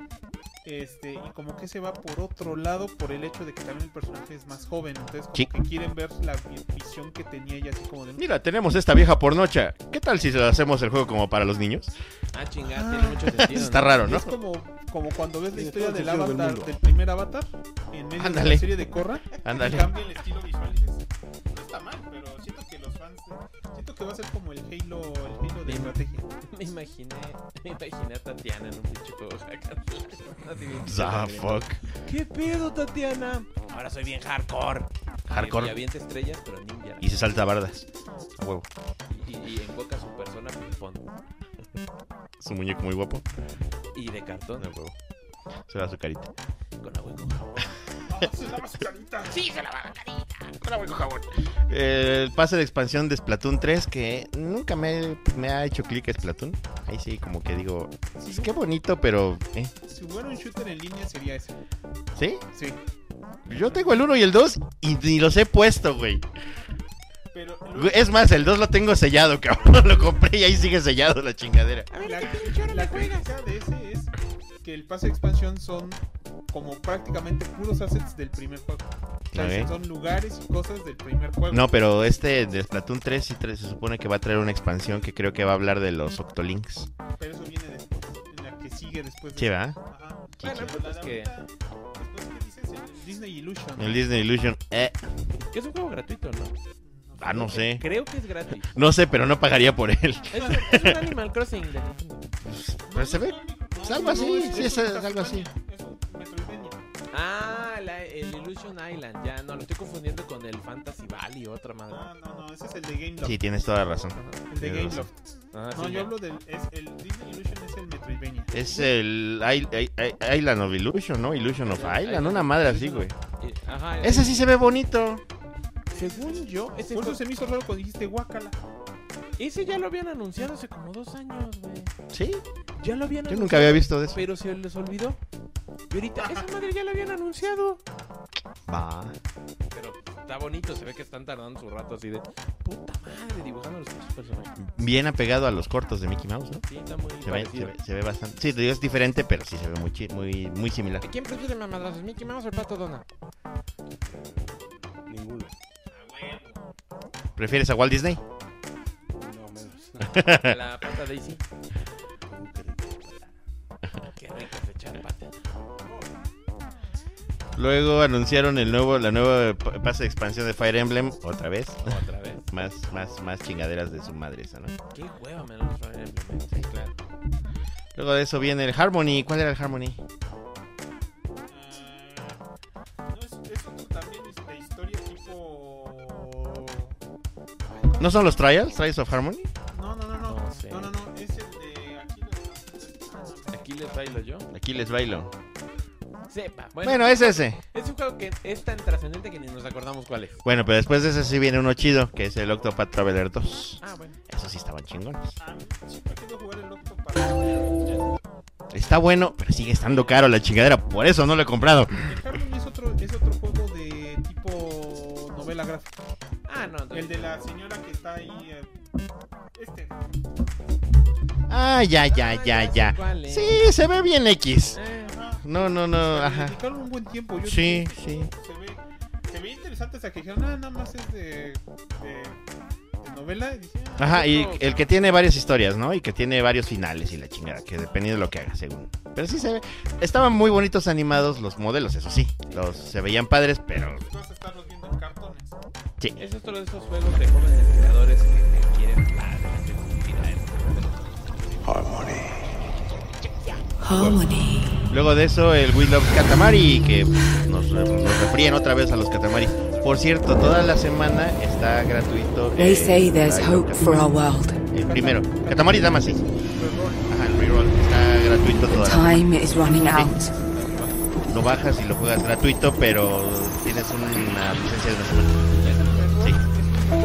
Speaker 1: este, y como que se va por otro lado por el hecho de que también el personaje es más joven, entonces como
Speaker 2: Sí.
Speaker 1: que quieren ver la vi- visión que tenía ella así como de...
Speaker 2: Mira, tenemos esta vieja pornocha. ¿Qué tal si se la hacemos el juego como para los niños?
Speaker 3: Ah, chingada, tiene mucho sentido.
Speaker 2: Está
Speaker 3: ¿no?
Speaker 2: raro, ¿no?
Speaker 1: Es como, como cuando ves la
Speaker 8: Tiene
Speaker 1: historia
Speaker 8: todo el
Speaker 1: del
Speaker 8: sentido del
Speaker 1: avatar,
Speaker 8: mundo.
Speaker 1: del primer avatar, en medio de
Speaker 2: Ándale.
Speaker 1: la serie de Korra,
Speaker 2: Ándale.
Speaker 1: cambia el estilo visual y dices, no está mal, pero siento que los fans, de- siento que va a ser como el Halo, el Halo de
Speaker 3: Sí.
Speaker 1: estrategia.
Speaker 3: Me imaginé, me imaginé a Tatiana en un pinche juego hack and slash. Así bien
Speaker 2: Ah,
Speaker 3: sangre.
Speaker 2: fuck.
Speaker 3: ¿Qué pedo, Tatiana? Ahora soy bien hardcore.
Speaker 2: Hardcore.
Speaker 3: Y avienta estrellas, pero ninja.
Speaker 2: Y se salta bardas. A huevo.
Speaker 3: Y, y invoca a su persona ping-pong.
Speaker 2: Es un muñeco muy guapo.
Speaker 3: Y de cartón,
Speaker 2: A huevo. Se da su carita.
Speaker 3: con agua y con jabón.
Speaker 1: se lava su carita.
Speaker 2: El pase de expansión de Splatoon 3, que nunca me, me ha hecho clic a Splatoon. Ahí sí, como que digo, es que bonito, pero. ¿eh?
Speaker 1: Si hubiera un shooter en línea sería ese.
Speaker 2: ¿Sí?
Speaker 1: Sí.
Speaker 2: Yo tengo el 1 y el 2 y ni los he puesto, güey.
Speaker 1: Pero el
Speaker 2: Güey, Es más, el 2 lo tengo sellado, cabrón. Lo compré y ahí sigue sellado la chingadera.
Speaker 1: la, la crítica de ese es que el pase de expansión son como prácticamente puros assets del primer juego. O sea,
Speaker 2: Ok.
Speaker 1: son lugares y cosas del primer juego.
Speaker 2: No, pero este de Splatoon 3 sí tra- se supone que va a traer una expansión que creo que va a hablar de los Octolinks.
Speaker 1: Pero eso viene después, en la que sigue después. de-
Speaker 2: Sí, ¿verdad?
Speaker 1: Ajá.
Speaker 2: Sí, sí.
Speaker 1: pues,
Speaker 3: Es que-
Speaker 1: Después, ¿qué dices? El Disney Illusion.
Speaker 2: El Disney Illusion. eh,
Speaker 3: Que es un juego gratuito, ¿no?
Speaker 2: ah, no sé.
Speaker 3: Creo que es gratis.
Speaker 2: No sé, pero no pagaría por él.
Speaker 3: Es, un- es un Animal Crossing de Nintendo.
Speaker 2: Pero se ve. Es algo así, sí, es, es algo así.
Speaker 1: Es un Metroidvania.
Speaker 3: Ah, la- el Illusion Island. Ya, no, lo estoy confundiendo con el Fantasy Valley, otra madre.
Speaker 1: No, no, no, ese es el de Game Loft.
Speaker 2: Sí, tienes toda la razón.
Speaker 1: el de
Speaker 2: tienes
Speaker 1: Game
Speaker 2: razón.
Speaker 1: Loft.
Speaker 3: Ah,
Speaker 1: No,
Speaker 3: sí,
Speaker 1: yo
Speaker 3: ya.
Speaker 1: hablo del. Es, el Disney Illusion es el Metroidvania.
Speaker 2: Es el I- I- I- Island of Illusion, ¿no? Illusion of Island,
Speaker 3: Island
Speaker 2: una
Speaker 3: of
Speaker 2: madre así, güey.
Speaker 3: Illusion. Eh, Ajá,
Speaker 2: Ese sí se ve bonito.
Speaker 3: Según yo, ese,
Speaker 1: Por eso
Speaker 3: fue-
Speaker 1: se me hizo raro cuando dijiste Guacala.
Speaker 3: ese ya lo habían anunciado hace como dos años, güey.
Speaker 2: Sí,
Speaker 3: Ya lo habían
Speaker 2: yo
Speaker 3: anunciado.
Speaker 2: nunca había visto de eso.
Speaker 3: Pero se les olvidó. Y ahorita, esa madre ya la habían anunciado.
Speaker 2: Va.
Speaker 3: Pero está bonito, se ve que están tardando su rato así de puta madre dibujando los pinches personajes.
Speaker 2: Bien apegado a los cortos de Mickey Mouse, ¿no?
Speaker 3: Sí, está muy
Speaker 2: Se ve, se
Speaker 3: parecido.
Speaker 2: ve- se ve bastante. Sí, te digo, es diferente, pero sí se ve muy, chi- muy, muy similar.
Speaker 3: ¿A quién prefiere mamadrazos, Mickey Mouse o el Pato Donald?
Speaker 8: Ninguno.
Speaker 2: ¿Prefieres a Walt Disney?
Speaker 8: No menos.
Speaker 3: A la pata Daisy. Qué rico es echar pata.
Speaker 2: Luego anunciaron el nuevo, la nueva pa- pase de expansión de Fire Emblem, otra vez.
Speaker 3: Otra vez.
Speaker 2: Más, más, más chingaderas de su madre esa, ¿no?
Speaker 3: Qué hueva me lo trae el Emblem. Sí, claro.
Speaker 2: Luego de eso viene el Harmony. ¿Cuál era el Harmony?
Speaker 1: Ah, no, es, es otro también es de historia tipo.
Speaker 2: ¿No son los Trials? ¿Trials of Harmony?
Speaker 1: No, no, no, no.
Speaker 3: No sé.
Speaker 1: No, no, no. Es el de. Aquí lo-
Speaker 3: Aquí les bailo yo.
Speaker 2: Aquí les bailo.
Speaker 3: Sepa. Bueno,
Speaker 2: Bueno, es ese.
Speaker 3: es un juego que es tan trascendente que ni nos acordamos cuál es.
Speaker 2: Bueno, pero después de ese sí viene uno chido, que es el Octopath Traveler 2.
Speaker 3: Ah, bueno.
Speaker 2: Esos sí estaban chingones.
Speaker 1: Ah, siempre he querido jugar el Octopath.
Speaker 2: Está bueno, pero sigue estando caro la chingadera. Por eso no lo he comprado.
Speaker 1: El Harmony es otro, es otro juego de tipo novela gráfica.
Speaker 3: Ah, no, entonces.
Speaker 1: El de la señora que está ahí. eh, Este.
Speaker 2: Ah, ya, ya,
Speaker 3: Ah,
Speaker 2: ya,
Speaker 3: sé
Speaker 2: ya.
Speaker 3: cuál es.
Speaker 2: Sí, se ve bien X.
Speaker 3: Eh,
Speaker 1: Ajá.
Speaker 2: No, no, no,
Speaker 1: Le
Speaker 2: ajá.
Speaker 1: dedicaron un buen tiempo. Yo
Speaker 2: Sí,
Speaker 1: dije,
Speaker 2: sí.
Speaker 1: Se ve, se ve interesante hasta que dijeron, ah, nada más es de, de, de novela. Y dije, ah,
Speaker 2: Ajá, y el que tiene varias historias, ¿no? Y que tiene varios finales y la chingada, que dependiendo de lo que haga, según. Pero sí se ve. Estaban muy bonitos animados los modelos, eso sí. Los se veían padres, pero
Speaker 1: pues vas a estarlos viendo en cartones.
Speaker 3: es otro de esos juegos de jóvenes creadores que te quieren pagar.
Speaker 2: Luego de eso, el We Love Katamari, que nos, nos refríen otra vez a los Katamari. Por cierto, toda la semana está gratuito.
Speaker 11: They
Speaker 2: eh,
Speaker 11: say there's
Speaker 2: Live
Speaker 11: hope
Speaker 2: Katamari.
Speaker 11: for our world.
Speaker 2: El primero. Katamari Dama, sí. Ajá, el reroll está gratuito toda la semana.
Speaker 11: Time is running out.
Speaker 2: Lo bajas y lo juegas gratuito, pero tienes una licencia de una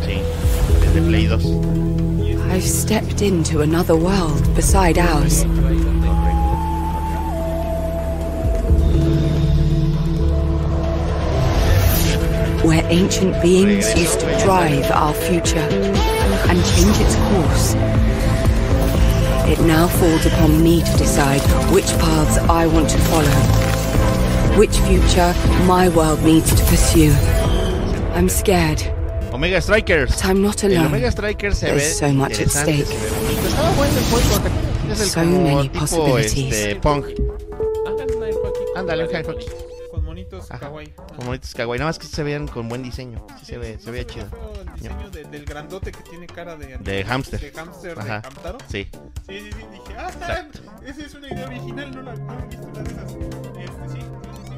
Speaker 2: semana. Sí. Sí. Desde Play 2.
Speaker 11: I've stepped into another world beside ours. Where ancient beings used to drive our future and change its course. It now falls upon me to decide which paths I want to follow, which future my world needs to pursue. I'm scared,
Speaker 2: Omega Strikers.
Speaker 11: but I'm not
Speaker 2: El
Speaker 11: alone.
Speaker 2: Omega Striker se ve
Speaker 11: There's so much at
Speaker 2: interesante, se ve
Speaker 11: stake.
Speaker 2: bonito. Estaba bueno el juego. ¿te acuerdas? Es el
Speaker 11: So
Speaker 2: como
Speaker 11: many
Speaker 2: tipo
Speaker 11: possibilities.
Speaker 2: este, Pong.
Speaker 3: Ándale un airhockey.
Speaker 2: Ándale, un airhockey.
Speaker 1: Con monitos
Speaker 2: Ajá.
Speaker 1: kawaii. Ah,
Speaker 2: Como bonitos kawaii. Nada más que se vean con buen diseño. Sí, se ve,
Speaker 1: no
Speaker 2: se veía
Speaker 1: veía
Speaker 2: chido.
Speaker 1: feo El diseño de- del grandote que tiene cara de...
Speaker 2: De hámster.
Speaker 1: De hámster,
Speaker 2: Ajá.
Speaker 1: de Hamtaro.
Speaker 2: Sí.
Speaker 1: Sí, sí, sí. Dije, ah, esa es una idea original, no la no he visto nada de esas. Este, sí, sí, sí, sí.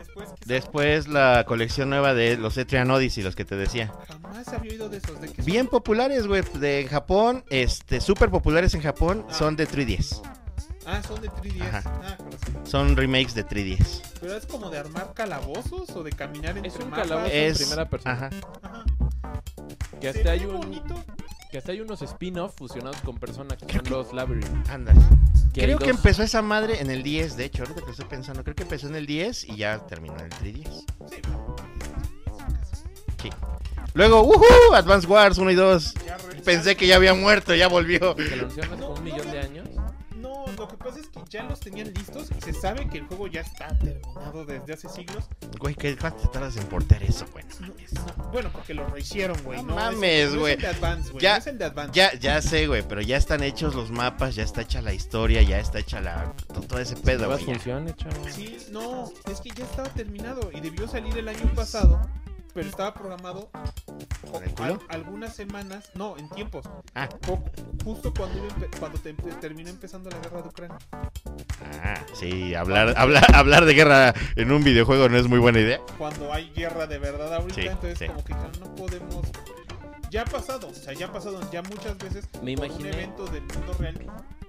Speaker 1: Después, que
Speaker 2: Después la colección nueva de los Etrian Odyssey, los que te decía.
Speaker 1: jamás había oído de esos. De que
Speaker 2: Bien populares, güey. De Japón, este, súper populares en Japón, son de 3DS.
Speaker 1: Ah, son de 3DS.
Speaker 2: Ajá.
Speaker 1: Ah, con razón.
Speaker 2: Son remakes de 3DS.
Speaker 3: Ah,
Speaker 1: Pero es como de armar calabozos o de caminar entre
Speaker 3: Es un
Speaker 1: mapas.
Speaker 3: calabozo
Speaker 2: Es-
Speaker 3: en primera persona.
Speaker 2: Ajá.
Speaker 1: Ajá.
Speaker 3: Que
Speaker 1: Se
Speaker 3: hasta, hay
Speaker 1: ve
Speaker 3: un,
Speaker 1: bonito.
Speaker 3: que hasta hay unos spin-off fusionados con personas que son los Labyrinth.
Speaker 2: Andas.
Speaker 3: hay
Speaker 2: Creo que
Speaker 3: dos.
Speaker 2: empezó esa madre en el 10, de hecho, ahorita que lo estoy pensando. Creo que empezó en el 10 y ya terminó en el 3DS.
Speaker 1: Sí,
Speaker 2: Sí. Luego, ¡uhú! Advance Wars 1 y 2.
Speaker 1: ya regresaron.
Speaker 2: Pensé que ya había muerto, ya volvió.
Speaker 3: Que lo anunciaron hace como un millón de años.
Speaker 1: No, lo lo que pasa es que ya los tenían listos y se sabe que el juego ya está terminado desde hace siglos.
Speaker 2: Güey, ¿qué cuánto te tardas en portar eso, güey? No mames.
Speaker 1: Bueno, porque lo rehicieron, güey.
Speaker 2: No
Speaker 1: No, Es-
Speaker 2: mames,
Speaker 1: no
Speaker 2: güey.
Speaker 1: Es el de Advance, güey.
Speaker 2: Ya-
Speaker 1: no es el de Advance.
Speaker 2: Ya, ya sé, güey, pero ya están hechos los mapas, ya está hecha la historia, ya está hecha la... to- Todo ese pedo,
Speaker 3: Nuevas
Speaker 2: güey. ya.
Speaker 3: funciones, chavos.
Speaker 1: Sí, no, es que ya estaba terminado y debió salir el año pasado, pero estaba programado
Speaker 2: ¿Con el culo?
Speaker 1: al- algunas semanas, no, en tiempos,
Speaker 2: Ah.
Speaker 1: po- justo cuando, iba empe- cuando te- te- terminó empezando la guerra de Ucrania.
Speaker 2: Ah, sí, hablar, hablar, hablar de guerra en un videojuego no es muy buena idea.
Speaker 1: Cuando hay guerra de verdad ahorita,
Speaker 2: Sí,
Speaker 1: entonces
Speaker 2: sí.
Speaker 1: como que ya no podemos... Ya ha pasado, o sea, ya ha pasado, ya muchas veces
Speaker 3: Me
Speaker 1: por un
Speaker 3: imaginé.
Speaker 1: evento del mundo real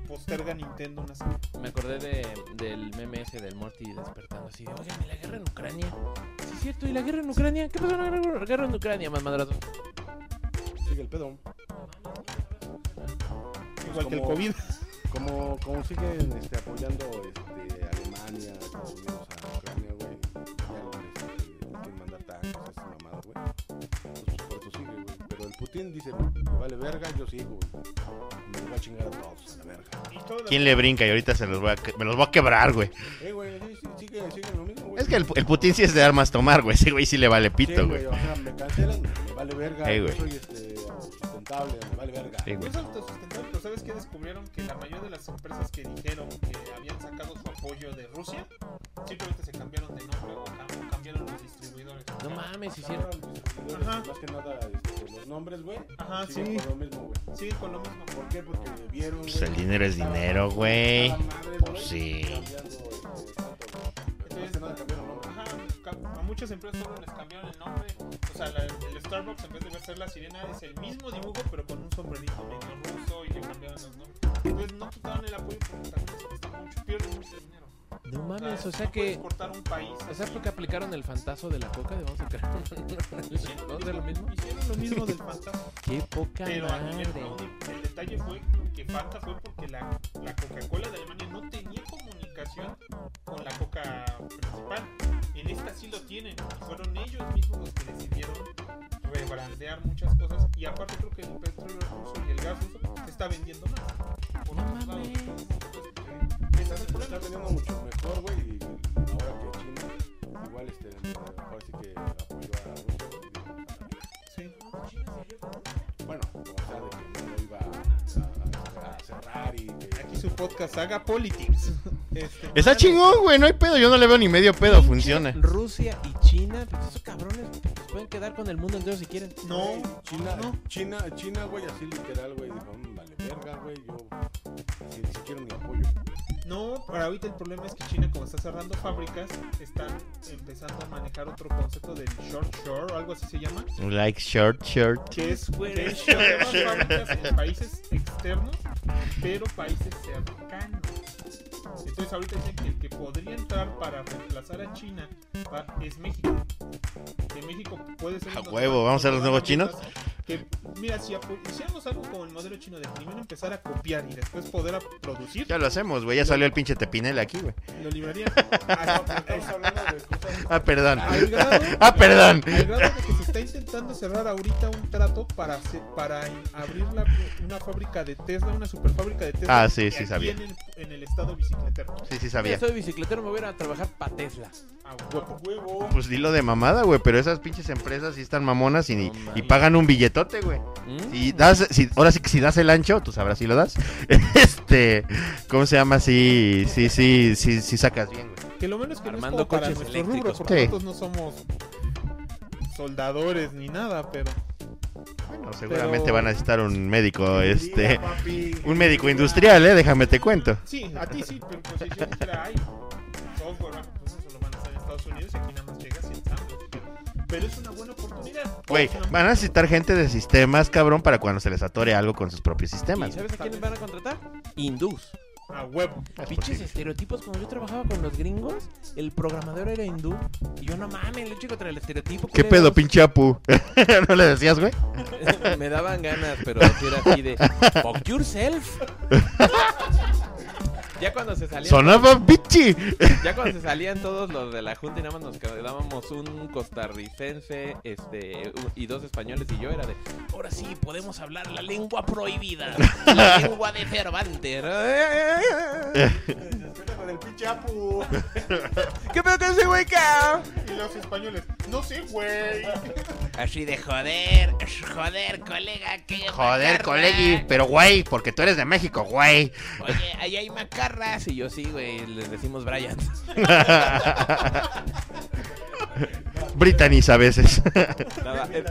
Speaker 1: posterga Nintendo unas...
Speaker 3: Me acordé de- del meme ese del Morty despertando así de, oigan, ¿y la guerra en Ucrania? Sí, es cierto, ¿y la guerra en Ucrania? ¿Qué pasó en la guerra- guerra en Ucrania, más madrazo?
Speaker 8: Sigue el pedo.
Speaker 3: Pues
Speaker 1: Igual que el
Speaker 8: como-
Speaker 1: COVID.
Speaker 8: Como, como siguen este, apoyando este, a Alemania, Estados Unidos, a Ucrania, güey. Ya no les este, quieren mandar tanques, esas mamadas, güey. Pues, por eso sigue, güey. Pero el Putin dice, "Me vale verga, yo sigo, güey. Me voy a chingar a todos, a la verga.
Speaker 1: Y todo lo-
Speaker 2: ¿Quién le brinca? Y ahorita se los voy a, que- me los voy a quebrar, güey.
Speaker 8: Eh, güey, sí, sí, sigue, sigue lo mismo, güey.
Speaker 2: Es que el, el Putin sí es de armas tomar, güey. Ese güey sí le vale
Speaker 8: Sí,
Speaker 2: pito, güey.
Speaker 8: O sea, me cancelan, me vale verga.
Speaker 2: Eh,
Speaker 8: yo
Speaker 2: güey.
Speaker 8: soy este, sustentable, me vale verga.
Speaker 2: Sí,
Speaker 1: No
Speaker 2: güey.
Speaker 1: es autosustentable, pero ¿sabes qué descubrieron? Que la mayoría de las empresas que dijeron que habían sacado su apoyo de Rusia, simplemente se cambiaron de nombre o cam- cambiaron los distribuidores.
Speaker 3: No mames, sí, es
Speaker 8: Cierran
Speaker 3: cierto.
Speaker 8: los distribuidores,
Speaker 1: Ajá.
Speaker 8: Más que nada este, los nombres, güey.
Speaker 1: Ajá,
Speaker 8: siguen
Speaker 1: sí.
Speaker 8: Por lo mismo, güey.
Speaker 1: Sí, con lo mismo.
Speaker 8: ¿Por qué? Porque vieron.
Speaker 2: Pues
Speaker 8: güey,
Speaker 2: el dinero es
Speaker 8: estaba-
Speaker 2: dinero, güey.
Speaker 8: estaba madre,
Speaker 2: Pues
Speaker 8: güey,
Speaker 2: sí.
Speaker 8: cambiando, este, tanto, güey. Más que nada cambiaron nombres.
Speaker 1: Ajá, ca- a muchas empresas solo les cambiaron el nombre. O sea, la- el Starbucks en vez de ser la sirena es el mismo dibujo, pero con un sombrerito medio ruso y le cambiaron los nombres. Entonces no quitaron el apoyo porque también se cuesta mucho, pierden mucho dinero.
Speaker 3: No mames, o
Speaker 1: no
Speaker 3: sea
Speaker 1: puedes
Speaker 3: que...
Speaker 1: cortar un país.
Speaker 3: O sea, porque aplicaron el fantazo de la coca de vamos a crear un- ¿Vamos a hacer lo mismo?
Speaker 1: Hicieron lo mismo del fantasma.
Speaker 3: ¡Qué poca
Speaker 1: Pero a nivel
Speaker 3: madre!
Speaker 1: el, el detalle fue que Fanta fue porque la, la Coca-Cola de Alemania no tenía comunicación con la Coca principal. En esta sí lo tienen. y Fueron ellos mismos los que decidieron rebrandear muchas cosas. Y aparte creo que el petróleo ruso y el gas ruso se está vendiendo más. Por
Speaker 3: No
Speaker 1: otros lados.
Speaker 3: mames.
Speaker 1: Entonces, ese es el
Speaker 8: Se
Speaker 1: problema.
Speaker 8: está vendiendo mucho mejor, güey. Y ahora que China, igual, este, ahora sí que apoyó a Rusia.
Speaker 1: Sí.
Speaker 8: Bueno, o sea, de que no lo iba a, a- a cerrar y que
Speaker 1: Aquí su podcast haga politics. Este,
Speaker 2: Está
Speaker 1: madre,
Speaker 2: chingón, güey. No hay pedo. Yo no le veo ni medio pedo.
Speaker 3: Pinche
Speaker 2: Funciona.
Speaker 3: Rusia y China, pues esos cabrones pues, pueden quedar con el mundo entero si quieren.
Speaker 1: No,
Speaker 8: China,
Speaker 1: no.
Speaker 8: China, China, güey, así literal, güey, dijo, "Mm, vale, verga, güey, yo si, si quiero mi apoyo.
Speaker 1: No, pero ahorita el problema es que China, como está cerrando fábricas, están empezando a manejar otro concepto del short shore o algo así se llama.
Speaker 2: Like short shirt.
Speaker 1: Que es que es cerrar fábricas en países externos, pero países cercanos. Entonces ahorita dicen que el que podría entrar para reemplazar a China va- es México. Que México puede ser...
Speaker 2: A
Speaker 1: uno de
Speaker 2: huevo, ¿vamos a ser los nuevos chinos?
Speaker 1: Que, mira, si apo- hiciéramos algo como el modelo chino de primero empezar a copiar y después poder a producir,
Speaker 2: Ya lo hacemos, güey. Ya salió el pinche tepinel aquí, güey.
Speaker 1: lo libraría. Ah, pues,
Speaker 8: Estamos hablando de cosas
Speaker 2: Ah, perdón.
Speaker 1: Al grado-
Speaker 2: Ah, perdón.
Speaker 1: Al grado de que se está intentando cerrar ahorita un trato para, hacer- para in- abrir la- una fábrica de Tesla, una super fábrica de Tesla.
Speaker 2: Ah, sí, sí,
Speaker 1: aquí
Speaker 2: sabía.
Speaker 1: En el, en el estado bicicletero.
Speaker 2: Sí, sí
Speaker 3: Yo
Speaker 2: sabía.
Speaker 3: soy bicicletero, me voy a ir a trabajar para Tesla.
Speaker 1: Ah,
Speaker 8: huevo, huevo.
Speaker 2: Pues dilo de mamada, güey. Pero esas pinches empresas sí están mamonas y,
Speaker 3: No
Speaker 2: y
Speaker 3: mames.
Speaker 2: pagan un billetote, güey.
Speaker 3: Mm.
Speaker 2: Si das, si, ahora sí que si das el ancho, tú sabrás si lo das. Este, ¿cómo se llama? Sí, sí, sí, sí, sí sacas bien, güey.
Speaker 1: Que lo menos que
Speaker 3: Armando
Speaker 1: no es como para
Speaker 3: coches
Speaker 1: nuestro
Speaker 3: eléctricos,
Speaker 1: rubro, porque
Speaker 2: Sí.
Speaker 1: nosotros no somos soldadores ni nada, pero
Speaker 2: Bueno, seguramente
Speaker 1: Pero-
Speaker 2: van a necesitar un médico, este,
Speaker 8: Mira, papi.
Speaker 2: un médico industrial, eh, déjame te cuento.
Speaker 1: sí, a ti sí, pero pues si yo dijera, ay, software, ah, pues eso lo van a hacer en Estados Unidos y aquí nada más llegas y ensamblas, pero, pero es una buena oportunidad.
Speaker 2: Güey,
Speaker 1: Es una
Speaker 2: van a necesitar gente de sistemas, cabrón, para cuando se les atore algo con sus propios
Speaker 3: ¿Y
Speaker 2: sistemas.
Speaker 3: sabes a quiénes van a contratar? Hindús.
Speaker 1: a huevo.
Speaker 2: Es
Speaker 3: Pinches
Speaker 2: posible.
Speaker 3: estereotipos. Cuando yo trabajaba con los gringos, el programador era hindú. Y yo, no mames, lucho contra el estereotipo.
Speaker 2: ¿Qué pedo,
Speaker 3: culeros".
Speaker 2: pinche Apu? ¿No le decías, güey?
Speaker 3: Me daban ganas, pero sí era así de. Fuck yourself. Ya cuando se salían,
Speaker 2: Sonaba bichi.
Speaker 3: ya cuando se salían todos los de la junta y nada más nos quedábamos un costarricense, este, u- y dos españoles y yo era de, ahora sí podemos hablar la lengua prohibida, la lengua de Cervantes.
Speaker 1: con el pinche Apu.
Speaker 3: ¿Qué pedo con ese güey, cabrón?
Speaker 1: Y los españoles, no sé, güey.
Speaker 3: Así de joder, joder, colega, que
Speaker 2: Joder, colegui, pero güey, porque tú eres de México, güey.
Speaker 3: Oye, ahí hay macarras. Y yo sí, güey, les decimos Brian.
Speaker 2: Britannies a veces.
Speaker 3: Estaba, eh,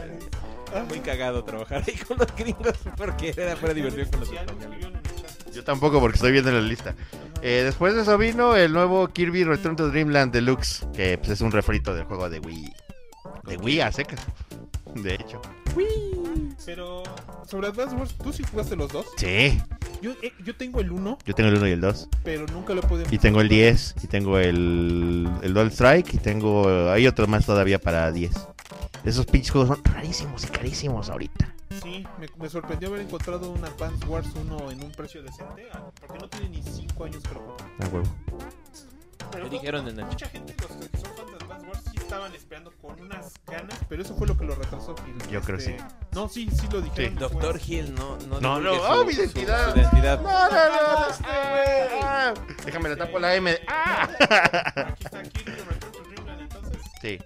Speaker 3: era muy cagado trabajar ahí con los gringos porque era fuera divertido con los españoles.
Speaker 2: Yo tampoco porque estoy viendo la lista. Eh, después de eso vino el nuevo Kirby Return to Dreamland Deluxe, que pues, es un refrito del juego de Wii. De Wii a secas. De hecho.
Speaker 1: Pero sobre Advance Wars, ¿tú sí jugaste los dos?
Speaker 2: Sí.
Speaker 1: Yo, eh, yo tengo el 1,
Speaker 2: Yo tengo el 1 y el 2.
Speaker 1: pero nunca lo he podido.
Speaker 2: Y tengo el 10. Y tengo el, el Dual Strike. Y tengo... Hay otro más todavía para 10. Esos pinches juegos son rarísimos y carísimos ahorita.
Speaker 1: Sí, me, me sorprendió haber encontrado un Advance Wars 1 en un precio decente, ah, porque no tiene ni 5 años que lo compré.
Speaker 2: Ah, huevo.
Speaker 1: Pero
Speaker 3: Me
Speaker 1: no-
Speaker 3: dijeron en el
Speaker 1: Mucha gente, los que son fans de Advance Wars, sí estaban esperando con unas ganas, pero eso fue lo que lo retrasó. Phil.
Speaker 2: Yo creo que sí.
Speaker 1: No, sí, sí lo dijeron. después.
Speaker 3: Doctor Hill, no, no,
Speaker 2: No, no,
Speaker 3: divulgue
Speaker 2: ah, mi identidad.
Speaker 3: su identidad.
Speaker 2: No, no, no, no, este, güey. Ah, déjame la tapo la M. Ah.
Speaker 1: eh, Aquí está Kirby Return to Dreamland, entonces
Speaker 2: Sí.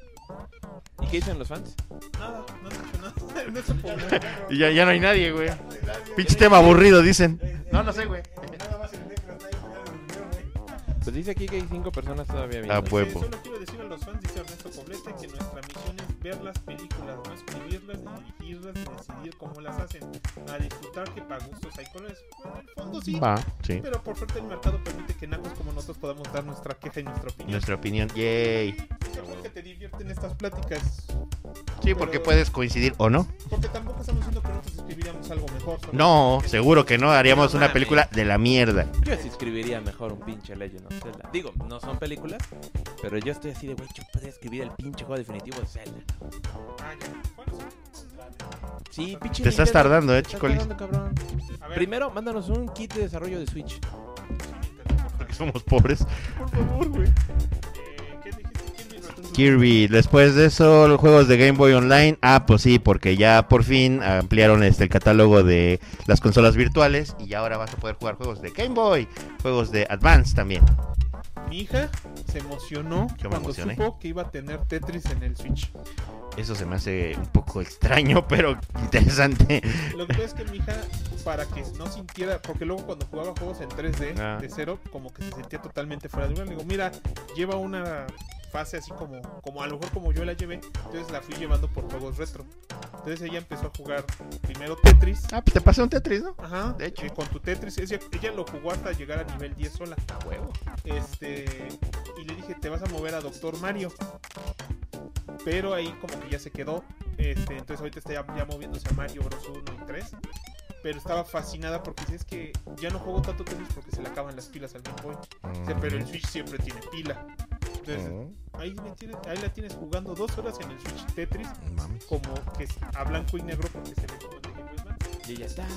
Speaker 3: ¿Y qué dicen los fans?
Speaker 1: nada, no han dicho nada. No se podía.
Speaker 2: Y ya, ya no hay nadie, güey. Pinche tema aburrido, dicen. No, no sé, güey.
Speaker 3: Pues dice aquí que hay cinco personas todavía viendo.
Speaker 2: Ah, pues.
Speaker 1: Dice, Solo quiero decir a los fans, dice Ernesto Poblete, que nuestra misión es ver las películas, no escribirlas, ni dirigirlas, ni decidir cómo las hacen. A disfrutar que para gustos hay colores. Bueno, en el fondo sí,
Speaker 2: Va, sí.
Speaker 1: pero por suerte el mercado permite que nacos como nosotros podamos dar nuestra queja y nuestra opinión.
Speaker 2: Nuestra opinión. Yay.
Speaker 1: Seguro que te divierten estas pláticas.
Speaker 2: Sí, porque puedes coincidir o no.
Speaker 1: Porque tampoco estamos diciendo que nosotros escribiríamos algo mejor. solo-
Speaker 2: No, seguro que no. Haríamos una película de la mierda.
Speaker 3: Yo sí escribiría mejor un pinche Legend of Zelda. Digo, no son películas, pero yo estoy así de, güey, yo podría escribir el pinche juego definitivo de Zelda.
Speaker 1: Ah, ya. Bueno, sí.
Speaker 3: Sí, pinche.
Speaker 2: Te estás
Speaker 3: Nintendo,
Speaker 2: tardando, eh,
Speaker 3: te estás
Speaker 2: chico. Liz,
Speaker 3: tardando, cabrón.
Speaker 1: A ver,
Speaker 3: Primero, mándanos un kit de desarrollo de Switch.
Speaker 2: Porque somos pobres.
Speaker 1: por favor, güey. Eh, ¿Qué dijiste? Kirby Return to
Speaker 2: Kirby, después de eso, los juegos de Game Boy Online. Ah, pues sí, porque ya por fin ampliaron este, el catálogo de las consolas virtuales. Y ya ahora vas a poder jugar juegos de Game Boy, juegos de Advance también.
Speaker 1: Mi hija se emocionó
Speaker 2: Yo me
Speaker 1: cuando
Speaker 2: emocioné.
Speaker 1: supo que iba a tener Tetris en el Switch.
Speaker 2: Eso se me hace un poco extraño, pero interesante.
Speaker 1: Lo que pasa es que mi hija, para que no sintiera, porque luego cuando jugaba juegos en 3D
Speaker 2: Ah.
Speaker 1: de cero, como que se sentía totalmente fuera de lugar. Le digo, mira, lleva una fase así como, como a lo mejor como yo la llevé, entonces la fui llevando por juegos retro. Entonces ella empezó a jugar primero Tetris.
Speaker 2: Ah, pues te pasé un Tetris, ¿no?
Speaker 1: Ajá,
Speaker 2: De hecho.
Speaker 1: eh, con tu Tetris, ella, ella lo jugó hasta llegar a nivel 10 sola. A huevo. Este, y le dije, te vas a mover a Doctor Mario. Pero ahí como que ya se quedó. Este, entonces ahorita está ya, ya moviéndose a Mario Bros 1 y 3. Pero estaba fascinada porque dice, es que ya no juego tanto Tetris porque se le acaban las pilas al Game Boy. Dice, pero el Switch siempre tiene pila. Entonces, ahí, me tienes- ahí la tienes jugando dos horas en el Switch Tetris, como que es a blanco y negro porque se ve como el de Game Boy Advance.
Speaker 3: Y ella está.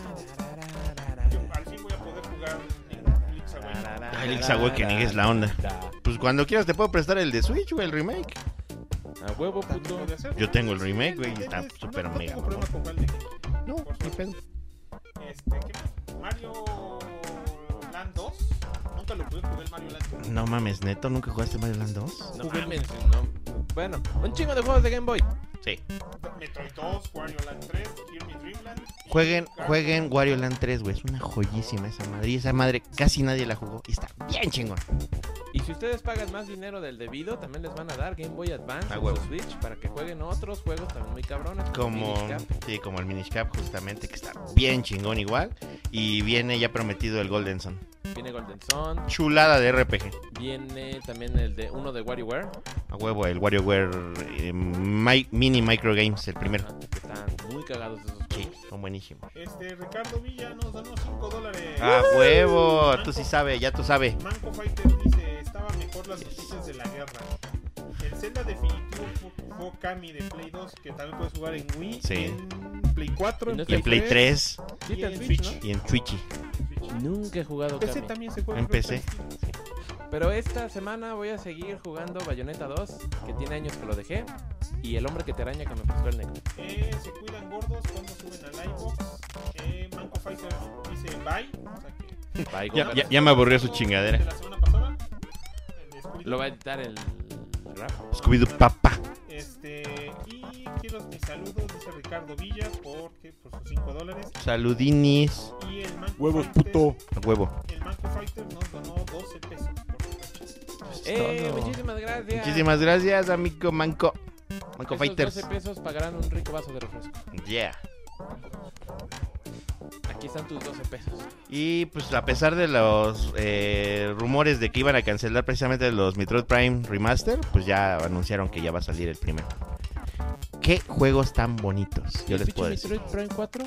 Speaker 1: Yo al fin voy a poder jugar en Leagues Away.
Speaker 2: Ay, el Xagüe que niegues la onda. Pues cuando quieras te puedo prestar el de Switch, güey, el remake.
Speaker 3: A huevo,
Speaker 1: También
Speaker 3: puto.
Speaker 1: puede ser.
Speaker 2: Yo tengo el remake, güey, y
Speaker 1: Sí,
Speaker 2: está
Speaker 1: no-
Speaker 2: súper
Speaker 1: no,
Speaker 2: mega
Speaker 1: No tengo problema con jugar el de-
Speaker 2: No,
Speaker 1: Por
Speaker 2: ni pedo.
Speaker 1: Este, ¿qué más? Mario Land 2. Nunca lo pude jugar el Mario Land 2.
Speaker 2: No mames, neto, ¿nunca jugaste Mario Land 2?
Speaker 3: No mames, no. Bueno, un chingo de juegos de Game Boy.
Speaker 2: Sí.
Speaker 1: Metroid 2, Wario Land 3, Kirby Dream Land. y
Speaker 2: Jueguen,
Speaker 1: Gargoyle.
Speaker 2: jueguen Wario Land 3, güey. Es una joyísima esa madre. Y esa madre casi nadie la jugó. Y está bien chingón.
Speaker 3: Y si ustedes pagan más dinero del debido, también les van a dar Game Boy Advance
Speaker 2: A
Speaker 3: en
Speaker 2: huevo.
Speaker 3: su Switch para que jueguen otros juegos también muy cabrones.
Speaker 2: Como,
Speaker 3: Minish Cap.
Speaker 2: sí, como el Minish Cap, justamente, que está bien chingón igual. Y viene ya prometido el Golden Sun.
Speaker 3: Viene Golden Sun,
Speaker 2: Chulada de RPG.
Speaker 3: viene también el de uno de WarioWare.
Speaker 2: A huevo, el WarioWare eh, mi- Mini Micro Games, el primero.
Speaker 3: Ajá, Ah, que están muy cagados esos
Speaker 2: Sí,
Speaker 3: juegos.
Speaker 2: son buenísimos.
Speaker 1: Este, Ricardo Villa nos donó 5 dólares.
Speaker 2: A huevo, tú sí sabes, ya tú sabes.
Speaker 1: Manco Fighter dice, estaba mejor las noticias de la guerra. El Zelda definitivo fue, fue Kami de Play 2, que también puedes jugar en Wii,
Speaker 2: Sí.
Speaker 1: en Play 4,
Speaker 3: Y no
Speaker 2: Y en Play 3
Speaker 1: y
Speaker 3: Sí, está
Speaker 1: en
Speaker 3: en Switch,
Speaker 1: Switch.
Speaker 2: y en Twitchy.
Speaker 1: en Switch.
Speaker 3: Nunca he jugado
Speaker 1: PC
Speaker 3: Okami.
Speaker 1: también se juega.
Speaker 2: En
Speaker 1: creo que
Speaker 2: PC.
Speaker 1: también.
Speaker 3: Pero esta semana voy a seguir jugando Bayonetta 2, que tiene años que lo dejé. Y el hombre que te araña que me prestó el negro.
Speaker 1: Eh, se cuidan gordos cuando suben al iBox. Eh, Manco Pfizer dice bye. O sea que
Speaker 3: Bye,
Speaker 2: Ya-
Speaker 3: Goku.
Speaker 2: ya- ya me aburrió su chingadera.
Speaker 1: De la semana pasada. Eh, el de Squid.
Speaker 3: Lo va a editar el Graf.
Speaker 2: Scooby-Doo papá.
Speaker 1: Este, y quiero mis saludos, dice Ricardo Villa, porque, por sus 5 dólares.
Speaker 2: Saludinis.
Speaker 1: Y el Manco
Speaker 8: Huevos,
Speaker 1: Fighter-
Speaker 8: puto.
Speaker 2: A huevo.
Speaker 1: El Manco Fighter nos donó 12 pesos. Por
Speaker 3: Eh,
Speaker 2: todo.
Speaker 3: muchísimas gracias.
Speaker 2: Pues, Muchísimas gracias, amigo Manco. Manco
Speaker 3: Esos
Speaker 2: Fighters.
Speaker 3: 12 pesos pagarán un rico vaso de refresco.
Speaker 2: Yeah.
Speaker 3: Aquí están tus 12 pesos.
Speaker 2: Y pues a pesar de los eh, rumores de que iban a cancelar precisamente los Metroid Prime Remaster, pues ya anunciaron que ya va a salir el primero. Qué juegos tan bonitos, yo
Speaker 3: ¿El
Speaker 2: les
Speaker 3: pinche
Speaker 2: puedo decir.
Speaker 3: Metroid Prime 4?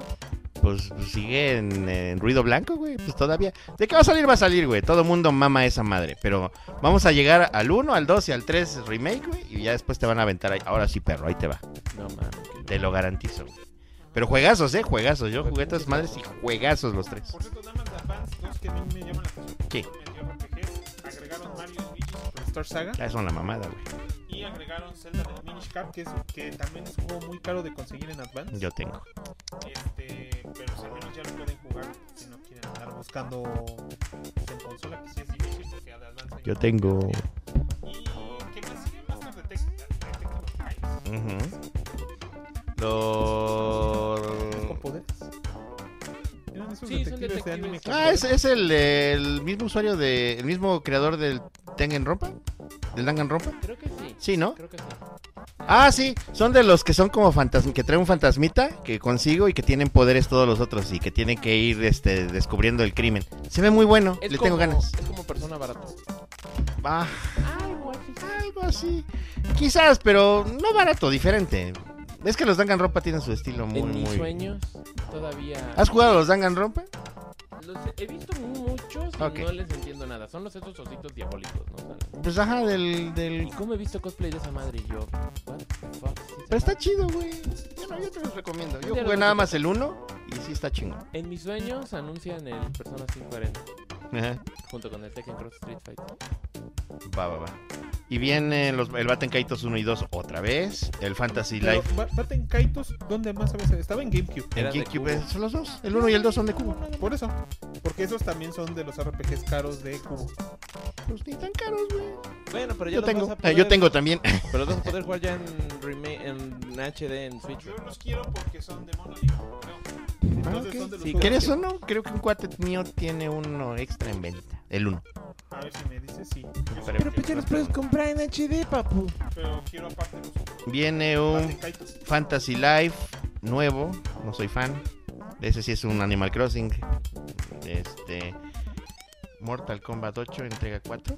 Speaker 2: Pues, pues, sigue en, en ruido blanco, güey, pues todavía. ¿De qué va a salir? Va a salir, güey. Todo mundo mama esa madre. Pero vamos a llegar al 1, al 2 y al 3 remake, güey. Y ya después te van a aventar ahí. Ahora sí, perro, ahí te va.
Speaker 3: No mames.
Speaker 2: Te lo garantizo, güey. Pero juegazos, eh, juegazos. Yo jugué a todas madres y juegazos los tres.
Speaker 1: por cierto, nada más de Advance, dos que a mí me llaman la atención.
Speaker 2: Sí.
Speaker 1: Medio RPGs, agregaron Mario y Luigi Super Star Saga.
Speaker 2: Ya son la mamada, güey.
Speaker 1: Y agregaron Zelda del Minish Cap, que, es, que también es un juego muy caro de conseguir en Advance.
Speaker 2: Yo tengo.
Speaker 1: Este, pero pues, al menos ya lo pueden jugar si no quieren andar buscando pues, en consola, que sí es difícil porque de Advance. hay
Speaker 2: Yo
Speaker 1: una
Speaker 2: tengo.
Speaker 1: cantidad. ¿Y qué más sigue? Master Detect- Detective Eyes. ¿Es con
Speaker 2: Los.
Speaker 1: poderes? Eran esos
Speaker 3: Sí, son
Speaker 1: detectives de anime
Speaker 3: detectives.
Speaker 1: que-
Speaker 2: Ah, es, es el, el mismo usuario de. El mismo creador del Danganronpa. ¿Del Danganronpa?
Speaker 3: Creo que sí.
Speaker 2: Sí, ¿no?
Speaker 3: Creo que sí.
Speaker 2: Ah, sí, son de los que son como fantasma, que traen un fantasmita que consigo y que tienen poderes todos los otros y que tienen que ir este, descubriendo el crimen. Se ve muy bueno,
Speaker 3: Es
Speaker 2: le tengo
Speaker 3: como-
Speaker 2: ganas.
Speaker 3: Es como persona barata.
Speaker 2: Ah, algo así. Quizás, pero no barato, diferente. Es que los Danganronpa tienen su estilo muy,
Speaker 3: en mis
Speaker 2: muy...
Speaker 3: sueños todavía.
Speaker 2: ¿Has jugado a los Danganronpa?
Speaker 3: Los he visto muchos y
Speaker 2: Ok.
Speaker 3: no les entiendo nada. Son los esos ositos diabólicos, ¿no?
Speaker 2: Pues ajá, del... del...
Speaker 3: ¿Y cómo he visto cosplay de esa madre? Y yo, what the fuck is esa
Speaker 2: Pero está
Speaker 3: madre?
Speaker 2: chido, güey. Bueno, yo te los recomiendo. Yo
Speaker 3: Ya
Speaker 2: jugué
Speaker 3: lo
Speaker 2: nada
Speaker 3: vi.
Speaker 2: más el 1 y sí está chingo.
Speaker 3: En mis sueños anuncian el Persona 5 Arena
Speaker 2: Ajá.
Speaker 3: junto con el Tekken Cross Street Fighter.
Speaker 2: Va, va, va. Y vienen los, el Batten Kaitos 1 y 2 otra vez. El Fantasy
Speaker 1: Pero,
Speaker 2: Life
Speaker 1: Ba- Batten Kaitos, ¿dónde más había salido? Estaba en GameCube.
Speaker 2: En
Speaker 3: Eran de
Speaker 2: GameCube
Speaker 3: cubo.
Speaker 2: eh, son los dos. El 1 y el 2 son de cubo.
Speaker 1: Por eso. Porque esos también son de los RPGs caros de Cubo.
Speaker 2: Pues ni tan caros, güey.
Speaker 3: Bueno, pero ya
Speaker 2: Yo
Speaker 3: los
Speaker 2: tengo.
Speaker 3: vas a
Speaker 2: eh,
Speaker 3: poder-
Speaker 2: yo tengo también.
Speaker 3: Pero los vas a poder jugar ya en, rema- en HD, en Switch.
Speaker 1: Yo los quiero porque son de Monolith. creo. Entonces
Speaker 2: ok.
Speaker 1: son de los
Speaker 3: Sí,
Speaker 1: juegos
Speaker 2: ¿Quieres
Speaker 1: que-
Speaker 2: uno? Creo que un cuate mío tiene uno extra en venta. El 1.
Speaker 1: A ver si me dices sí. Yo
Speaker 2: Pero
Speaker 1: creo que-
Speaker 2: pues ya los puedes
Speaker 3: comprar en HD, papu.
Speaker 1: Pero quiero aparte los otros.
Speaker 2: Viene
Speaker 1: Batten
Speaker 2: un
Speaker 1: Kaitos.
Speaker 2: Fantasy Life nuevo. No soy fan. Ese sí es un Animal Crossing. Este. Mortal Kombat 8, entrega 4.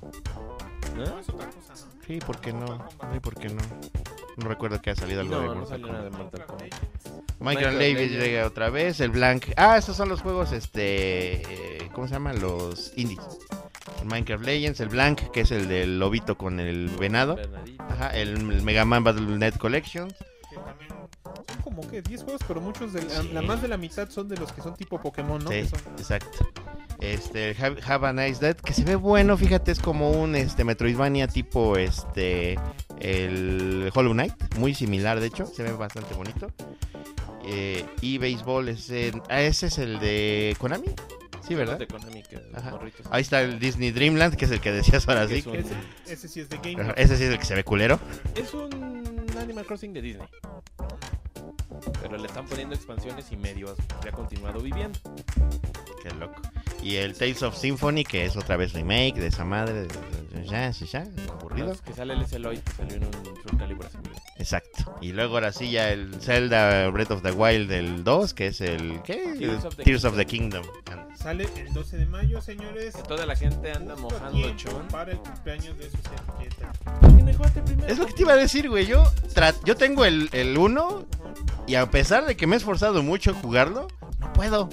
Speaker 1: No, es otra cosa, ¿no?
Speaker 2: Sí, ¿por qué no? Sí, ¿por qué no? No recuerdo que haya salido algo
Speaker 3: No,
Speaker 2: de
Speaker 3: no
Speaker 2: Mortal
Speaker 3: salió
Speaker 2: Kombat.
Speaker 3: nada de Mortal Kombat.
Speaker 2: Minecraft
Speaker 3: Minecraft
Speaker 2: Levy
Speaker 3: Legends.
Speaker 2: llega otra vez, el Blank. Ah, esos son los juegos, este, eh, ¿cómo se llaman? Los indies. El Minecraft Legends, el Blank, que es el del lobito con el venado.
Speaker 3: Bernadito.
Speaker 2: Ajá, el, el Mega Man Battle.net Collection.
Speaker 1: Que también son como que 10 juegos, pero muchos de la,
Speaker 2: Sí.
Speaker 1: la más de la mitad son de los que son tipo Pokémon, ¿no?
Speaker 2: Sí,
Speaker 1: Que son-
Speaker 2: exacto. Este, el Have, Have a Nice Dead, que se ve bueno, fíjate, es como un este Metroidvania tipo este el Hollow Knight, muy similar de hecho, se ve bastante bonito. Eh, y béisbol, ese, ah, ese es el de Konami. Sí, ¿verdad?
Speaker 3: De Konami, que los
Speaker 2: Ajá.
Speaker 3: morritos.
Speaker 2: Ahí está el Disney Dreamland, que es el que decías ahora
Speaker 3: Que
Speaker 2: sí.
Speaker 3: es un-
Speaker 1: Ese, ese sí es de Game
Speaker 2: Ajá,
Speaker 1: Boy.
Speaker 2: Ese sí es el que se ve culero.
Speaker 3: Es un Animal Crossing de Disney. Pero le están poniendo expansiones y medios. Se ha continuado viviendo.
Speaker 2: Qué loco. Y el Tales of Symphony, que es otra vez remake de esa madre. de- de- de- Ya, sí, ya, aburrido.
Speaker 3: Más Que sale el Celoid, que salió en un Soul Calibur hace mil años. Ah.
Speaker 2: Exacto. Y luego ahora sí ya el Zelda Breath of the Wild del 2, que es el... ¿Qué?
Speaker 3: Tears of the
Speaker 2: Tears of the Kingdom.
Speaker 1: Sale el 12 de mayo, señores.
Speaker 3: Que Toda la gente anda
Speaker 1: Justo a
Speaker 3: mojando
Speaker 1: tiempo
Speaker 3: chon.
Speaker 1: Para el cumpleaños de su servilleta.
Speaker 2: Es lo que te iba a decir, güey. Yo, tra- yo tengo el, el 1 y a pesar de que me he esforzado mucho en jugarlo, no puedo.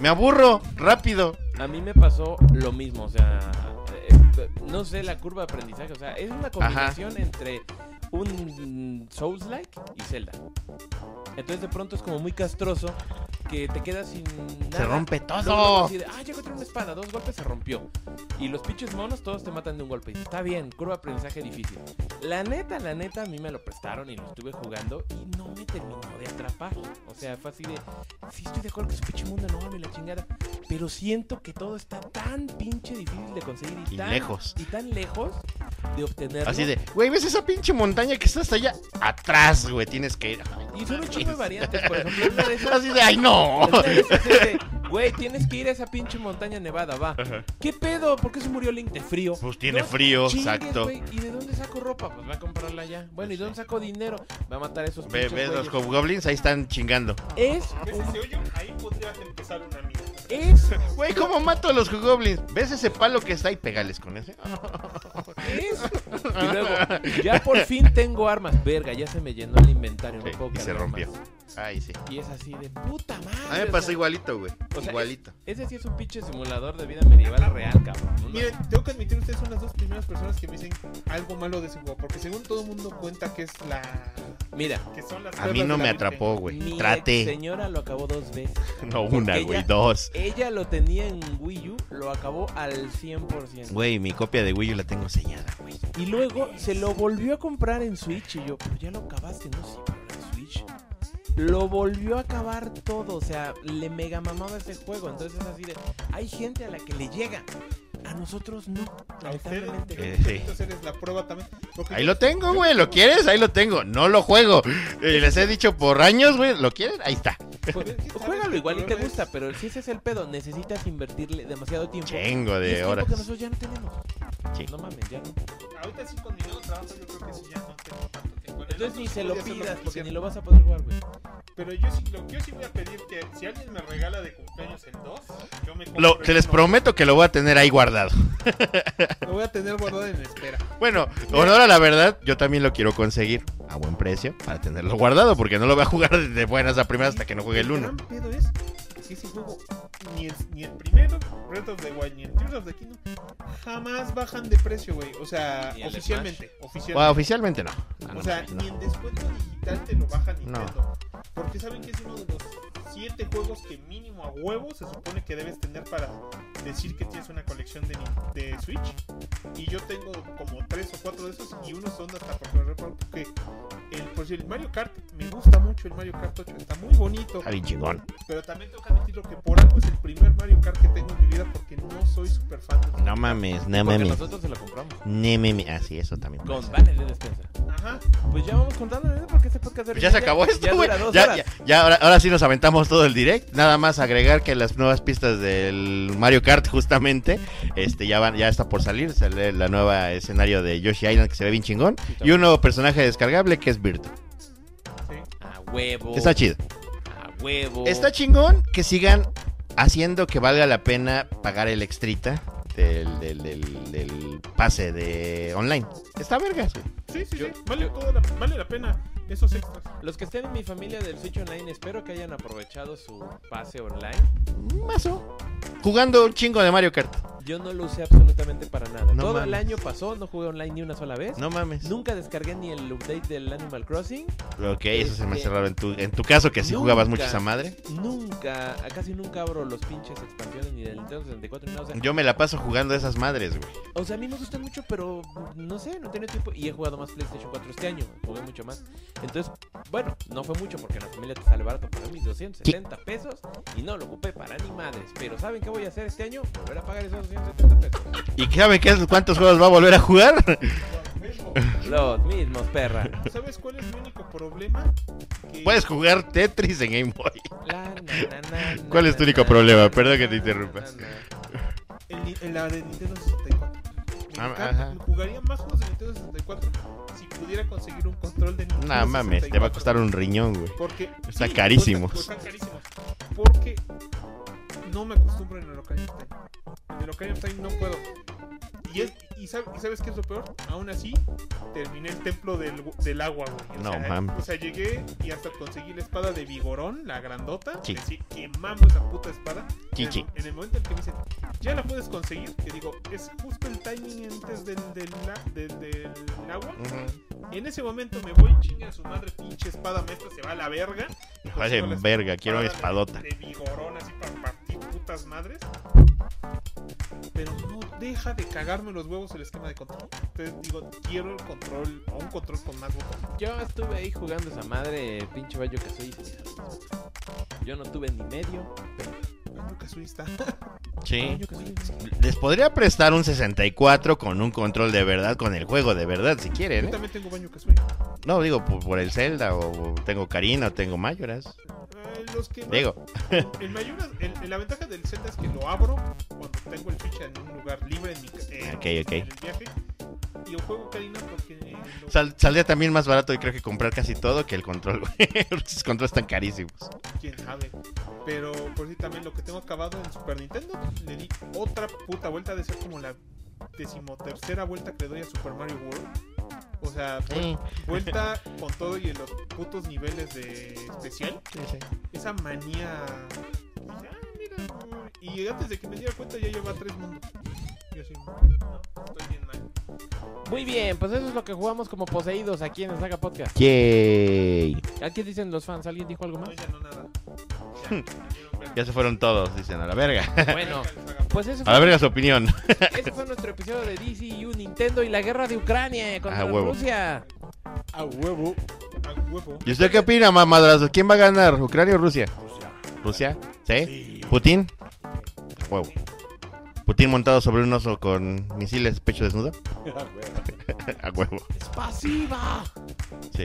Speaker 2: Me aburro rápido.
Speaker 3: A mí me pasó lo mismo, o sea, eh, eh, no sé la curva de aprendizaje, o sea, es una combinación entre un Souls-like y Zelda. Entonces de pronto es como muy castroso que te quedas sin nada.
Speaker 2: Se rompe todo.
Speaker 3: Luego, luego así de, ah, ya encontré una espada, dos golpes se rompió. Y los pinches monos todos te matan de un golpe. Y Está bien, curva de aprendizaje difícil. La neta, la neta, a mí me lo prestaron y lo estuve jugando y no me terminó de atrapar. O sea, fue así de, sí estoy de acuerdo que es un pinche mundo enorme y la chingada. Pero siento que todo está tan pinche difícil de conseguir y,
Speaker 2: Y
Speaker 3: tan
Speaker 2: lejos.
Speaker 3: Y tan lejos de obtenerlo.
Speaker 2: Así de, güey, ¿ves esa pinche montaña que está hasta allá? Atrás, güey, tienes que ir.
Speaker 3: Y son un chingo de variantes, por ejemplo, una de esas
Speaker 2: Así de, ay, no.
Speaker 3: Esta vez es de, Güey, tienes que ir a esa pinche montaña nevada, va. ¿Qué pedo? ¿Por qué se murió Link de frío?
Speaker 2: Pues tiene frío,
Speaker 3: chingues,
Speaker 2: exacto. Pues
Speaker 3: güey. ¿Y de dónde saco ropa? Pues va a comprarla ya. Bueno, ¿y de dónde saco dinero? Va a matar a esos
Speaker 2: Ve,
Speaker 3: pinches
Speaker 2: ve los
Speaker 3: güeyes.
Speaker 2: hobgoblins, ahí están chingando.
Speaker 3: Es
Speaker 1: ¿Ves ese hoyo? Ahí podrías empezar una mina.
Speaker 3: es
Speaker 2: Güey, ¿cómo mato a los hobgoblins? ¿Ves ese palo que está ahí? Pégales con ese.
Speaker 3: es y luego ya por fin tengo armas, verga, ya se me llenó el inventario,
Speaker 2: Sí,
Speaker 3: no puedo
Speaker 2: y se
Speaker 3: cargar
Speaker 2: rompió.
Speaker 3: más.
Speaker 2: Ay, sí.
Speaker 3: Y es así de puta madre.
Speaker 2: A mí me
Speaker 3: o
Speaker 2: pasó
Speaker 3: sea,
Speaker 2: igualito, güey.
Speaker 3: o sea,
Speaker 2: Igualito.
Speaker 3: Ese sí es un pinche simulador de vida medieval real, cabrón. Uno-
Speaker 1: Miren, tengo que admitir, ustedes son las dos primeras personas que me dicen algo malo de ese juego. Porque según todo el mundo cuenta que es la.
Speaker 3: Mira,
Speaker 1: que son las
Speaker 2: A mí
Speaker 1: perlas
Speaker 2: no
Speaker 1: de la
Speaker 2: me
Speaker 1: mente.
Speaker 2: atrapó, güey.
Speaker 3: mi
Speaker 2: Trate.
Speaker 3: señora lo acabó dos veces.
Speaker 2: No una,
Speaker 3: porque
Speaker 2: güey,
Speaker 3: ella-
Speaker 2: dos.
Speaker 3: Ella lo tenía en Wii U, lo acabó al 100%.
Speaker 2: Güey, mi copia de Wii U la tengo sellada, güey.
Speaker 3: Y luego se lo volvió a comprar en Switch y yo, pero ya lo acabaste, no sí, pero en Switch. Lo volvió a acabar todo, o sea, le mega mamaba ese juego, entonces es así de, hay gente a la que le llega, a nosotros no,
Speaker 1: A ustedes,
Speaker 3: lamentablemente.
Speaker 2: Eh, sí.
Speaker 1: entonces eres la prueba también. Porque
Speaker 2: Ahí lo tengo, güey. ¿Lo quieres? Ahí lo tengo. No lo juego. Y les he dicho por años, güey. ¿Lo quieren? Ahí está.
Speaker 3: Jue- Pues, Juégalo igual y te gusta, pero si ese es el pedo, necesitas invertirle demasiado tiempo.
Speaker 2: Chingo
Speaker 3: Y es
Speaker 2: de
Speaker 3: tiempo
Speaker 2: horas.
Speaker 3: que nosotros ya no tenemos.
Speaker 2: Sí.
Speaker 3: No mames, ya no.
Speaker 1: Ahorita sí con mi nuevo trabajo, yo creo que sí ya no tengo tanto tiempo. En el
Speaker 3: Entonces
Speaker 1: otro
Speaker 3: ni
Speaker 1: sí
Speaker 3: se lo
Speaker 1: podía hacer
Speaker 3: pidas
Speaker 1: que
Speaker 3: porque
Speaker 1: quisiera.
Speaker 3: ni lo vas a poder jugar, güey.
Speaker 1: Pero yo sí, lo, yo sí voy a pedir que si alguien me regala de cumpleaños el 2, yo me compro
Speaker 2: Lo-
Speaker 1: el
Speaker 2: te les
Speaker 1: uno.
Speaker 2: prometo que lo voy a tener ahí guardado.
Speaker 1: Lo voy a tener guardado en espera.
Speaker 2: Bueno, honor a la verdad, yo también lo quiero conseguir a buen precio para tenerlo guardado, porque no lo voy a jugar de buenas a primeras hasta que no juegue el 1.
Speaker 1: gran pedo es que si ese juego, ni el, ni el primero, Breath of the Wild, ni el Tears of the Kingdom, jamás bajan de precio, güey. O sea,
Speaker 3: Ni el
Speaker 1: oficialmente. Oficialmente.
Speaker 2: oficialmente no. Ah, No, no,
Speaker 1: o sea,
Speaker 2: no.
Speaker 1: ni en descuento digital te lo baja
Speaker 2: No.
Speaker 1: Nintendo. Porque saben que es uno de los siete juegos que mínimo a huevo se supone que debes tener para decir que tienes una colección de, Nin- de Switch. Y yo tengo como tres o cuatro de esos y unos son hasta por correo porque el, por si el Mario Kart me gusta mucho el Mario Kart 8, está muy bonito.
Speaker 2: Está bien chingón.
Speaker 1: Pero también tengo que admitirlo que por algo es el primer Mario Kart que tengo en mi vida porque no soy super fan de
Speaker 2: No mames, no
Speaker 3: Porque
Speaker 2: mames.
Speaker 3: nosotros se lo compramos.
Speaker 2: No mames. Ah, sí, eso también.
Speaker 3: Con
Speaker 2: pasa.
Speaker 3: vales de despensa.
Speaker 1: Ajá.
Speaker 3: Pues ya vamos contando, ¿no? porque este podcast
Speaker 2: Pues ya se acabó esto, güey. Ya, ya, ya, ahora, ahora sí nos aventamos todo el direct. Nada más agregar que las nuevas pistas del Mario Kart, justamente, este ya van, ya está por salir. Sale la nueva escenario de Yoshi Island que se ve bien chingón. Y un nuevo personaje descargable que es Virtu.
Speaker 3: A huevo.
Speaker 2: Está chido.
Speaker 3: A huevo.
Speaker 2: Está chingón que sigan haciendo que valga la pena pagar el extrita del, del, del- del pase de online. Está vergas, güey.
Speaker 1: Sí, sí,
Speaker 3: Yo-
Speaker 1: sí. Vale, toda la, vale la pena esos extras.
Speaker 3: Los que estén en mi familia del Switch Online, espero que hayan aprovechado su pase online.
Speaker 2: Mazo. Jugando un chingo de Mario Kart.
Speaker 3: Yo no lo usé absolutamente para nada.
Speaker 2: No
Speaker 3: Todo el
Speaker 2: mames.
Speaker 3: año pasó, no jugué online ni una sola vez.
Speaker 2: No mames.
Speaker 3: Nunca descargué ni el update del Animal Crossing.
Speaker 2: Ok, eso se me hace
Speaker 3: Este,
Speaker 2: raro en tu, en tu caso, que si
Speaker 3: nunca.
Speaker 2: jugabas mucho esa madre.
Speaker 3: Nunca, casi nunca abro los pinches expansiones ni del Nintendo 64 ni nada. O sea,
Speaker 2: Yo me la paso jugando esas madres, güey.
Speaker 3: O sea, a mí me gustan mucho, pero no sé, no tenía tiempo. Y he jugado más PlayStation 4 este año, jugué mucho más. Entonces, bueno, no fue mucho porque en la familia te sale barato para mis 270 pesos y no lo ocupé para ni madres. Pero ¿saben qué voy a hacer este año? Volver a pagar esos 270 pesos.
Speaker 2: ¿Y saben qué es, cuántos juegos va a volver a jugar?
Speaker 3: Los mismos, perra.
Speaker 1: ¿Sabes cuál es mi único problema? Que
Speaker 2: Puedes jugar Tetris en Game Boy.
Speaker 3: La, na, na, na, na,
Speaker 2: ¿Cuál es tu
Speaker 3: na,
Speaker 2: único
Speaker 3: na,
Speaker 2: problema?
Speaker 3: na,
Speaker 2: Perdón que
Speaker 3: na,
Speaker 2: te
Speaker 3: na,
Speaker 2: interrumpa.
Speaker 3: na, na.
Speaker 1: el ni- el- la de Nintendo 64. Me
Speaker 2: Ah,
Speaker 1: encanta,
Speaker 2: ajá.
Speaker 1: Jugaría más juegos de Nintendo 64 si pudiera conseguir un control de Nintendo
Speaker 2: Nah, mames, te va a
Speaker 1: 64.
Speaker 2: costar un riñón, güey.
Speaker 1: Porque,
Speaker 2: Está
Speaker 1: sí,
Speaker 2: carísimos.
Speaker 1: cuesta- Están carísimos. Porque no me acostumbro en el Ocarina of Time. En el Ocarina of Time no puedo. Y, es- y, sab- y sabes qué es lo peor? Aún así, terminé el templo del, del agua, güey. O
Speaker 2: No,
Speaker 1: sea,
Speaker 2: mames.
Speaker 1: O sea, llegué y hasta conseguí la espada de Vigorón, la grandota.
Speaker 2: Sí.
Speaker 1: Así, quemando esa puta espada.
Speaker 2: Sí,
Speaker 1: En el-
Speaker 2: sí.
Speaker 1: En, el momento en que me dicen, ya la puedes conseguir, que digo, es justo el timing antes del, del, na- del- del agua.
Speaker 2: Mm.
Speaker 1: En ese momento me voy, chinga su madre, pinche espada maestra, se va a la verga.
Speaker 2: Me
Speaker 1: Consigo
Speaker 2: vale
Speaker 1: la espada
Speaker 2: verga, quiero una
Speaker 1: de-
Speaker 2: espadota.
Speaker 1: De vigorón así para partir putas madres. Pero no deja de cagarme los huevos el esquema de control. Entonces digo, quiero el control, o un control con más botones.
Speaker 3: Yo estuve ahí jugando esa madre, eh, pinche Bayo que soy. Yo no tuve ni medio.
Speaker 1: Banjo Kazooie está.
Speaker 2: Sí.
Speaker 3: Banjo-Kazooie.
Speaker 2: Les podría prestar un 64 con un control de verdad, con el juego de verdad, si quieren.
Speaker 1: Yo
Speaker 2: ¿eh?
Speaker 1: también tengo Banjo Kazooie.
Speaker 2: No, digo, por, por el Zelda, o, o tengo Karina, o tengo Mayoras.
Speaker 1: Eh, los que más-
Speaker 2: Digo,
Speaker 1: El mayor, el- el- la ventaja del Zelda es que lo abro cuando tengo el Switch en un lugar libre en mi ca- eh,
Speaker 2: Ok, ok.
Speaker 1: en el viaje. Y yo juego Karina porque lo-
Speaker 2: sal- saldría también más barato y creo que comprar casi todo que el control, güey. Los controles están carísimos.
Speaker 1: quién sabe. Pero por si también lo que tengo acabado en Super Nintendo, le di otra puta vuelta de ser como la decimotercera vuelta que le doy a Super Mario World. O sea,
Speaker 2: Sí,
Speaker 1: vuelta con todo y en los putos niveles de especial.
Speaker 2: sí, sí.
Speaker 1: Esa manía. dije, "Ah, mira, güey". Y antes de que me diera cuenta ya llevaba tres mundos. Yo así, no, estoy bien mal.
Speaker 3: Muy bien, pues eso es lo que jugamos como poseídos aquí en el Saga Podcast.
Speaker 2: Yay.
Speaker 3: ¿Qué dicen los fans? ¿Alguien dijo algo
Speaker 1: No,
Speaker 3: más?
Speaker 1: ya no nada. Ya, ya dieron verga.
Speaker 2: Ya se fueron todos, dicen, a la verga.
Speaker 3: Bueno,
Speaker 1: Verga, les haga-
Speaker 3: pues eso
Speaker 2: A la
Speaker 3: fue,
Speaker 2: verga su opinión.
Speaker 3: ese fue nuestro episodio de DCU, Nintendo y la guerra de Ucrania contra
Speaker 2: Ah, huevo.
Speaker 3: Rusia.
Speaker 8: A huevo.
Speaker 1: A huevo.
Speaker 2: ¿Y usted qué opina, mamadrazo? ¿Quién va a ganar, Ucrania o Rusia? Rusia. ¿Sí? ¿Putin? A Huevo. ¿Putin montado sobre un oso con misiles pecho desnudo? A huevo.
Speaker 3: ¡Es pasiva!
Speaker 2: Sí.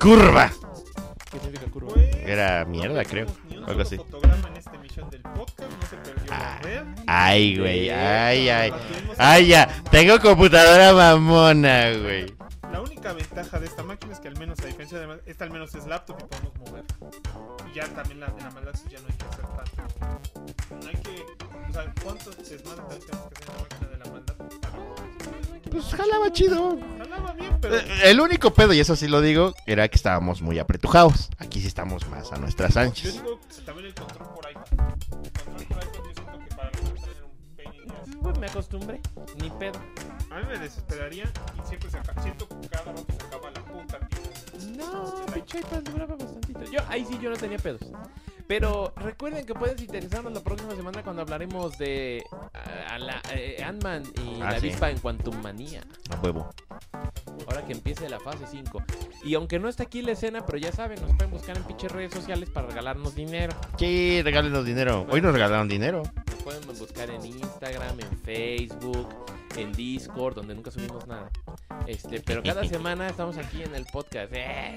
Speaker 2: ¡Curva!
Speaker 3: ¿Qué significa curva?
Speaker 1: Pues,
Speaker 2: Era mierda,
Speaker 1: perdimos
Speaker 2: creo.
Speaker 1: Ni un
Speaker 2: algo
Speaker 1: solo
Speaker 2: así.
Speaker 1: fotograma en esta emisión del podcast, no se perdió la red.
Speaker 2: Ay, güey. Ay, ay. Ay, ya. Tengo computadora mamona, güey.
Speaker 1: La única ventaja de esta máquina es que al menos, a diferencia de la- esta al menos es laptop y podemos mover. Y ya también la, en la maldad ya no hay que hacer tanto. No hay que. O sea, ¿cuántos desmadres también tenemos que hacer en la máquina de la maldad?
Speaker 2: Pues jalaba chido.
Speaker 1: Jalaba bien, pero.
Speaker 2: Eh, El único pedo, y eso sí lo digo, era que estábamos muy apretujados. Aquí sí estamos más a nuestras
Speaker 1: Yo
Speaker 2: anchas.
Speaker 1: digo que también el control por iPad. El control por iPad yo siento que para los era un pain in the ass.
Speaker 3: Pues me acostumbré. Ni pedo.
Speaker 1: A mí me desesperaría y siempre se acaba. Siento que cada rato se acaba la puta pila.
Speaker 3: No, pinche iPad duraba bastantito. Yo, ahí sí yo no tenía pedos. Pero recuerden que pueden interesarnos la próxima semana cuando hablaremos de ah, a la- eh, Ant-Man y
Speaker 2: Ah,
Speaker 3: la
Speaker 2: sí.
Speaker 3: avispa en Quantum Manía.
Speaker 2: A huevo.
Speaker 3: Ahora que empiece la fase 5. Y aunque no está aquí la escena, pero ya saben, nos pueden buscar en pinches redes sociales para regalarnos dinero.
Speaker 2: Sí, regálenos dinero. Hoy nos regalaron dinero.
Speaker 3: Nos pueden buscar en Instagram, en Facebook, en Discord, donde nunca subimos nada. Este, pero cada semana estamos aquí en el podcast.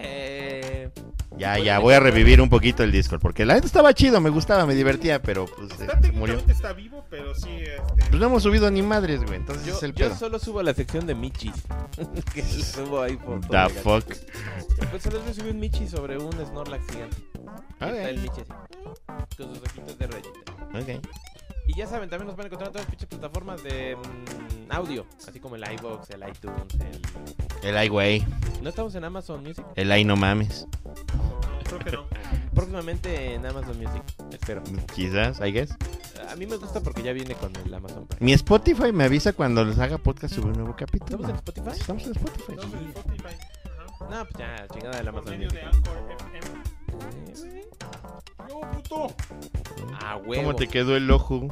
Speaker 3: ¡Eh!
Speaker 2: Ya, ya, voy a revivir un poquito el Discord. Porque la neta estaba chido, me gustaba, me divertía, pero pues eh,
Speaker 1: Está
Speaker 2: se murió.
Speaker 1: técnicamente está vivo, pero sí, este.
Speaker 2: Pues no hemos subido ni madres, güey. Entonces
Speaker 3: Yo,
Speaker 2: es el
Speaker 3: yo
Speaker 2: pedo.
Speaker 3: solo subo la sección de Michis. que subo ahí por todo
Speaker 2: The
Speaker 3: el gacho.
Speaker 2: fuck.
Speaker 3: Pues se les subí un Michi sobre un Snorlax gigante.
Speaker 2: Ah,
Speaker 3: Ahí está
Speaker 2: bien.
Speaker 3: el Michi así. Con sus ojitos de rayita.
Speaker 2: Ok.
Speaker 3: Y ya saben, también nos van a encontrar en todas las pinches plataformas de mm, audio. Así como el iBox, el iTunes, el.
Speaker 2: El ay, güey.
Speaker 3: No estamos en Amazon Music.
Speaker 2: El ay, no mames.
Speaker 1: No, creo que no.
Speaker 3: Próximamente en Amazon Music. Espero.
Speaker 2: Quizás, I guess.
Speaker 3: A mí me gusta porque ya viene con el Amazon Prime.
Speaker 2: Mi Spotify me avisa cuando les haga podcast sobre un nuevo
Speaker 3: ¿Estamos
Speaker 2: capítulo.
Speaker 3: en Spotify?
Speaker 2: Estamos en Spotify.
Speaker 1: Entonces, el Spotify. Ajá.
Speaker 3: No, pues ya, chingada del
Speaker 1: Por
Speaker 3: Amazon
Speaker 1: medio
Speaker 3: Music.
Speaker 1: de Anchor FM. ¡Yo, puto!
Speaker 3: Ah, huevo.
Speaker 2: ¿Cómo te quedó el ojo?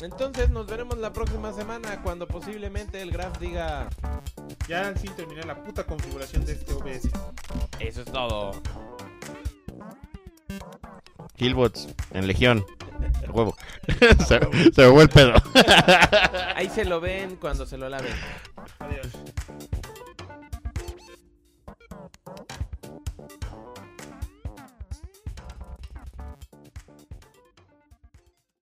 Speaker 3: Entonces nos veremos la próxima semana cuando posiblemente el Graf diga
Speaker 1: Ya al fin terminé la puta configuración de este OBS.
Speaker 3: eso es todo.
Speaker 2: Killbots, en Legión. El huevo. se, se me fue el pedo.
Speaker 3: Ahí se lo ven cuando se lo laven.
Speaker 1: Adiós.